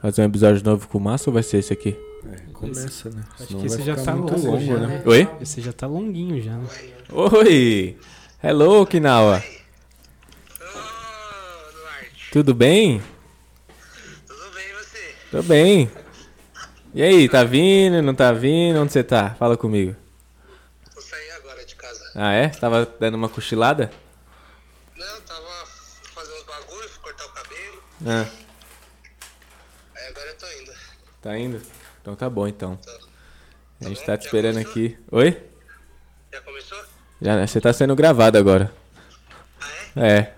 Fazer um episódio novo com o Massa ou vai ser esse aqui?
É, começa, né?
Acho
Senão
que esse
vai
já
ficar
tá
muito
longo,
longo,
já,
né?
né?
Oi?
Esse já tá longuinho já, né?
Oi! Hello, Kinawa!
Ô, Ah, Duarte,
Tudo bem?
tudo bem e você?
Tô bem. E aí, tá vindo, não tá vindo? Onde você tá? Fala comigo.
Vou sair agora de casa.
Ah, é? Você tava dando uma cochilada?
Não, eu tava fazendo uns bagulho, fui cortar o cabelo,
Ah,
aí agora eu tô indo.
tá indo? Então tá bom, então. A gente
bom?
tá te
Já
esperando
começou?
aqui. Oi?
Já começou?
Já, você tá sendo gravado agora.
Ah,
É.
é?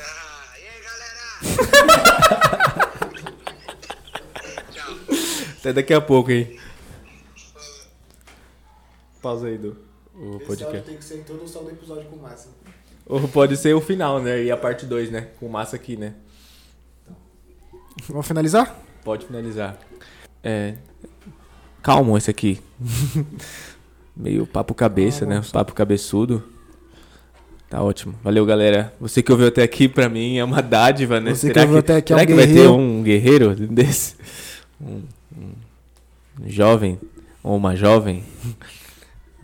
Ah, e aí, galera? Tchau.
Até daqui a pouco, hein? Pausa aí do o podcast.
tem que ser introdução do episódio com o Massa.
Ou pode ser o final, né? E a parte 2, né? Com massa aqui, né?
Vamos finalizar?
Pode finalizar. É. Calmo esse aqui. Meio papo cabeça, né? Papo cabeçudo. Tá ótimo. Valeu, galera. Você que ouviu até aqui, pra mim, é uma dádiva, né?
Você que ouviu até aqui é
será
um
que vai ter
guerreiro.
um guerreiro desse? Um, um jovem? Ou uma jovem?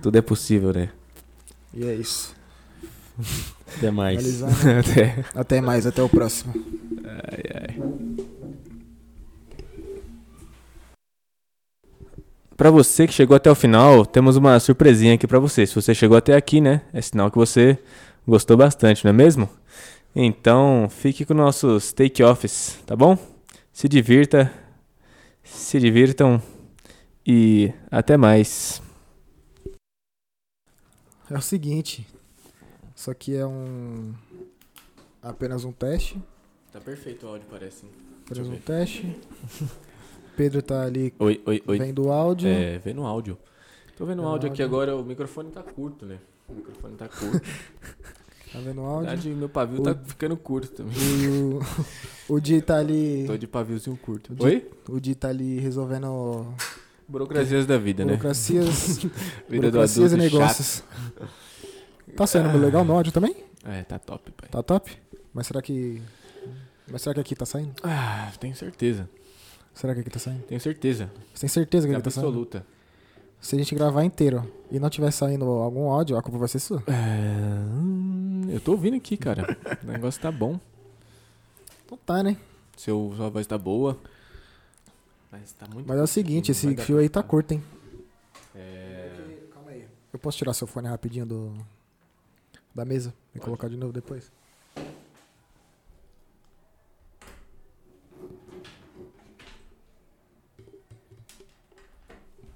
Tudo é possível, né?
E é isso.
Até mais.
Finalizar.
Até.
Até mais, até o próximo.
Pra você que chegou até o final, temos uma surpresinha aqui pra você. Se você chegou até aqui, né? É sinal que você gostou bastante, não é mesmo? Então, fique com nossos take-offs, tá bom? Se divirta, se divirtam e até mais.
É o seguinte. Isso aqui é um. Apenas um teste.
Tá perfeito o áudio, parece.
Apenas
eu
um
ver.
teste. Pedro tá ali
Oi, oi, oi.
vendo o áudio.
É, vendo o áudio. Tô vendo o
Vendo
áudio aqui
áudio.
agora, o microfone tá curto, né? O microfone tá curto.
Tá vendo o
Na
áudio.
verdade, meu pavio tá ficando curto também.
E o. O Di tá ali.
Tô de paviozinho curto.
De-
Oi?
O Di tá ali resolvendo
Burocracias da vida, né?
Burocracias,
Vida do
burocracias
adulto
e
chato.
negócios. Tá saindo legal no áudio também?
É, tá top, pai.
Tá top? Mas será que. Mas será que aqui tá saindo?
Ah, tenho certeza.
Será que aqui tá saindo?
Tenho certeza.
Você tem certeza que aqui tá saindo?
Absoluta.
Se a gente gravar inteiro e não tiver saindo algum áudio, a culpa vai ser sua.
É, hum, eu tô ouvindo aqui, cara. O negócio tá bom.
Então tá, né?
Seu, sua voz tá boa. Mas tá muito
Mas é o seguinte, esse
Vai dar
fio aí tá curto, hein?
É...
Calma aí. Eu posso tirar seu fone rapidinho do. Da mesa e colocar de novo depois?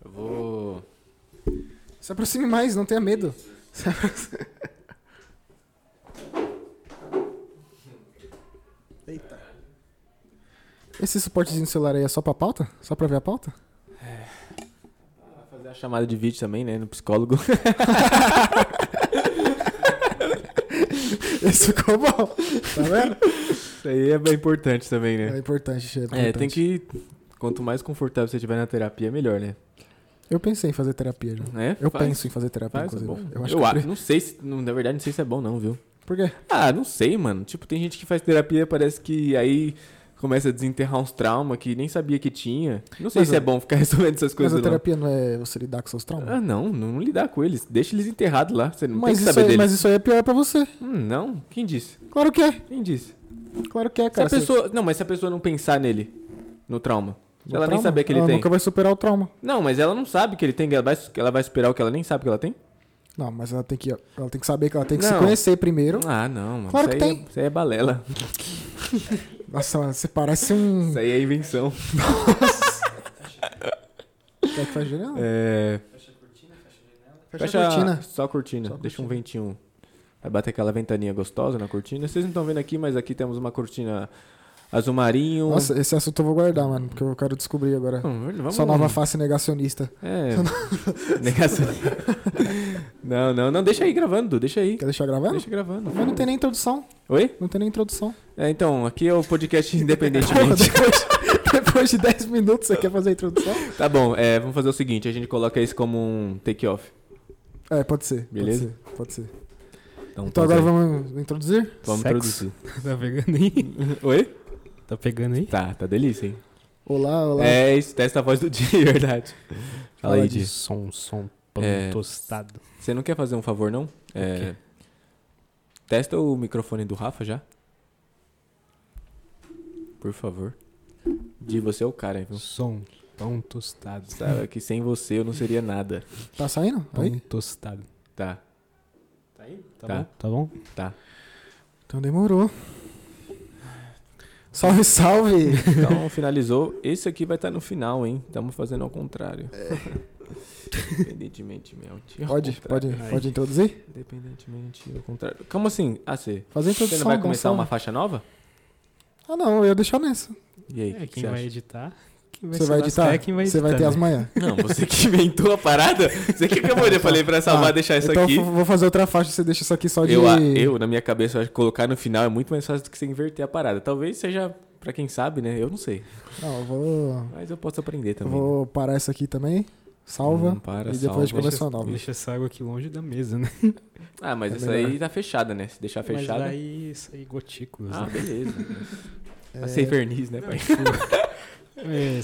Eu vou.
Se aproxime mais, não tenha medo. Eita. Esse suportezinho do celular aí é só pra pauta? Só pra ver a pauta?
Fazer a chamada de vídeo também, né? No psicólogo.
Esse ficou bom. Tá vendo?
Isso aí é bem importante também,
É
né?
importante, chefe.
É, tem que. Quanto mais confortável você tiver na terapia, melhor, né?
Eu pensei em fazer terapia já.
né?
Eu
Faz-
penso em fazer terapia,
Faz, é bom.
inclusive.
Eu,
que
a-
pre-
não sei se. não- Na verdade, não sei se é bom, não, viu?
Por quê?
Ah, não sei, mano. Tipo, tem gente que faz terapia, parece que aí começa a desenterrar uns traumas que nem sabia que tinha. Não sei
Mas
se
a-
é bom ficar resolvendo essas
Mas
coisas.
a
não.
terapia não é você lidar com seus traumas?
Ah, não, não, não lidar com eles. Deixa eles enterrados lá. Você não
mas,
tem que
isso
saber
aí,
deles.
mas isso aí é pior pra você.
Hum, não? Quem disse?
Claro que é.
Quem disse?
Claro que é,
Se
cara.
a pessoa. Não, mas se a pessoa não pensar nele, no trauma. Se
No
ela nem
trauma,
saber que ele
ela
tem.
nunca vai superar o trauma.
Não, mas ela não sabe que ele tem, que ela vai, ela vai superar o que ela nem sabe que ela tem?
Não, mas ela tem que, ela tem que saber que ela tem que se
Não.
conhecer primeiro.
Ah, não, mano.
Claro
isso
que
aí
tem.
É, isso aí é balela.
Nossa, mano, você parece um.
Isso aí é invenção.
Quer que faz janela?
É.
Fecha a cortina.
Só a cortina. Deixa um ventinho. Vai bater aquela ventaninha gostosa na cortina. Vocês não estão vendo aqui, mas aqui temos uma cortina azul marinho.
Nossa, esse assunto eu vou guardar, mano, porque eu quero descobrir agora.
Hum, um- vamos...
Sua nova face negacionista.
É. Negação. não, não, não. Deixa aí gravando, Du, deixa aí.
Quer deixar gravando?
Deixa gravando.
Mas não tem nem introdução.
Oi?
Não tem nem introdução.
É, então, aqui é o podcast independentemente.
Depois de 10 minutos, você quer fazer a introdução?
tá bom, é, vamos fazer o seguinte: a gente coloca isso como um take-off.
É, pode ser. pode
Beleza.
ser, Pode ser. Então
faz
agora
aí.
vamos introduzir?
Vamos
Sexo.
produzir.
Tá pegando aí?
Oi?
Tá pegando aí?
Tá, tá delícia, hein?
Olá, olá.
É isso, testa a voz do dia, é verdade. Fala aí, Di.
som, som, pão
É.
tostado.
Você não quer fazer um favor, não? É. Testa o microfone do Rafa já. Por favor. Di, você é o cara, viu?
Som, pão tostado.
Tá.
Sabe que sem você eu não seria nada.
Tá saindo?
Pão
Aí?
tostado.
Tá.
Tá,
Tá.
bom? Tá bom?
Então demorou. Salve, salve!
Então finalizou. Esse aqui vai estar no final, hein? Estamos fazendo ao contrário. Independentemente, meu.
Pode, pode, pode introduzir?
Independentemente ao contrário. Como assim? Ah, você.
Fazer a
Você
introdução.
não vai começar
Gonçalo.
uma faixa nova?
Ah, não, eu ia deixar nessa.
E aí, o
É,
que que
quem
você
vai
acha?
editar? Quem
Você
se
vai
lascar
editar?
é quem vai
Você vai
editar,
ter as
né?
manhã.
Não, você que inventou a parada? Você que acabou de eu falei pra salvar,
Ah,
deixar isso
então
aqui.
eu vou fazer outra faixa, você deixa isso aqui só de.
Eu, a- eu, na minha cabeça, eu acho que colocar no final é muito mais fácil do que você inverter a parada. Talvez seja, pra quem sabe, né? Eu não sei.
Não, eu vou.
Mas eu posso aprender
Eu
também.
vou parar isso aqui também. Salva.
Hum, para,
e depois
salva.
começa a nova.
Deixa essa água aqui longe da mesa, né?
Ah, mas
É
essa
melhor.
aí tá fechada, né? Se deixar fechada.
Mas aí sai gotículas,
Ah,
né?
beleza.
É,
Mas sem verniz, né, pai?
É,